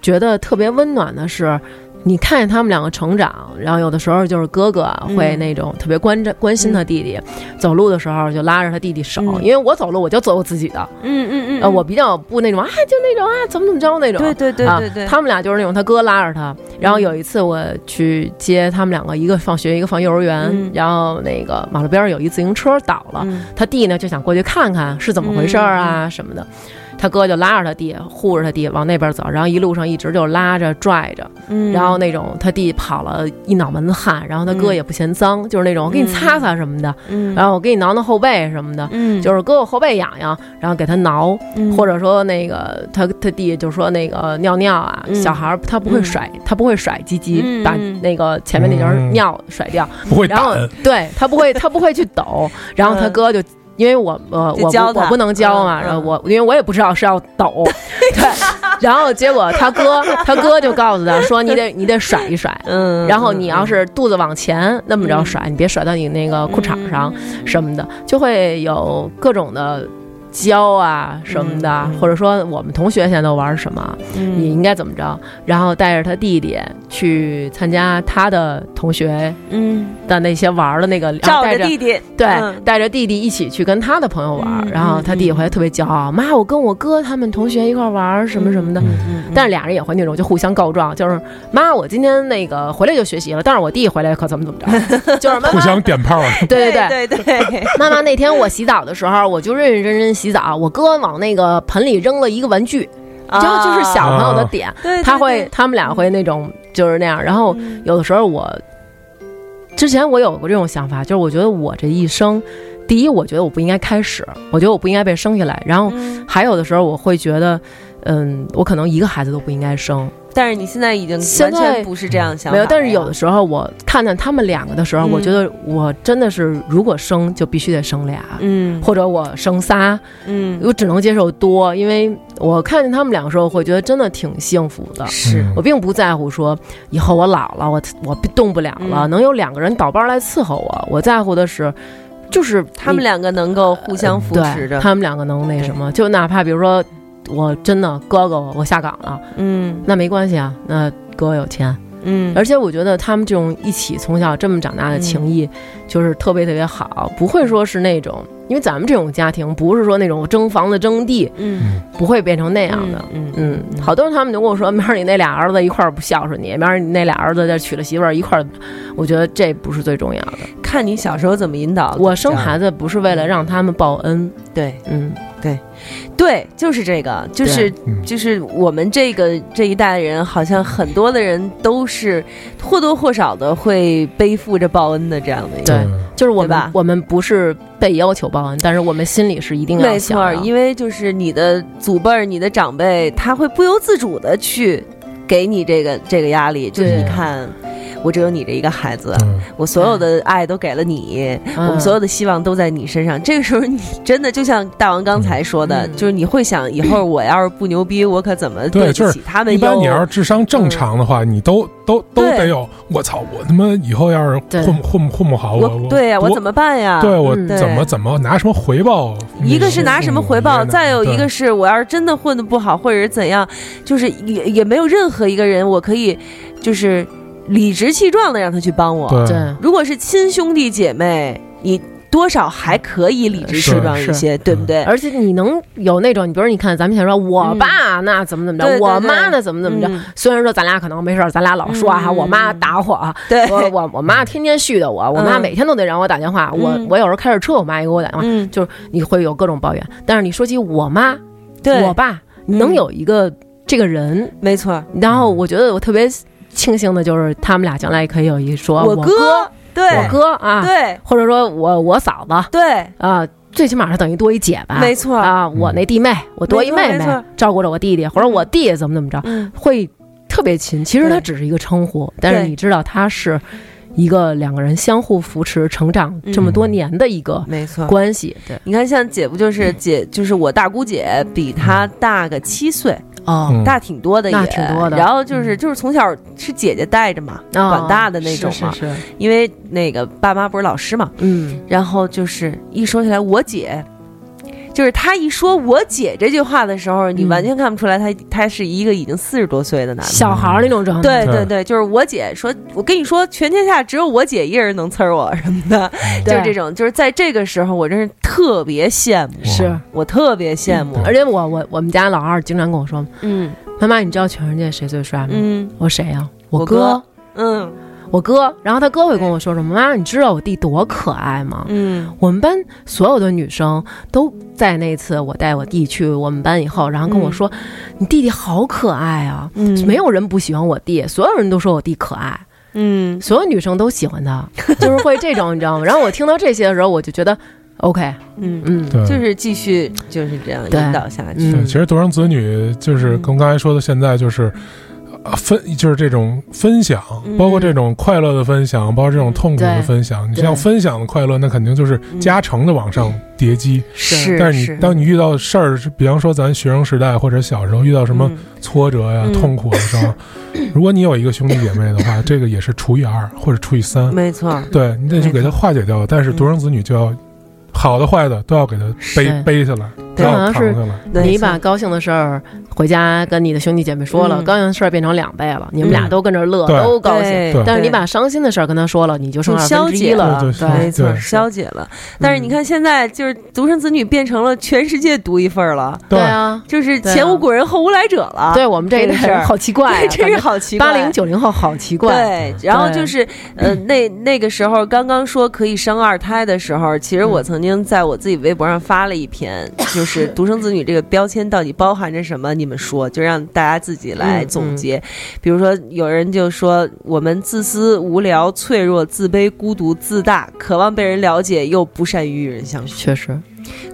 [SPEAKER 4] 觉得特别温暖的是，你看见他们两个成长，然后有的时候就是哥哥啊
[SPEAKER 2] 嗯
[SPEAKER 4] 会那种特别关着关心他弟弟，走路的时候就拉着他弟弟手，
[SPEAKER 2] 嗯
[SPEAKER 4] 因为我走路我就走我自己的，
[SPEAKER 2] 嗯嗯嗯，
[SPEAKER 4] 呃，我比较不那种啊，就那种啊，怎么怎么着那种。
[SPEAKER 2] 对嗯对对对对，
[SPEAKER 4] 啊，他们俩就是那种他哥拉着他，然后有一次我去接他们两个，一个放学，一个放幼儿园，
[SPEAKER 2] 嗯
[SPEAKER 4] 然后那个马路边上有一自行车倒了，
[SPEAKER 2] 嗯
[SPEAKER 4] 他弟呢就想过去看看是怎么回事儿啊、什么的，他哥就拉着他弟，护着他弟往那边走，然后一路上一直就拉着拽着，
[SPEAKER 2] 嗯，
[SPEAKER 4] 然后那种他弟跑了一脑门子汗，然后他哥
[SPEAKER 2] 嗯
[SPEAKER 4] 也不嫌脏，就是那种我给你擦擦什么的，
[SPEAKER 2] 嗯，
[SPEAKER 4] 然后我给你挠挠后背什么的，
[SPEAKER 2] 嗯
[SPEAKER 4] 就是哥哥后背痒痒，然后给他挠，
[SPEAKER 2] 嗯
[SPEAKER 4] 或者说那个他他弟就说那个尿尿啊，
[SPEAKER 2] 嗯
[SPEAKER 4] 小孩儿他不会
[SPEAKER 2] 嗯
[SPEAKER 4] 甩，他不会甩鸡鸡，
[SPEAKER 2] 嗯
[SPEAKER 4] 把那个前面那截
[SPEAKER 5] 嗯
[SPEAKER 4] 尿甩掉，
[SPEAKER 5] 不会
[SPEAKER 4] 然后
[SPEAKER 5] 胆，
[SPEAKER 4] 对他不会他不会去抖，然后他
[SPEAKER 2] 嗯
[SPEAKER 4] 哥就。因为我呃
[SPEAKER 2] 就
[SPEAKER 4] 我
[SPEAKER 2] 教
[SPEAKER 4] 不我
[SPEAKER 2] 他
[SPEAKER 4] 不能教嘛，
[SPEAKER 2] 嗯嗯
[SPEAKER 4] 然后我因为我也不知道是要 抖，对，然后结果他哥他哥就告诉他说你得你得甩一甩，
[SPEAKER 2] 嗯，
[SPEAKER 4] 然后你要是肚子往前那么着
[SPEAKER 2] 嗯
[SPEAKER 4] 甩，你别甩到你那个裤衩上，
[SPEAKER 2] 嗯
[SPEAKER 4] 什么的，就会有各种的教啊什么的，
[SPEAKER 2] 嗯嗯
[SPEAKER 4] 或者说我们同学现在都玩什么，
[SPEAKER 2] 嗯
[SPEAKER 4] 你应该怎么着，然后带着他弟弟去参加他的同学
[SPEAKER 2] 嗯，
[SPEAKER 4] 的那些玩的那个，然
[SPEAKER 2] 照
[SPEAKER 4] 后带
[SPEAKER 2] 着
[SPEAKER 4] 着
[SPEAKER 2] 弟弟，
[SPEAKER 4] 对、
[SPEAKER 2] 嗯
[SPEAKER 4] 带着弟弟一起去跟他的朋友玩，
[SPEAKER 2] 嗯
[SPEAKER 4] 然后他弟弟回来特别骄傲，妈，我跟我哥他们同学一块儿玩什么什么的。
[SPEAKER 5] 嗯
[SPEAKER 2] 嗯
[SPEAKER 4] 但是俩人也会那种就互相告状，就是妈，我今天那个回来就学习了，但是我弟回来可怎么怎么着，就是妈妈
[SPEAKER 5] 互相点炮，
[SPEAKER 4] 对对对
[SPEAKER 2] 对对 对，
[SPEAKER 4] 妈妈那天我洗澡的时候，我就认认真真洗澡，我哥往那个盆里扔了一个玩具，就就是小朋友的点，
[SPEAKER 2] 对
[SPEAKER 4] 他会他们俩会那种就是那样。然
[SPEAKER 2] 哦
[SPEAKER 4] 后有的时候我之前我有过这种想法，就是我觉得我这一生，第一，我觉得我不应该开始，我觉得我不应该被生下来。然
[SPEAKER 2] 哦嗯
[SPEAKER 4] 后还有的时候我会觉得，嗯，我可能一个孩子都不应该生。
[SPEAKER 2] 但是你现在已经
[SPEAKER 4] 现
[SPEAKER 2] 完
[SPEAKER 4] 在
[SPEAKER 2] 全不是这样想法
[SPEAKER 4] 没
[SPEAKER 2] 了
[SPEAKER 4] 有，
[SPEAKER 2] 呀，
[SPEAKER 4] 但是有的时候我看看他们两个的时候，
[SPEAKER 2] 嗯
[SPEAKER 4] 我觉得我真的是如果生就必须得生俩，
[SPEAKER 2] 嗯
[SPEAKER 4] 或者我生仨，
[SPEAKER 2] 嗯
[SPEAKER 4] 我只能接受多，因为我看见他们两个时候，我会觉得真的挺幸福的。
[SPEAKER 2] 是
[SPEAKER 5] 嗯
[SPEAKER 4] 我并不在乎说以后我老了，我我动不了了，
[SPEAKER 2] 嗯
[SPEAKER 4] 能有两个人倒班来伺候我。我在乎的是，就是
[SPEAKER 2] 他们两个能够互相扶
[SPEAKER 4] 嗯对
[SPEAKER 2] 持着，
[SPEAKER 4] 他们两个能那什么，就哪怕比如说我真的哥哥我下岗了，
[SPEAKER 2] 嗯
[SPEAKER 4] 那没关系啊，那哥有钱。
[SPEAKER 2] 嗯，
[SPEAKER 4] 而且我觉得他们这种一起从小这么长大的情谊，就是特别特别好，不会说是那种，因为咱们这种家庭不是说那种争房子争地，
[SPEAKER 2] 嗯
[SPEAKER 4] 不会变成那
[SPEAKER 2] 这
[SPEAKER 4] 样的。
[SPEAKER 2] 嗯嗯
[SPEAKER 4] 嗯，好多人他们就跟我说，明儿你那俩儿子一块儿不孝顺你，明儿你那俩儿子再娶了媳妇儿一块儿，我觉得这不是最重要的。
[SPEAKER 2] 看你小时候怎么引导
[SPEAKER 4] 我生孩子不是为了让他们报恩，
[SPEAKER 2] 对
[SPEAKER 4] 嗯，
[SPEAKER 2] 对，就是这个，就是
[SPEAKER 5] 嗯
[SPEAKER 2] 就是我们这个这一代人，好像很多的人都是或多或少的会背负着报恩的这样的一个。
[SPEAKER 4] 对就是我
[SPEAKER 2] 对
[SPEAKER 4] 们
[SPEAKER 2] 吧
[SPEAKER 4] 我们不是被要求报恩，但是我们心里是一定要
[SPEAKER 2] 没
[SPEAKER 4] 想
[SPEAKER 2] 错，
[SPEAKER 5] 啊
[SPEAKER 4] 的。
[SPEAKER 2] 因为就是你的祖辈儿、你的长辈，他会不由自主的去给你这个这个压力，就是
[SPEAKER 4] 对
[SPEAKER 2] 你看，我只有你这一个孩子，
[SPEAKER 5] 嗯
[SPEAKER 2] 我所有的爱都给了你，我
[SPEAKER 4] 嗯
[SPEAKER 2] 们所有的希望都在你身上。这个时候，你真的就像大王刚才说的，
[SPEAKER 4] 嗯
[SPEAKER 2] 就是你会想，以后我要是不牛逼，我可怎么
[SPEAKER 5] 对就
[SPEAKER 2] 得
[SPEAKER 5] 是
[SPEAKER 2] 起他们
[SPEAKER 5] 一
[SPEAKER 2] 哟？
[SPEAKER 5] 般你要是智商正常的话，你都都都
[SPEAKER 2] 嗯对
[SPEAKER 5] 得有。我操，我他妈以后要是
[SPEAKER 4] 对
[SPEAKER 5] 混混混不好，我
[SPEAKER 2] 我对呀、啊我怎
[SPEAKER 5] 么
[SPEAKER 2] 么办呀？
[SPEAKER 5] 对我
[SPEAKER 4] 嗯
[SPEAKER 5] 怎么
[SPEAKER 2] 对
[SPEAKER 5] 怎么拿什么回报？
[SPEAKER 2] 一个是拿什么回报，
[SPEAKER 5] 嗯
[SPEAKER 2] 再有一个
[SPEAKER 5] 对
[SPEAKER 2] 是我要是真的混的不好，或者是怎样，就是也也没有任何一个人我可以就是理直气壮的让他去帮我。嗯
[SPEAKER 5] 对
[SPEAKER 4] 对
[SPEAKER 2] 如果是亲兄弟姐妹，你多少还可以理直气
[SPEAKER 5] 是
[SPEAKER 2] 壮一
[SPEAKER 4] 是
[SPEAKER 2] 些，对不对？
[SPEAKER 4] 而且你能有那种，你比如你看，咱们想说，我爸那怎么怎么
[SPEAKER 2] 嗯对
[SPEAKER 4] 着，
[SPEAKER 2] 对
[SPEAKER 4] 我
[SPEAKER 2] 对
[SPEAKER 4] 妈那怎么怎么着。
[SPEAKER 2] 嗯
[SPEAKER 4] 虽然说咱俩可能没事儿，咱俩老说啊，
[SPEAKER 2] 嗯
[SPEAKER 4] 我妈打我啊，
[SPEAKER 2] 对，
[SPEAKER 4] 我我我妈天天絮叨我，我妈
[SPEAKER 2] 嗯
[SPEAKER 4] 每天都得让我打电话，我
[SPEAKER 2] 嗯
[SPEAKER 4] 我有时候开着车，我妈也给我打电话，
[SPEAKER 2] 嗯，
[SPEAKER 4] 就是你会有各种抱怨。但是你说起我妈、
[SPEAKER 2] 对，嗯
[SPEAKER 4] 我爸，你能有一个这个人，
[SPEAKER 2] 没错，
[SPEAKER 4] 然后我觉得我特别庆幸的就是他们俩将来也可以有一说我
[SPEAKER 2] 哥，对，
[SPEAKER 4] 我哥啊，
[SPEAKER 2] 对
[SPEAKER 4] 或者说我我嫂子
[SPEAKER 2] 对，
[SPEAKER 4] 啊，最起码是等于多一姐吧，
[SPEAKER 2] 没错，
[SPEAKER 4] 啊，我那弟妹，我多一妹
[SPEAKER 2] 没
[SPEAKER 4] 妹
[SPEAKER 2] 错没错
[SPEAKER 4] 照顾着我弟弟，或者我弟怎么怎么着，
[SPEAKER 2] 嗯，
[SPEAKER 4] 会特别亲。其实
[SPEAKER 2] 对
[SPEAKER 4] 它只是一个称呼，但是
[SPEAKER 2] 对
[SPEAKER 4] 你知道它是一个两个人相互扶持成长
[SPEAKER 2] 嗯
[SPEAKER 4] 这么多年的一个
[SPEAKER 2] 没错。
[SPEAKER 4] 关系。对，
[SPEAKER 2] 你看，像姐不就是姐，就是我大姑姐，比她大个七岁，
[SPEAKER 4] 哦，
[SPEAKER 5] 嗯
[SPEAKER 2] 大挺多的也，
[SPEAKER 4] 那挺多的
[SPEAKER 2] 然后就是
[SPEAKER 4] 嗯
[SPEAKER 2] 就是从小是姐姐带着嘛，
[SPEAKER 4] 啊
[SPEAKER 2] 管大的那种嘛，
[SPEAKER 4] 是是是
[SPEAKER 2] 因为那个爸妈不是老师嘛，
[SPEAKER 4] 嗯，
[SPEAKER 2] 然后就是一说起来我姐。就是她一说我姐这句话的时候，你
[SPEAKER 4] 嗯
[SPEAKER 2] 完全看不出来她她是一个已经四十多岁的男的。
[SPEAKER 4] 小孩儿那种状态。
[SPEAKER 2] 对对对，就是我姐说，我跟你说，全天下只有我姐一人能呲儿我什么的，就
[SPEAKER 4] 对
[SPEAKER 2] 是这种，就是在这个时候，我真是特别羡慕，
[SPEAKER 4] 是。
[SPEAKER 2] 我特别羡慕。
[SPEAKER 4] 而且我我我们家老二经常跟我说，
[SPEAKER 2] 嗯
[SPEAKER 4] 妈妈，你知道全世界谁最帅吗？
[SPEAKER 2] 嗯
[SPEAKER 4] 我说谁呀、
[SPEAKER 2] 我
[SPEAKER 4] 我
[SPEAKER 2] 哥
[SPEAKER 4] 哥，
[SPEAKER 2] 嗯
[SPEAKER 4] 我哥。然后他哥会跟我说什么？妈妈，你知道我弟多可爱吗？
[SPEAKER 2] 嗯
[SPEAKER 4] 我们班所有的女生都在那次我带我弟去我们班以后，然后跟我说：“你弟弟好可爱啊！”
[SPEAKER 2] 嗯
[SPEAKER 4] 没有人不喜欢我弟，所有人都说我弟可爱，
[SPEAKER 2] 嗯，
[SPEAKER 4] 所有女生都喜欢他，就是会这种，你知道吗？然后我听到这些的时候，我就觉得 OK，
[SPEAKER 2] 嗯
[SPEAKER 4] 嗯，
[SPEAKER 5] 对，
[SPEAKER 2] 就是继续就是这样
[SPEAKER 4] 对
[SPEAKER 2] 引导下去。
[SPEAKER 5] 对，
[SPEAKER 4] 嗯
[SPEAKER 5] 其，实独生子女就是
[SPEAKER 2] 嗯
[SPEAKER 5] 跟刚才说的，现在就是。呃分就是这种分享，包
[SPEAKER 2] 嗯
[SPEAKER 5] 括这种快乐的分享，包括这种痛苦的
[SPEAKER 4] 对
[SPEAKER 5] 分享。你
[SPEAKER 4] 对
[SPEAKER 5] 像分享的快乐，那肯定就是
[SPEAKER 2] 嗯
[SPEAKER 5] 加成的往上叠积。
[SPEAKER 2] 是
[SPEAKER 5] 但是你当你遇到事儿，是比方说咱学生时代或者小时候遇到什么
[SPEAKER 2] 嗯
[SPEAKER 5] 挫折呀、
[SPEAKER 2] 嗯
[SPEAKER 5] 痛苦的时 候，如果你有一个兄弟姐妹的话，这个也是除以二或者除以三，
[SPEAKER 2] 嗯没错，
[SPEAKER 5] 对你得去给
[SPEAKER 2] 没
[SPEAKER 5] 它化解掉。但是独生子女就要好的坏的都要给它背
[SPEAKER 4] 嗯是
[SPEAKER 5] 背下来，都
[SPEAKER 2] 对
[SPEAKER 4] 好
[SPEAKER 5] 要
[SPEAKER 4] 像
[SPEAKER 5] 扛
[SPEAKER 4] 是
[SPEAKER 5] 下来。
[SPEAKER 2] 没
[SPEAKER 4] 你
[SPEAKER 2] 错
[SPEAKER 4] 把高兴的事儿回家跟你的兄弟姐妹说了，
[SPEAKER 2] 嗯
[SPEAKER 4] 高兴的事儿变成两倍了，你们俩
[SPEAKER 2] 嗯
[SPEAKER 4] 都跟着乐，
[SPEAKER 5] 对
[SPEAKER 4] 都高兴。
[SPEAKER 2] 对
[SPEAKER 5] 对
[SPEAKER 4] 但是你把伤心的事儿跟他说了，你就剩
[SPEAKER 2] 就
[SPEAKER 4] 二
[SPEAKER 2] 消
[SPEAKER 4] 分之
[SPEAKER 2] 解
[SPEAKER 4] 一了。
[SPEAKER 5] 了对
[SPEAKER 2] 没
[SPEAKER 4] 对，
[SPEAKER 2] 错
[SPEAKER 5] 对
[SPEAKER 2] 消解了。但是你
[SPEAKER 4] 嗯
[SPEAKER 2] 看现在就是独生子女变成了全世界独一份儿了，
[SPEAKER 4] 对啊，
[SPEAKER 2] 就是
[SPEAKER 4] 对啊
[SPEAKER 2] 前无古人后无来者了。
[SPEAKER 4] 对我们这一代
[SPEAKER 2] 这个事儿
[SPEAKER 4] 人好奇怪、啊，
[SPEAKER 2] 真是好奇怪。
[SPEAKER 4] 八零九零后好奇怪，
[SPEAKER 2] 对，然后就是，呃，那那个时候
[SPEAKER 4] 嗯
[SPEAKER 2] 刚刚说可以生二胎的时候，其实我曾经在我自己微博上发了一篇，就就是独生子女这个标签到底包含着什么？你们说，就让大家自己
[SPEAKER 4] 嗯
[SPEAKER 2] 来总结。比如说，有人就说我们自私、无聊、脆弱、自卑、孤独、自大，渴望被人了解又不善于与人相处，
[SPEAKER 4] 确实，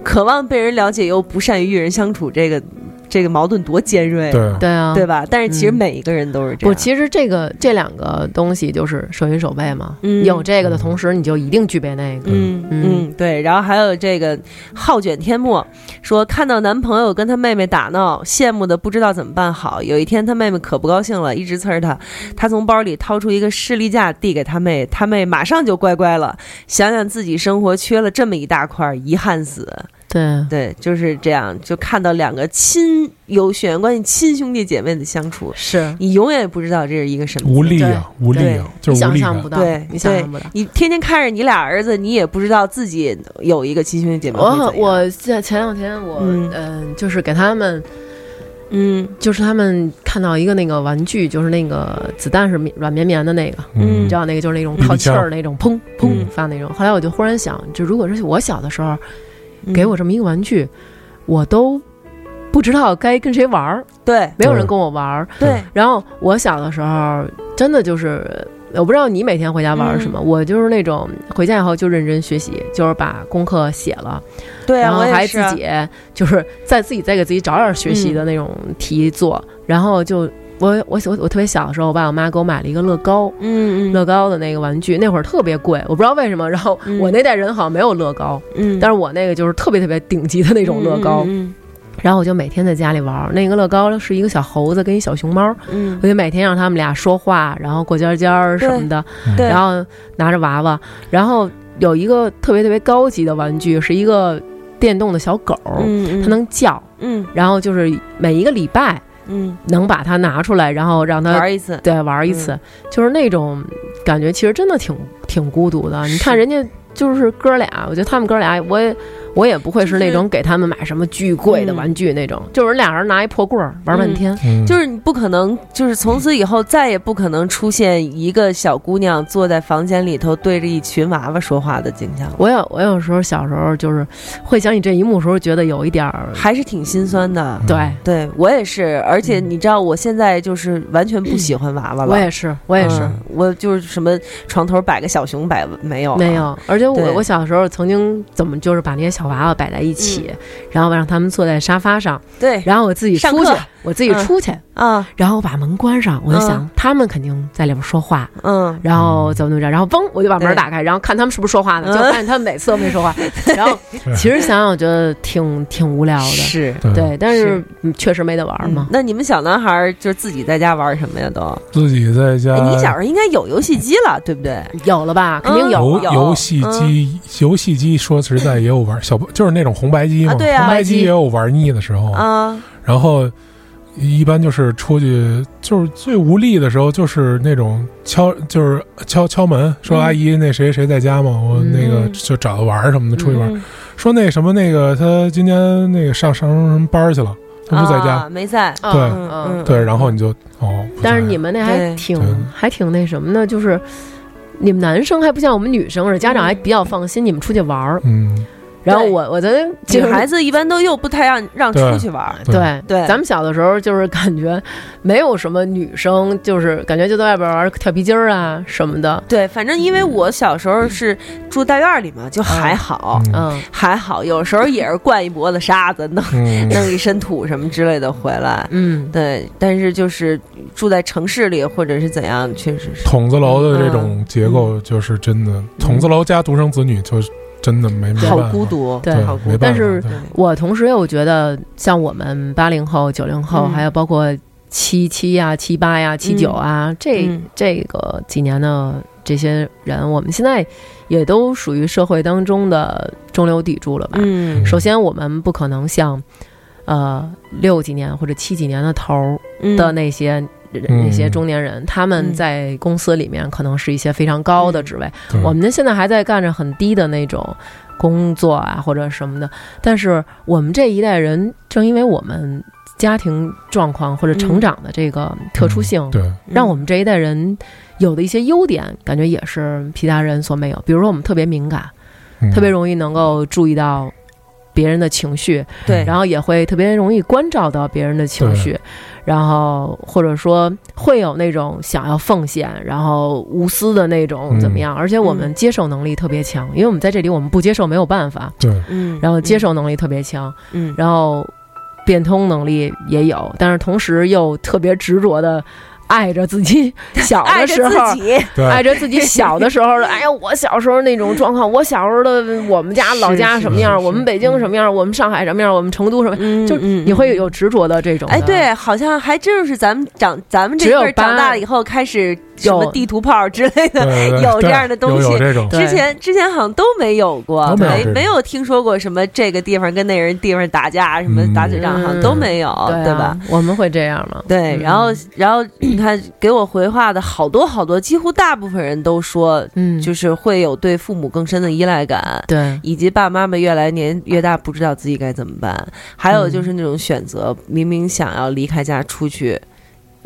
[SPEAKER 2] 渴望被人了解又不善于与人相处，这个这个矛盾多尖锐，
[SPEAKER 5] 对，
[SPEAKER 4] 对啊，
[SPEAKER 2] 对吧？但是其实
[SPEAKER 4] 嗯
[SPEAKER 2] 每一个人都是这
[SPEAKER 4] 不，
[SPEAKER 2] 样。
[SPEAKER 4] 其实这个这两个东西就是手心手背嘛。
[SPEAKER 2] 嗯
[SPEAKER 4] 有这个的同时，你就一定具备那个。
[SPEAKER 2] 嗯
[SPEAKER 4] 嗯
[SPEAKER 2] 嗯，对，然后还有这个浩卷天墨说，看到男朋友跟他妹妹打闹，羡慕的不知道怎么办好。有一天他妹妹可不高兴了，一直呲儿他，他从包里掏出一个士力架递给他妹，他妹马上就乖乖了。想想自己生活缺了这么一大块儿，遗憾死。
[SPEAKER 4] 对，
[SPEAKER 2] 对，就是这样，就看到两个亲有血缘关系亲兄弟姐妹的相处，
[SPEAKER 4] 是
[SPEAKER 2] 你永远不知道这是一个什么
[SPEAKER 5] 无力啊，无力啊，
[SPEAKER 4] 你
[SPEAKER 5] 就是无
[SPEAKER 4] 想
[SPEAKER 5] 力
[SPEAKER 4] 象不
[SPEAKER 5] 感。
[SPEAKER 4] 到，
[SPEAKER 2] 对
[SPEAKER 4] 你想象不到。
[SPEAKER 2] 你天天看着你俩儿子，你也不知道自己有一个亲兄弟姐妹会
[SPEAKER 4] 我
[SPEAKER 2] 怎样。
[SPEAKER 4] 很我前前两天我
[SPEAKER 2] 嗯
[SPEAKER 4] 嗯、就是给他们，
[SPEAKER 2] 嗯
[SPEAKER 4] 就是他们看到一个那个玩具，就是那个子弹是绵软绵绵的那个，
[SPEAKER 2] 嗯
[SPEAKER 4] 你知道那个就是那种
[SPEAKER 5] 嗯
[SPEAKER 4] 靠气儿那种，砰
[SPEAKER 5] 嗯
[SPEAKER 4] 砰发那种。后来我就忽然想，就如果是我小的时候
[SPEAKER 2] 嗯
[SPEAKER 4] 给我这么一个玩具，我都不知道该跟谁玩儿，
[SPEAKER 2] 对
[SPEAKER 4] 没有人
[SPEAKER 5] 对
[SPEAKER 4] 跟我玩儿，
[SPEAKER 2] 对，
[SPEAKER 4] 然后我小的时候，真的就是，呃我不知道你每天回家玩什么，我就是那种回家以后就认真学习，就是把功课写了，
[SPEAKER 2] 对
[SPEAKER 4] 然
[SPEAKER 2] 啊，
[SPEAKER 4] 后
[SPEAKER 2] 我也
[SPEAKER 4] 还
[SPEAKER 2] 是嗯
[SPEAKER 4] 自己就是再自己再给自己找点学习的那种题做，然后就我我我我特别小的时候，我爸我妈给我买了一个乐高。
[SPEAKER 2] 嗯
[SPEAKER 4] 乐高的那个玩具那会儿特别贵，我不知道为什么。然后
[SPEAKER 2] 嗯
[SPEAKER 4] 我那代人好像没有乐高，
[SPEAKER 2] 嗯，
[SPEAKER 4] 但
[SPEAKER 2] 是
[SPEAKER 4] 是我那个就是特别特别顶级的那种乐高。
[SPEAKER 2] 嗯
[SPEAKER 4] 然后我就每天在家里玩儿，那个乐高是一个小猴子跟一小熊猫，
[SPEAKER 2] 嗯，
[SPEAKER 4] 我就每天让他们俩说话，然后过尖尖儿什么的，
[SPEAKER 5] 嗯
[SPEAKER 2] 对
[SPEAKER 4] 然后拿着娃娃，然后有一个特别特别高级的玩具，是一个电动的小狗，
[SPEAKER 2] 嗯
[SPEAKER 4] 它能叫，
[SPEAKER 2] 嗯
[SPEAKER 4] 然后就是每一个礼拜
[SPEAKER 2] 嗯
[SPEAKER 4] 能把它拿出来，然后让它
[SPEAKER 2] 玩嗯一次，
[SPEAKER 4] 对玩一次，就是那种感觉，其实真的挺挺孤独的。你看人家就是哥俩，我觉得他们哥俩，我也我也不会是那种给他们买什么巨贵的
[SPEAKER 2] 嗯
[SPEAKER 4] 玩具那种，就是俩人拿一破棍儿玩半天。
[SPEAKER 5] 嗯
[SPEAKER 2] 就是你不可能，就是从此以后再也不可能出现一个小姑娘坐在房间里头对着一群娃娃说话的景象了，
[SPEAKER 4] 我有我有时候小时候就是会想起这一幕的时候，觉得有一点儿
[SPEAKER 2] 还是挺心酸的。
[SPEAKER 4] 对。
[SPEAKER 2] 对我也是，而且你知道，我现在就是完全不喜欢娃娃了。
[SPEAKER 4] 我也是，我也是，
[SPEAKER 2] 嗯我就是什么床头摆个小熊摆没有了
[SPEAKER 4] 没，有。而
[SPEAKER 2] 嗯哦
[SPEAKER 4] 且
[SPEAKER 2] 对
[SPEAKER 4] 我我小时候曾经怎么就是把那些小娃娃摆在一起，
[SPEAKER 2] 嗯
[SPEAKER 4] 然后让他们坐在沙发上，
[SPEAKER 2] 对
[SPEAKER 4] 然后我自己
[SPEAKER 2] 上
[SPEAKER 4] 出去
[SPEAKER 2] 课，
[SPEAKER 4] 我自己
[SPEAKER 2] 嗯
[SPEAKER 4] 出去，
[SPEAKER 2] 啊
[SPEAKER 4] 然后我把门关上，我就想、他们肯定在里边说话，
[SPEAKER 2] 嗯
[SPEAKER 4] 然后怎么怎么着，然后嗡我就把门
[SPEAKER 2] 对
[SPEAKER 4] 打开，然后看他们是不是说话呢，
[SPEAKER 2] 嗯
[SPEAKER 4] 就发现他们每次都没 说话。然后其实想想，我觉得挺挺无聊的。
[SPEAKER 2] 是
[SPEAKER 4] 对，但
[SPEAKER 2] 是
[SPEAKER 4] 是嗯确实没得玩嘛
[SPEAKER 2] 嗯。那你们小男孩儿就是自己在家玩什么呀？都，
[SPEAKER 5] 自己在家
[SPEAKER 2] 哎，你小时候应该有游戏机了，对不对？
[SPEAKER 4] 有了吧？肯定
[SPEAKER 2] 嗯
[SPEAKER 4] 有
[SPEAKER 5] 游
[SPEAKER 4] 了。
[SPEAKER 2] 有
[SPEAKER 5] 游戏机，游戏机说实在也有玩小，就是那种红白机嘛，
[SPEAKER 2] 啊对啊
[SPEAKER 5] 红白机也有玩腻的时候，
[SPEAKER 2] 啊，
[SPEAKER 5] 然后一般就是出去，就是最无力的时候，就是那种敲，就是敲敲门，说
[SPEAKER 2] 嗯
[SPEAKER 5] 阿姨，那谁谁在家吗？我
[SPEAKER 4] 嗯
[SPEAKER 5] 那个就找他玩儿什么的，出去玩儿。
[SPEAKER 2] 嗯
[SPEAKER 5] 说那什么那个他今天那个上上什么班儿去了，他不在家。
[SPEAKER 2] 啊没在。
[SPEAKER 4] 啊
[SPEAKER 5] 对
[SPEAKER 4] 嗯嗯
[SPEAKER 5] 对，然后你就哦，不
[SPEAKER 4] 但是
[SPEAKER 5] 在
[SPEAKER 4] 你们
[SPEAKER 2] 对
[SPEAKER 4] 那还挺
[SPEAKER 5] 对
[SPEAKER 4] 还挺那什么呢？就是你们男生还不像我们女生似的，家长还比较放心你们出去玩儿。
[SPEAKER 5] 嗯，
[SPEAKER 4] 然后我我的
[SPEAKER 2] 女
[SPEAKER 4] 就是
[SPEAKER 2] 孩子一般都又不太让让出去玩儿，
[SPEAKER 5] 对
[SPEAKER 4] 对
[SPEAKER 2] 对
[SPEAKER 4] 咱们小的时候就是 感觉没有什么女生，就是感觉就在外边玩儿跳皮筋儿啊什么的。
[SPEAKER 2] 对，反正因为我小时候是住大院儿里嘛，就还好，
[SPEAKER 5] 嗯
[SPEAKER 4] 嗯，
[SPEAKER 2] 还好，有时候也是灌一脖子沙子，弄
[SPEAKER 5] 嗯
[SPEAKER 2] 弄一身土什么之类的回来。
[SPEAKER 4] 嗯，
[SPEAKER 2] 对，但是就是住在城市里或者是怎样，确实是。
[SPEAKER 5] 筒子楼的这
[SPEAKER 4] 嗯
[SPEAKER 5] 种结构，就是真的，筒子楼加独生子女，就是真的没没办
[SPEAKER 2] 好
[SPEAKER 5] 法，
[SPEAKER 2] 孤独，
[SPEAKER 4] 对
[SPEAKER 2] 好孤
[SPEAKER 5] 没
[SPEAKER 2] 独。
[SPEAKER 5] 办
[SPEAKER 4] 但
[SPEAKER 5] 法。
[SPEAKER 4] 是
[SPEAKER 5] 对
[SPEAKER 4] 我同时又觉得，像我们八零后、九零后，
[SPEAKER 2] 嗯
[SPEAKER 4] 还有包括七七呀、七八呀、七九啊，这、
[SPEAKER 2] 嗯
[SPEAKER 4] 这个几年的这些人，我们现在也都属于社会当中的中流砥柱了吧？
[SPEAKER 2] 嗯
[SPEAKER 4] 首先，我们不可能像呃六几年或者七几年的头儿
[SPEAKER 2] 嗯
[SPEAKER 4] 的那些。人
[SPEAKER 5] 嗯
[SPEAKER 4] 那些中年人，他们
[SPEAKER 2] 嗯
[SPEAKER 4] 在公司里面可能是一些非常高的职位，
[SPEAKER 5] 对
[SPEAKER 4] 我们现在还在干着很低的那种工作啊，或者什么的。但是我们这一代人，正因为我们家庭状况
[SPEAKER 2] 嗯
[SPEAKER 4] 或者成长的这个特殊性，
[SPEAKER 5] 嗯对，
[SPEAKER 4] 让我们这一代人有的一些优点，感觉也是其他人所没有。比如说，我们特别敏感，
[SPEAKER 5] 嗯
[SPEAKER 4] 特别容易能够注意到别人的情绪，
[SPEAKER 2] 对
[SPEAKER 4] 然后也会特别容易关照到别人的情绪，然后或者说会有那种想要奉献，然后无私的那种
[SPEAKER 5] 嗯
[SPEAKER 4] 怎么样？而且我们
[SPEAKER 2] 嗯
[SPEAKER 4] 接受能力特别强，因为我们在这里我们不接受没有办法，
[SPEAKER 5] 对，
[SPEAKER 2] 嗯，
[SPEAKER 4] 然后接受能力特别强，
[SPEAKER 2] 嗯，嗯，
[SPEAKER 4] 然后变通能力也有，但是同时又特别执着的爱着自己 小
[SPEAKER 2] 爱
[SPEAKER 4] 的时
[SPEAKER 2] 着
[SPEAKER 4] 候
[SPEAKER 2] 自。己，
[SPEAKER 5] 对，
[SPEAKER 4] 爱着自己小的时候的，哎呀，我小时候那种状况，我小时候的我们家
[SPEAKER 2] 是
[SPEAKER 4] 老家
[SPEAKER 2] 是
[SPEAKER 4] 什么样，
[SPEAKER 2] 是
[SPEAKER 4] 我们北京什么样，我们上海什么样，我们成都什么样，
[SPEAKER 2] 嗯
[SPEAKER 4] 就
[SPEAKER 2] 嗯
[SPEAKER 4] 你会有执着的这种的。
[SPEAKER 2] 哎，对，好像还真是咱们长咱们这
[SPEAKER 4] 只有
[SPEAKER 2] 辈儿长
[SPEAKER 4] 八
[SPEAKER 2] 大了以后开始什么
[SPEAKER 4] 有
[SPEAKER 2] 地图炮之类
[SPEAKER 5] 对
[SPEAKER 2] 的，
[SPEAKER 5] 对对
[SPEAKER 2] 有这
[SPEAKER 5] 对
[SPEAKER 2] 样的东
[SPEAKER 5] 有有
[SPEAKER 2] 西
[SPEAKER 5] 这 种，
[SPEAKER 4] 对
[SPEAKER 2] 之前之前好像都没有过，
[SPEAKER 5] 都没有
[SPEAKER 2] 没
[SPEAKER 5] 这种
[SPEAKER 2] 有听说过什么这个地方跟那人地方打架，什么
[SPEAKER 5] 嗯
[SPEAKER 2] 打嘴仗，好像都没有，
[SPEAKER 4] 对啊
[SPEAKER 2] 对吧？？
[SPEAKER 4] 我们会这样吗？
[SPEAKER 2] 对，
[SPEAKER 4] 嗯
[SPEAKER 2] 然后然后你看给我回话的好多好多，几乎大部分人都说，
[SPEAKER 4] 嗯，
[SPEAKER 2] 就是会有对父母更深的依赖感。
[SPEAKER 4] 对，
[SPEAKER 2] 以及爸爸妈妈越来年越大，不知道自己该怎么办。还
[SPEAKER 4] 嗯
[SPEAKER 2] 有就是那种选择，明明想要离开家出去，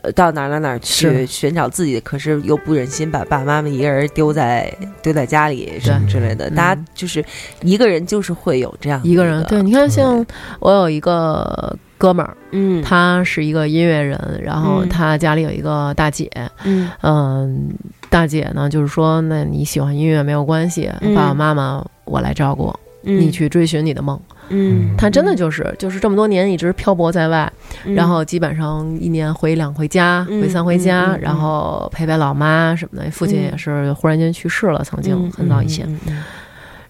[SPEAKER 2] 呃，到哪儿哪儿哪儿去
[SPEAKER 4] 是
[SPEAKER 2] 寻找自己的，可是又不忍心把爸爸妈妈一个人丢在丢在家里什么之类的。
[SPEAKER 4] 嗯
[SPEAKER 2] 大家就是一个人，就是会有这样的
[SPEAKER 4] 一个人。对，，你看，像我有一个哥们儿，
[SPEAKER 2] 嗯，
[SPEAKER 4] 他是一个音乐人，然后
[SPEAKER 2] 嗯
[SPEAKER 4] 他家里有一个大姐，
[SPEAKER 2] 嗯
[SPEAKER 4] 嗯，大姐呢就是说，那你喜欢音乐没有关系，
[SPEAKER 2] 嗯
[SPEAKER 4] 爸爸妈妈我来照顾，
[SPEAKER 2] 嗯
[SPEAKER 4] 你，去追寻你的梦。
[SPEAKER 2] 嗯，
[SPEAKER 4] 他真的就是就是这么多年一直漂泊在外，
[SPEAKER 2] 嗯
[SPEAKER 4] 然后基本上一年回两回家，
[SPEAKER 2] 嗯
[SPEAKER 4] 回三回家，
[SPEAKER 2] 嗯嗯嗯
[SPEAKER 4] 然后陪陪老妈什么的。父亲也是忽然间去世了，曾经、
[SPEAKER 2] 嗯
[SPEAKER 4] 很早以前。，
[SPEAKER 2] 嗯嗯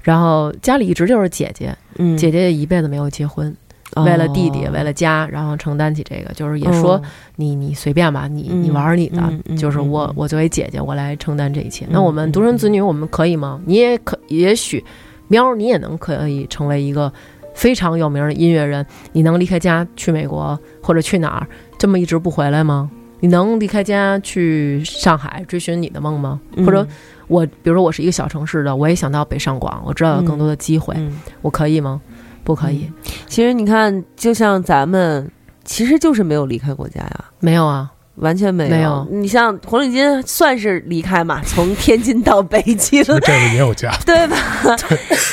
[SPEAKER 4] 然后家里一直就是姐姐，
[SPEAKER 2] 嗯，
[SPEAKER 4] 姐姐一辈子没有结婚，
[SPEAKER 2] 哦
[SPEAKER 4] 为了弟弟，为了家，然后承担起这个，就是也说、
[SPEAKER 2] 哦
[SPEAKER 4] 你你随便吧，你
[SPEAKER 2] 嗯
[SPEAKER 4] 你玩你的，
[SPEAKER 2] 嗯嗯
[SPEAKER 4] 就是
[SPEAKER 2] 嗯
[SPEAKER 4] 我
[SPEAKER 2] 嗯
[SPEAKER 4] 我作为姐姐，我来承担这一切。
[SPEAKER 2] 嗯
[SPEAKER 4] 那我们独生子女，我们可以吗？你也可也许，喵，你也能可以成为一个非常有名的音乐人，你能离开家去美国或者去哪儿，这么一直不回来吗？你能离开家去上海追寻你的梦吗？
[SPEAKER 2] 嗯
[SPEAKER 4] 或者我，比如说我是一个小城市的，我也想到北上广，我知道有更多的机会，
[SPEAKER 2] 嗯
[SPEAKER 4] 我可以吗？不可以，
[SPEAKER 2] 其实你看，就像咱们，其实就是没有离开过家呀。
[SPEAKER 4] 没有啊，
[SPEAKER 2] 完全没有。
[SPEAKER 4] 没有
[SPEAKER 2] 你像红领巾算是离开嘛， 从天津到北京，
[SPEAKER 5] 这个也有家，
[SPEAKER 2] 对吧？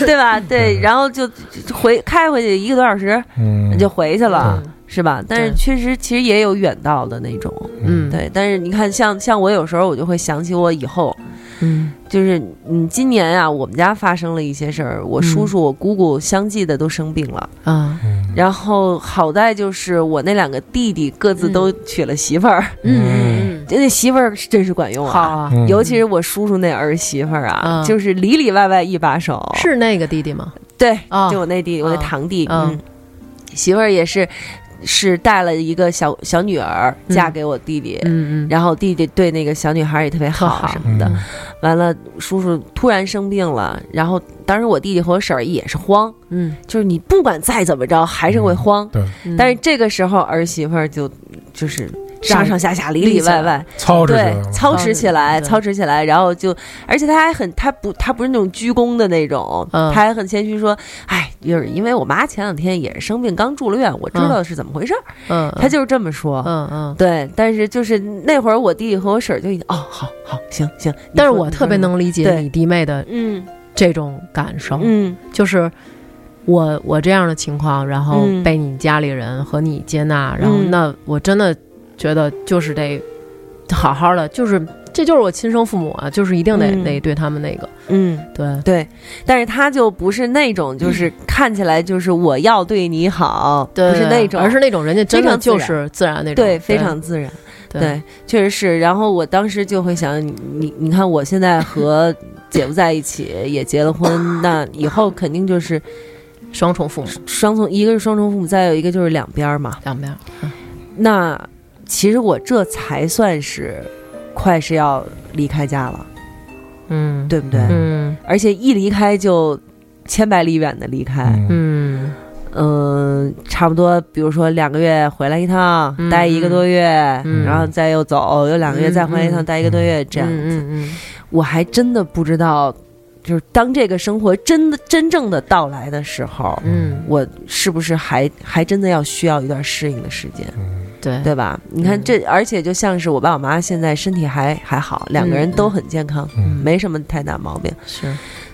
[SPEAKER 2] 对 吧？
[SPEAKER 4] 嗯
[SPEAKER 2] 对，然后就回开回去一个多小时
[SPEAKER 5] 嗯，
[SPEAKER 2] 就回去了，
[SPEAKER 4] 嗯
[SPEAKER 2] 是吧？但是
[SPEAKER 4] 对
[SPEAKER 2] 确实其实也有远道的那种，
[SPEAKER 4] 嗯
[SPEAKER 2] 对。但是你看，像像我有时候我就会想起我以后。
[SPEAKER 4] 嗯
[SPEAKER 2] 就是嗯，今年啊，我们家发生了一些事儿，我
[SPEAKER 4] 嗯
[SPEAKER 2] 叔叔、我姑姑相继的都生病了。
[SPEAKER 4] 啊，
[SPEAKER 5] 嗯
[SPEAKER 2] 然后好在就是我那两个弟弟各自都娶了媳妇儿，
[SPEAKER 5] 嗯
[SPEAKER 4] 嗯，
[SPEAKER 2] 那媳妇儿真是管用啊！
[SPEAKER 4] 好啊，
[SPEAKER 5] 嗯
[SPEAKER 2] 尤其是我叔叔那儿媳妇儿啊，
[SPEAKER 4] 嗯
[SPEAKER 2] 就是里里外外一把手。
[SPEAKER 4] 是那个弟弟吗？
[SPEAKER 2] 对，
[SPEAKER 4] 啊
[SPEAKER 2] 就我那弟，我那
[SPEAKER 4] 嗯
[SPEAKER 2] 堂弟，
[SPEAKER 4] 嗯
[SPEAKER 2] 嗯，媳妇儿也是，是带了一个小小女儿
[SPEAKER 4] 嗯
[SPEAKER 2] 嫁给我弟弟。
[SPEAKER 4] 嗯嗯，
[SPEAKER 2] 然后弟弟对那个小女孩也特别
[SPEAKER 4] 特
[SPEAKER 2] 好
[SPEAKER 4] 好
[SPEAKER 2] 什么的，
[SPEAKER 5] 嗯
[SPEAKER 2] 完了叔叔突然生病了，然后当时我弟弟和我婶儿也是慌，
[SPEAKER 4] 嗯，
[SPEAKER 2] 就是你不管再怎么着还是会慌，
[SPEAKER 5] 对，
[SPEAKER 4] 嗯
[SPEAKER 2] 但是这个时候儿媳妇儿就就是
[SPEAKER 4] 让
[SPEAKER 2] 上上下下里里
[SPEAKER 4] 立起来
[SPEAKER 2] 外外，
[SPEAKER 5] 操着
[SPEAKER 2] 对
[SPEAKER 5] 就，行了，
[SPEAKER 2] 操持起来，
[SPEAKER 4] 对
[SPEAKER 2] 操持起来，然后就，而且他还很，他不，他不是那种鞠躬的那种，
[SPEAKER 4] 嗯
[SPEAKER 2] 他还很谦虚说，哎，就是因为我妈前两天也是生病，刚住了院，我知道是怎么回事儿，
[SPEAKER 4] 嗯，
[SPEAKER 2] 他就是这么说。
[SPEAKER 4] 嗯嗯，
[SPEAKER 2] 对，但是就是那会儿我弟弟和我婶儿就已经哦，好好行行，你
[SPEAKER 4] 但是
[SPEAKER 2] 说
[SPEAKER 4] 我特别，
[SPEAKER 2] 你说
[SPEAKER 4] 能理解
[SPEAKER 2] 对
[SPEAKER 4] 你弟妹的
[SPEAKER 2] 嗯
[SPEAKER 4] 这种感受，
[SPEAKER 2] 嗯
[SPEAKER 4] 就是我我这样的情况，然后
[SPEAKER 2] 嗯
[SPEAKER 4] 被你家里人和你接纳，然后
[SPEAKER 2] 嗯
[SPEAKER 4] 那我真的觉得就是得好好的，就是这就是我亲生父母啊，就是一定得
[SPEAKER 2] 嗯
[SPEAKER 4] 得对他们那个
[SPEAKER 2] 嗯，
[SPEAKER 4] 对，
[SPEAKER 2] 对，但是他就不是那种，
[SPEAKER 4] 嗯
[SPEAKER 2] 就是看起来就是我要对你好，不是那种，
[SPEAKER 4] 而是那种人家真
[SPEAKER 2] 非
[SPEAKER 4] 的
[SPEAKER 2] 常自然
[SPEAKER 4] 就是自然那种，
[SPEAKER 2] 对非常自然。
[SPEAKER 4] 对，，
[SPEAKER 2] 确实是。然后我当时就会想，你你你看，我现在和姐夫在一起，也结了婚，那以后肯定就是
[SPEAKER 4] 双重父母
[SPEAKER 2] 双重，一个是双重父母，再有一个就是两边儿嘛。
[SPEAKER 4] 两边儿，
[SPEAKER 2] 那其实我这才算是快是要离开家了，
[SPEAKER 4] 嗯，，
[SPEAKER 2] 对不对？
[SPEAKER 5] 嗯
[SPEAKER 4] 嗯
[SPEAKER 2] 而且一离开就千百里远的离开，
[SPEAKER 5] 嗯
[SPEAKER 4] 嗯
[SPEAKER 2] 嗯、差不多，比如说两个月回来一趟，
[SPEAKER 4] 嗯
[SPEAKER 2] 待一个多月，
[SPEAKER 4] 嗯
[SPEAKER 2] 然后再又走，又两个月
[SPEAKER 4] 嗯
[SPEAKER 2] 再回来一趟，
[SPEAKER 4] 嗯
[SPEAKER 2] 待一个多月，这样子。
[SPEAKER 4] 嗯嗯
[SPEAKER 2] 我还真的不知道，就是当这个生活真的真正的到来的时候，
[SPEAKER 4] 嗯
[SPEAKER 2] 我是不是还还真的要需要一段适应的时间，
[SPEAKER 4] 嗯，对
[SPEAKER 2] 对吧？你看这，而且就像是我爸我妈现在身体还还好，两个人都很健康，
[SPEAKER 5] 嗯
[SPEAKER 2] 没什么太大毛病。
[SPEAKER 4] 是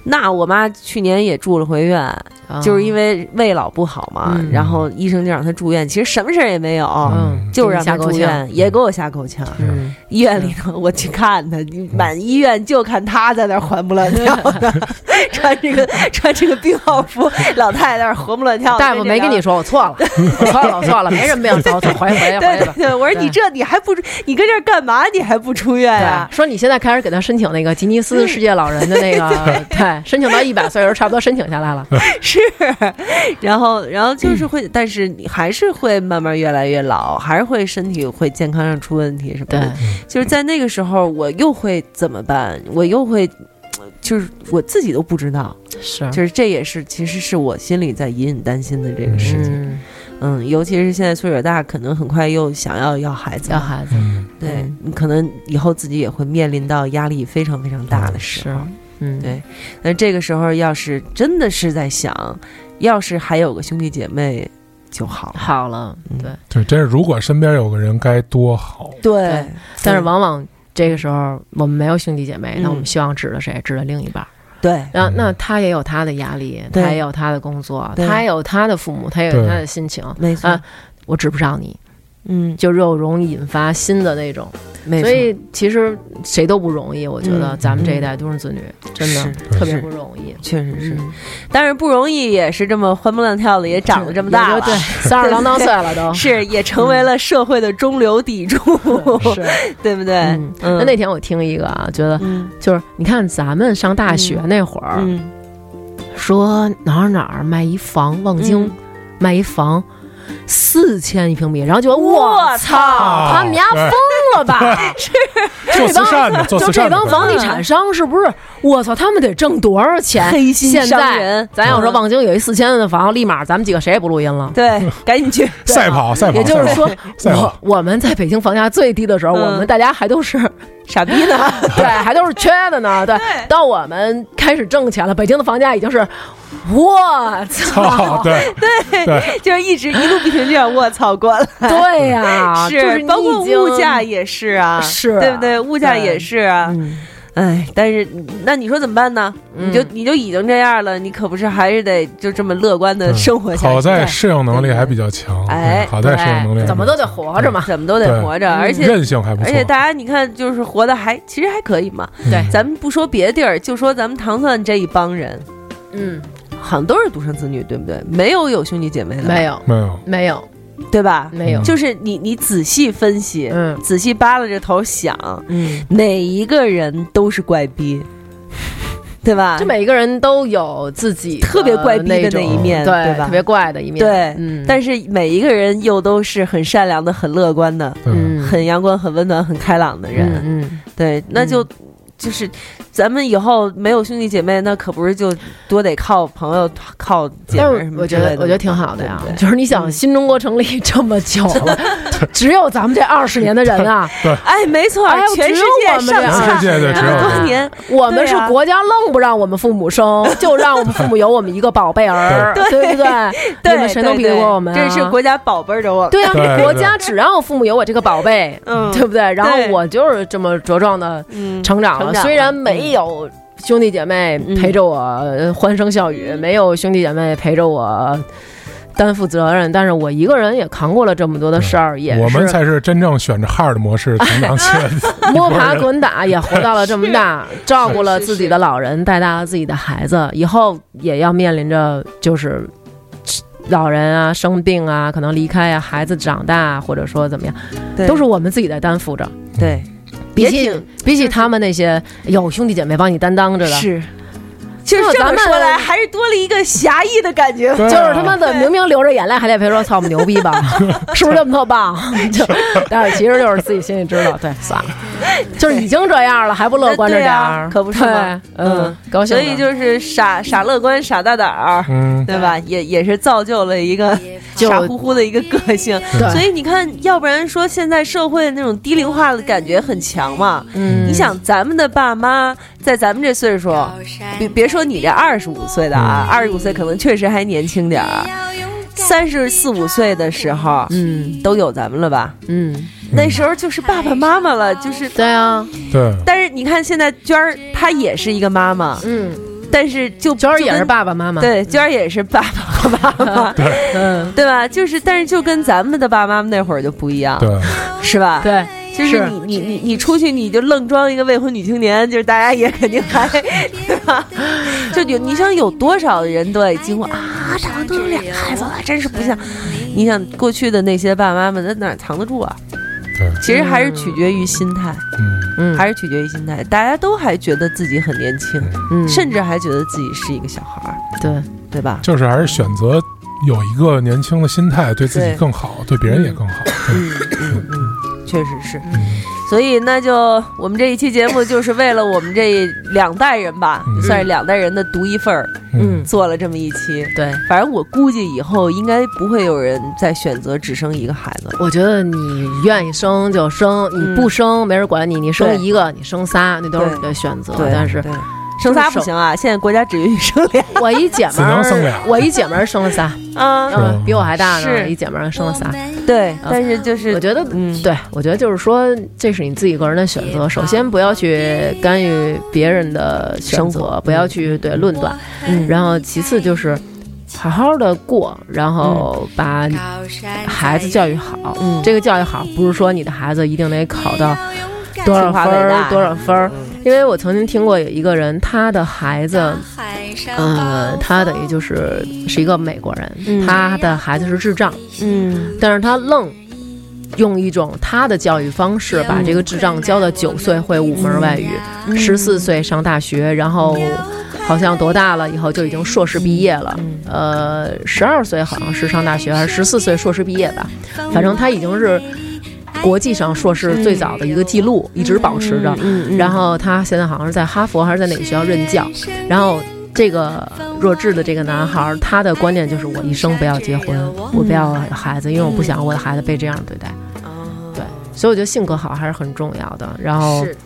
[SPEAKER 2] 那我妈去年也住了回院，就是因为胃老不好嘛，
[SPEAKER 4] 啊嗯
[SPEAKER 2] 然后医生就让他住院，其实什么事儿也没有，
[SPEAKER 4] 嗯，
[SPEAKER 2] 就让他
[SPEAKER 4] 吓够
[SPEAKER 2] 住
[SPEAKER 4] 呛
[SPEAKER 2] 院，也给我吓够呛。
[SPEAKER 4] 嗯，
[SPEAKER 2] 医院里头，我去看他，满医院就看他在那儿活蹦乱跳的，穿这个 穿这个病号服，老太太在那儿活蹦乱跳的。
[SPEAKER 4] 大夫没跟你
[SPEAKER 2] 说。
[SPEAKER 4] 说，我 错了，我错了，我错了， 没什么病，走走，回去回去
[SPEAKER 2] 对
[SPEAKER 4] 回去
[SPEAKER 2] 对
[SPEAKER 4] 吧。
[SPEAKER 2] 对，我说你这你还不出，你跟这儿干嘛？你还不出院呀、
[SPEAKER 4] 对，说你现在开始给他申请那个吉尼斯世界老人的那个， 对，申请到一百岁的时候，差不多申请下来了。
[SPEAKER 2] 是，然后然后就是 会，但是你还是会慢慢越来越老，还是会身体会健康上出问题什么
[SPEAKER 4] 对，
[SPEAKER 2] 的。就是在那个时候，我又会怎么办？我又会，就是我自己都不知道。
[SPEAKER 4] 是，
[SPEAKER 2] 就是这也是其实是我心里在隐隐担心的这个事情。
[SPEAKER 4] 嗯，
[SPEAKER 2] 嗯，尤其是现在岁数也大，可能很快又想要要孩子
[SPEAKER 4] 要
[SPEAKER 2] 了。
[SPEAKER 4] 孩子
[SPEAKER 5] 嗯，
[SPEAKER 2] 对你可能以后自己也会面临到压力非常非常大的时
[SPEAKER 4] 是
[SPEAKER 2] 候。，
[SPEAKER 4] 嗯，
[SPEAKER 2] 对那这个时候要是真的是在想，要是还有个兄弟姐妹就好。嗯
[SPEAKER 4] 好了，对。
[SPEAKER 5] 对，真是如果身边有个人该多好。
[SPEAKER 2] 对，
[SPEAKER 4] 但是往往这个时候我们没有兄弟姐妹，
[SPEAKER 2] 嗯
[SPEAKER 4] 那我们希望指的谁？指的另一半儿。
[SPEAKER 2] 对
[SPEAKER 4] 然后
[SPEAKER 5] 嗯
[SPEAKER 4] 那他也有他的压力，
[SPEAKER 2] 对
[SPEAKER 4] 他也有他的工作，
[SPEAKER 2] 对
[SPEAKER 4] 他也有他的父母，他也有
[SPEAKER 5] 对
[SPEAKER 4] 他的心情。
[SPEAKER 2] 没错，
[SPEAKER 4] 啊我指不上你，
[SPEAKER 2] 嗯，
[SPEAKER 4] 就又容易引发新的那种。
[SPEAKER 2] 没错
[SPEAKER 4] 所，以其实谁都不容易，我觉得
[SPEAKER 2] 嗯
[SPEAKER 4] 咱们这一代独生子女真的
[SPEAKER 2] 是
[SPEAKER 4] 特别
[SPEAKER 2] 是
[SPEAKER 4] 不容易。
[SPEAKER 2] 确实是，
[SPEAKER 4] 嗯
[SPEAKER 2] 当然不容易，也是这么活蹦乱跳的，也长得这么大
[SPEAKER 4] 也
[SPEAKER 2] 了，
[SPEAKER 4] 就对，三十郎当岁 了都。
[SPEAKER 2] 是也成为了社会的中流砥 柱，
[SPEAKER 4] 是，
[SPEAKER 2] 对不对？
[SPEAKER 4] 嗯，那那天我听一个啊，觉得
[SPEAKER 2] 嗯
[SPEAKER 4] 就是你看咱们上大学那会儿，
[SPEAKER 2] 嗯
[SPEAKER 4] 说哪儿哪儿卖一房，望京、
[SPEAKER 2] 嗯
[SPEAKER 4] 卖一房，四千一平米，然后就觉得
[SPEAKER 2] 我
[SPEAKER 4] 我
[SPEAKER 2] 操
[SPEAKER 4] 操，啊他们家
[SPEAKER 2] 啊
[SPEAKER 4] 疯了吧？
[SPEAKER 5] 啊哎做慈善 的，做
[SPEAKER 4] 就
[SPEAKER 5] 慈善的，
[SPEAKER 4] 这帮房地产商是不是？我操，他们得挣多少钱？
[SPEAKER 2] 黑心
[SPEAKER 4] 现
[SPEAKER 2] 商
[SPEAKER 4] 在
[SPEAKER 2] 人
[SPEAKER 4] 咱要说望京有一四千的房，立马咱们几个谁也不录音了。
[SPEAKER 2] 对，赶紧去，
[SPEAKER 5] 赛跑赛跑，
[SPEAKER 4] 也就是说，
[SPEAKER 5] 赛跑
[SPEAKER 4] 我我们在北京房价最低的时候，
[SPEAKER 2] 嗯
[SPEAKER 4] 我们大家 还都是
[SPEAKER 2] 傻逼呢，
[SPEAKER 4] 对，还都是缺的呢。对，到我们开始挣钱了，北京的房价已经是，我操
[SPEAKER 5] 操，，对对，
[SPEAKER 2] 就是一直一路不停这样，我操过来。
[SPEAKER 4] 对呀，就是啊
[SPEAKER 2] 包
[SPEAKER 4] 是你
[SPEAKER 2] 括
[SPEAKER 4] 已经
[SPEAKER 2] 物价也是啊，
[SPEAKER 4] 是啊
[SPEAKER 2] 对不对？物价
[SPEAKER 4] 对
[SPEAKER 2] 也是啊，
[SPEAKER 4] 嗯
[SPEAKER 2] 哎，但是那你说怎么办呢？你就你就已经这样了，你可不是还是得就这么乐观的生活下
[SPEAKER 5] 嗯好
[SPEAKER 2] 去？
[SPEAKER 5] 在适应能力还比较强，
[SPEAKER 2] 哎
[SPEAKER 5] 嗯好在适应能力还比较强
[SPEAKER 4] 对怎么都得活着嘛。
[SPEAKER 2] 怎么都得活
[SPEAKER 4] 嗯
[SPEAKER 2] 着，而且
[SPEAKER 5] 韧性还不
[SPEAKER 2] 而
[SPEAKER 5] 错，
[SPEAKER 2] 且大家你看，就是活的还其实还可以嘛。
[SPEAKER 5] 嗯
[SPEAKER 4] 对
[SPEAKER 2] 咱们不说别的地儿，就说咱们糖蒜这一帮人，
[SPEAKER 4] 嗯，
[SPEAKER 2] 好像都是独生子女，对不对？没有有兄弟姐妹的，
[SPEAKER 4] 没，有，
[SPEAKER 5] 没有，
[SPEAKER 4] 没有，
[SPEAKER 2] 对吧？
[SPEAKER 4] 没有，
[SPEAKER 2] 就是你你仔细分析，
[SPEAKER 4] 嗯
[SPEAKER 2] 仔细扒拉着头想，
[SPEAKER 4] 嗯，
[SPEAKER 2] 哪一个人都是怪 逼，对吧？
[SPEAKER 4] 就每一个人都有自己的
[SPEAKER 2] 特别怪逼的那
[SPEAKER 4] 种
[SPEAKER 2] 一面对
[SPEAKER 4] 对，
[SPEAKER 2] 吧
[SPEAKER 4] 特别怪的一面，
[SPEAKER 2] 对
[SPEAKER 4] 嗯，
[SPEAKER 2] 但是每一个人又都是很善良的、很乐观的、
[SPEAKER 5] 对，
[SPEAKER 4] 嗯
[SPEAKER 2] 很阳光、很温暖、很开朗的人。
[SPEAKER 4] 嗯嗯，
[SPEAKER 2] 对，那就、就是咱们以后没有兄弟姐妹，那可不是就多得靠朋友、靠姐
[SPEAKER 4] 但
[SPEAKER 2] 妹什
[SPEAKER 4] 是
[SPEAKER 2] 么
[SPEAKER 4] 我
[SPEAKER 2] 之
[SPEAKER 4] 觉
[SPEAKER 2] 类
[SPEAKER 4] 得
[SPEAKER 2] 的
[SPEAKER 4] 我觉得挺好的呀
[SPEAKER 2] 对不，对嗯
[SPEAKER 4] 就是你想新中国成立这么久 了，只有咱们这二十年的人啊，
[SPEAKER 2] 哎，没错，
[SPEAKER 4] 哎呦
[SPEAKER 2] 全世界上
[SPEAKER 4] 只有
[SPEAKER 2] 下
[SPEAKER 4] 我们
[SPEAKER 5] 全世界对
[SPEAKER 2] 那
[SPEAKER 5] 只有
[SPEAKER 2] 么
[SPEAKER 5] 我
[SPEAKER 2] 多
[SPEAKER 5] 们
[SPEAKER 2] 年，
[SPEAKER 4] 我们是
[SPEAKER 2] 对啊
[SPEAKER 4] 国家愣不让我们父 母生，就让我们父母有我们一个宝贝儿，
[SPEAKER 2] 对
[SPEAKER 4] 对不对？
[SPEAKER 2] 对
[SPEAKER 4] 你们谁能比得过我们啊？
[SPEAKER 2] 对对这是国家宝贝儿的我们。
[SPEAKER 4] 对呀、啊
[SPEAKER 5] 对对
[SPEAKER 4] 国家只让父母有我这个宝贝，
[SPEAKER 2] 嗯
[SPEAKER 4] 对不对？然后
[SPEAKER 2] 对
[SPEAKER 4] 我就是这么茁壮的
[SPEAKER 2] 嗯
[SPEAKER 4] 成长了，
[SPEAKER 2] 成长了嗯
[SPEAKER 4] 虽然没有兄弟姐妹陪着我呃欢声笑
[SPEAKER 2] 嗯
[SPEAKER 4] 语，没有兄弟姐妹陪着我担负责任，但是我一个人也扛过了这么多的事儿，也
[SPEAKER 5] 我 们
[SPEAKER 4] 是
[SPEAKER 5] 才是真正选着 hard 模式成长起来的，
[SPEAKER 4] 摸爬滚打，也活到了这么 大，照顾了自己的老人，带大了自己的孩子，以后也要面临着就是。老人啊，生病啊，可能离开啊，孩子长大啊，或者说怎么样，
[SPEAKER 2] 对
[SPEAKER 4] 都是我们自己在担负着。
[SPEAKER 2] 嗯对，
[SPEAKER 4] 比
[SPEAKER 2] 也
[SPEAKER 4] 起
[SPEAKER 2] 挺
[SPEAKER 4] 比起他们那些有兄弟姐妹帮你担当着的，
[SPEAKER 2] 是。其实
[SPEAKER 4] 那
[SPEAKER 2] 这
[SPEAKER 4] 咱
[SPEAKER 2] 么
[SPEAKER 4] 们
[SPEAKER 2] 说来，还是多了一个侠义的感觉。
[SPEAKER 5] 对啊
[SPEAKER 4] 就是他妈的明明流着眼泪还得陪说操我们牛逼 吧，是不是这么特棒？就但是其实就是自己心里知道，对，算了，就是已经这样了还不乐观着点
[SPEAKER 2] 对啊
[SPEAKER 4] 儿，
[SPEAKER 2] 可不是吗
[SPEAKER 4] 对嗯
[SPEAKER 2] 嗯，
[SPEAKER 4] 高
[SPEAKER 2] 所
[SPEAKER 4] 兴的。
[SPEAKER 2] 以就是傻傻乐观、傻大胆儿，
[SPEAKER 5] 嗯，
[SPEAKER 2] 对吧？也也是造就了一个
[SPEAKER 4] 就
[SPEAKER 2] 傻乎乎的一个个性。
[SPEAKER 4] 对
[SPEAKER 2] 所以你看，要不然说现在社会那种低龄化的感觉很强嘛。
[SPEAKER 4] 嗯
[SPEAKER 2] 你想，咱们的爸妈在咱们这岁数，别别说你这二十五岁的
[SPEAKER 4] 嗯
[SPEAKER 2] 啊，二十五岁可能确实还年轻点儿，啊三十四五岁的时候，
[SPEAKER 4] 嗯
[SPEAKER 2] 都有咱们了吧？
[SPEAKER 4] 嗯，
[SPEAKER 2] 那时候就是爸爸妈妈了，就是。
[SPEAKER 4] 对啊，
[SPEAKER 5] 对，
[SPEAKER 2] 但是你看，现在娟儿她也是一个妈妈，
[SPEAKER 4] 嗯，
[SPEAKER 2] 但是就
[SPEAKER 4] 娟儿
[SPEAKER 2] 就
[SPEAKER 4] 也是
[SPEAKER 2] 跟
[SPEAKER 4] 爸爸妈妈，，
[SPEAKER 2] 对，娟儿也是爸爸和妈妈，
[SPEAKER 4] 嗯，
[SPEAKER 2] 对吧？就是，但是就跟咱们的爸妈那会儿就不一样，
[SPEAKER 5] 对，
[SPEAKER 2] 是吧？
[SPEAKER 4] 对，
[SPEAKER 2] 就是
[SPEAKER 4] 是
[SPEAKER 2] 你你你你出去你就愣装一个未婚女青年，就是大家也肯定还， 对吧？就有你想有多少人都得经过啊，他们都有俩孩子了，真是不像。你想过去的那些爸爸妈妈，那哪儿藏得住啊？
[SPEAKER 5] 对
[SPEAKER 2] 其实还是取决于心态，
[SPEAKER 5] 嗯，
[SPEAKER 4] 嗯，
[SPEAKER 2] 还是取决于心态。大家都还觉得自己很年轻，
[SPEAKER 4] 嗯
[SPEAKER 2] 甚至还觉得自己是一个小孩儿，
[SPEAKER 4] 对，
[SPEAKER 2] 对吧？
[SPEAKER 5] 就是还是选择有一个年轻的心态，对自己
[SPEAKER 2] 对
[SPEAKER 5] 更好，对别人也更好。对
[SPEAKER 2] 嗯嗯嗯，确实是。
[SPEAKER 5] 嗯
[SPEAKER 2] 所以那就我们这一期节目就是为了我们这两代人吧，
[SPEAKER 5] 嗯
[SPEAKER 2] 算是两代人的独一份儿，
[SPEAKER 5] 嗯，
[SPEAKER 2] 做了这么一期。
[SPEAKER 4] 对，
[SPEAKER 2] 反正我估计以后应该不会有人再选择只生一个孩子了。
[SPEAKER 4] 我觉得你愿意生就生，你不生没人管你，你生
[SPEAKER 2] 对
[SPEAKER 4] 一个，你生仨，那都是
[SPEAKER 2] 对
[SPEAKER 4] 你的选择。
[SPEAKER 2] 对，
[SPEAKER 4] 但是
[SPEAKER 2] 对生仨不行啊，现在国家只允许生 俩
[SPEAKER 4] 我一姐
[SPEAKER 5] 只
[SPEAKER 4] 们
[SPEAKER 5] 能生俩
[SPEAKER 4] 儿，我一姐们儿生了仨，
[SPEAKER 2] 啊。
[SPEAKER 5] 吧
[SPEAKER 4] 嗯，比我还大呢，
[SPEAKER 2] 是
[SPEAKER 4] 一姐们儿生了仨。
[SPEAKER 2] 嗯对，但是就是
[SPEAKER 4] 我觉得，
[SPEAKER 2] 嗯
[SPEAKER 4] 对我觉得就是说，这是你自己个人的选择。首先，不要去干预别人的选
[SPEAKER 2] 生
[SPEAKER 4] 择
[SPEAKER 2] 活，
[SPEAKER 4] 不要去对论断。
[SPEAKER 2] 嗯
[SPEAKER 4] 然后，其次就是好好的过，然后把孩子教育好。
[SPEAKER 2] 嗯
[SPEAKER 4] 这个教育好，不是说你的孩子一定得考到多少
[SPEAKER 2] 清华
[SPEAKER 4] 分
[SPEAKER 2] 北
[SPEAKER 4] 儿
[SPEAKER 2] 大
[SPEAKER 4] 多少分儿。
[SPEAKER 2] 嗯
[SPEAKER 4] 因为我曾经听过有一个人，他的孩子，呃，他等于就是是一个美国人，
[SPEAKER 2] 嗯
[SPEAKER 4] 他的孩子是智障，
[SPEAKER 2] 嗯
[SPEAKER 4] 但是他愣用一种他的教育方式，把这个智障教到九岁会五门外语，
[SPEAKER 2] 嗯
[SPEAKER 4] 十四、岁上大学，然后好像多大了以后就已经硕士毕业了，
[SPEAKER 2] 嗯
[SPEAKER 4] 呃，十二岁好像是上大学，还是十四岁硕士毕业吧，反正他已经是国际上硕士最早的一个记录，一直保持着。
[SPEAKER 2] 嗯
[SPEAKER 4] 然后他现在好像是在哈佛还是在哪个学校任教，然后。这个弱智的这个男孩，他的观点就是我一生不要结婚，我不要孩子，因为我不想我的孩子被这样对待。对，所以我觉得性格好还是很重要的。然
[SPEAKER 5] 哦
[SPEAKER 4] 后
[SPEAKER 2] 是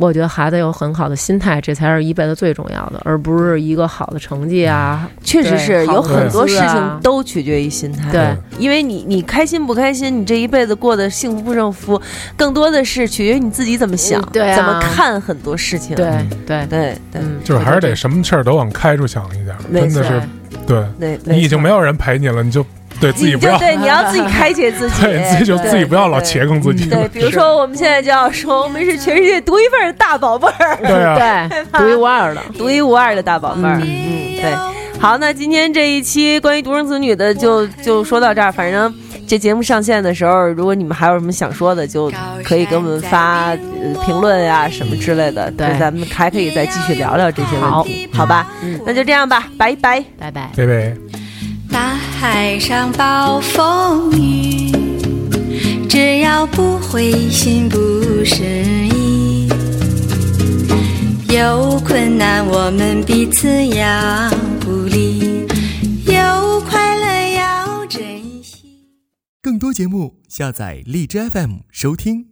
[SPEAKER 4] 我觉得孩子有很好的心态，这才是一辈子最重要的，而不是一个好的成绩啊。
[SPEAKER 2] 确实
[SPEAKER 4] 对
[SPEAKER 2] 是
[SPEAKER 4] 好
[SPEAKER 2] 有
[SPEAKER 4] 工
[SPEAKER 2] 很多
[SPEAKER 4] 资
[SPEAKER 2] 事
[SPEAKER 4] 啊
[SPEAKER 2] 情都取决于心态。
[SPEAKER 4] 对，
[SPEAKER 2] 因为你你开心不开心，你这一辈子过得幸福不幸福，更多的是取决于你自己怎么想，
[SPEAKER 4] 嗯对啊
[SPEAKER 2] 怎么看很多事情。
[SPEAKER 4] 对嗯对，
[SPEAKER 2] 对对，
[SPEAKER 4] 嗯，
[SPEAKER 5] 就是还是得什么事儿都往开处想一点，
[SPEAKER 2] 没
[SPEAKER 5] 真
[SPEAKER 2] 错
[SPEAKER 5] 的是对。
[SPEAKER 2] 对，
[SPEAKER 5] 你已经没
[SPEAKER 2] 有
[SPEAKER 5] 有人陪你了，你就对自己
[SPEAKER 2] 你
[SPEAKER 5] 不
[SPEAKER 2] 就
[SPEAKER 5] 要，
[SPEAKER 2] 对，你要自己开解自己，
[SPEAKER 5] 对自己就自己不要老
[SPEAKER 2] 对
[SPEAKER 5] 茄更自己。
[SPEAKER 2] 对，比如说我们现在就要说，我们是全世界独一份儿的大宝贝儿，
[SPEAKER 5] 对啊，
[SPEAKER 4] 对，独一无二的。
[SPEAKER 2] 独一无二的大宝贝儿。嗯，对。好，那今天这一期关于独生子女的就就说到这儿。反正这节目上线的时候，如果你们还有什么想说的，就可以给我们发、呃、评论呀、什么之类的。
[SPEAKER 4] 对
[SPEAKER 2] 就咱们还可以再继续聊聊这些问题，好吧？
[SPEAKER 4] 嗯
[SPEAKER 2] 那就这样吧，拜拜。
[SPEAKER 4] 拜拜。
[SPEAKER 5] 贝贝。
[SPEAKER 1] 大海上暴风雨，只要不灰心不失意，有困难我们彼此要鼓励，有快乐要珍惜。
[SPEAKER 6] 更多节目，下载荔枝 FM 收听。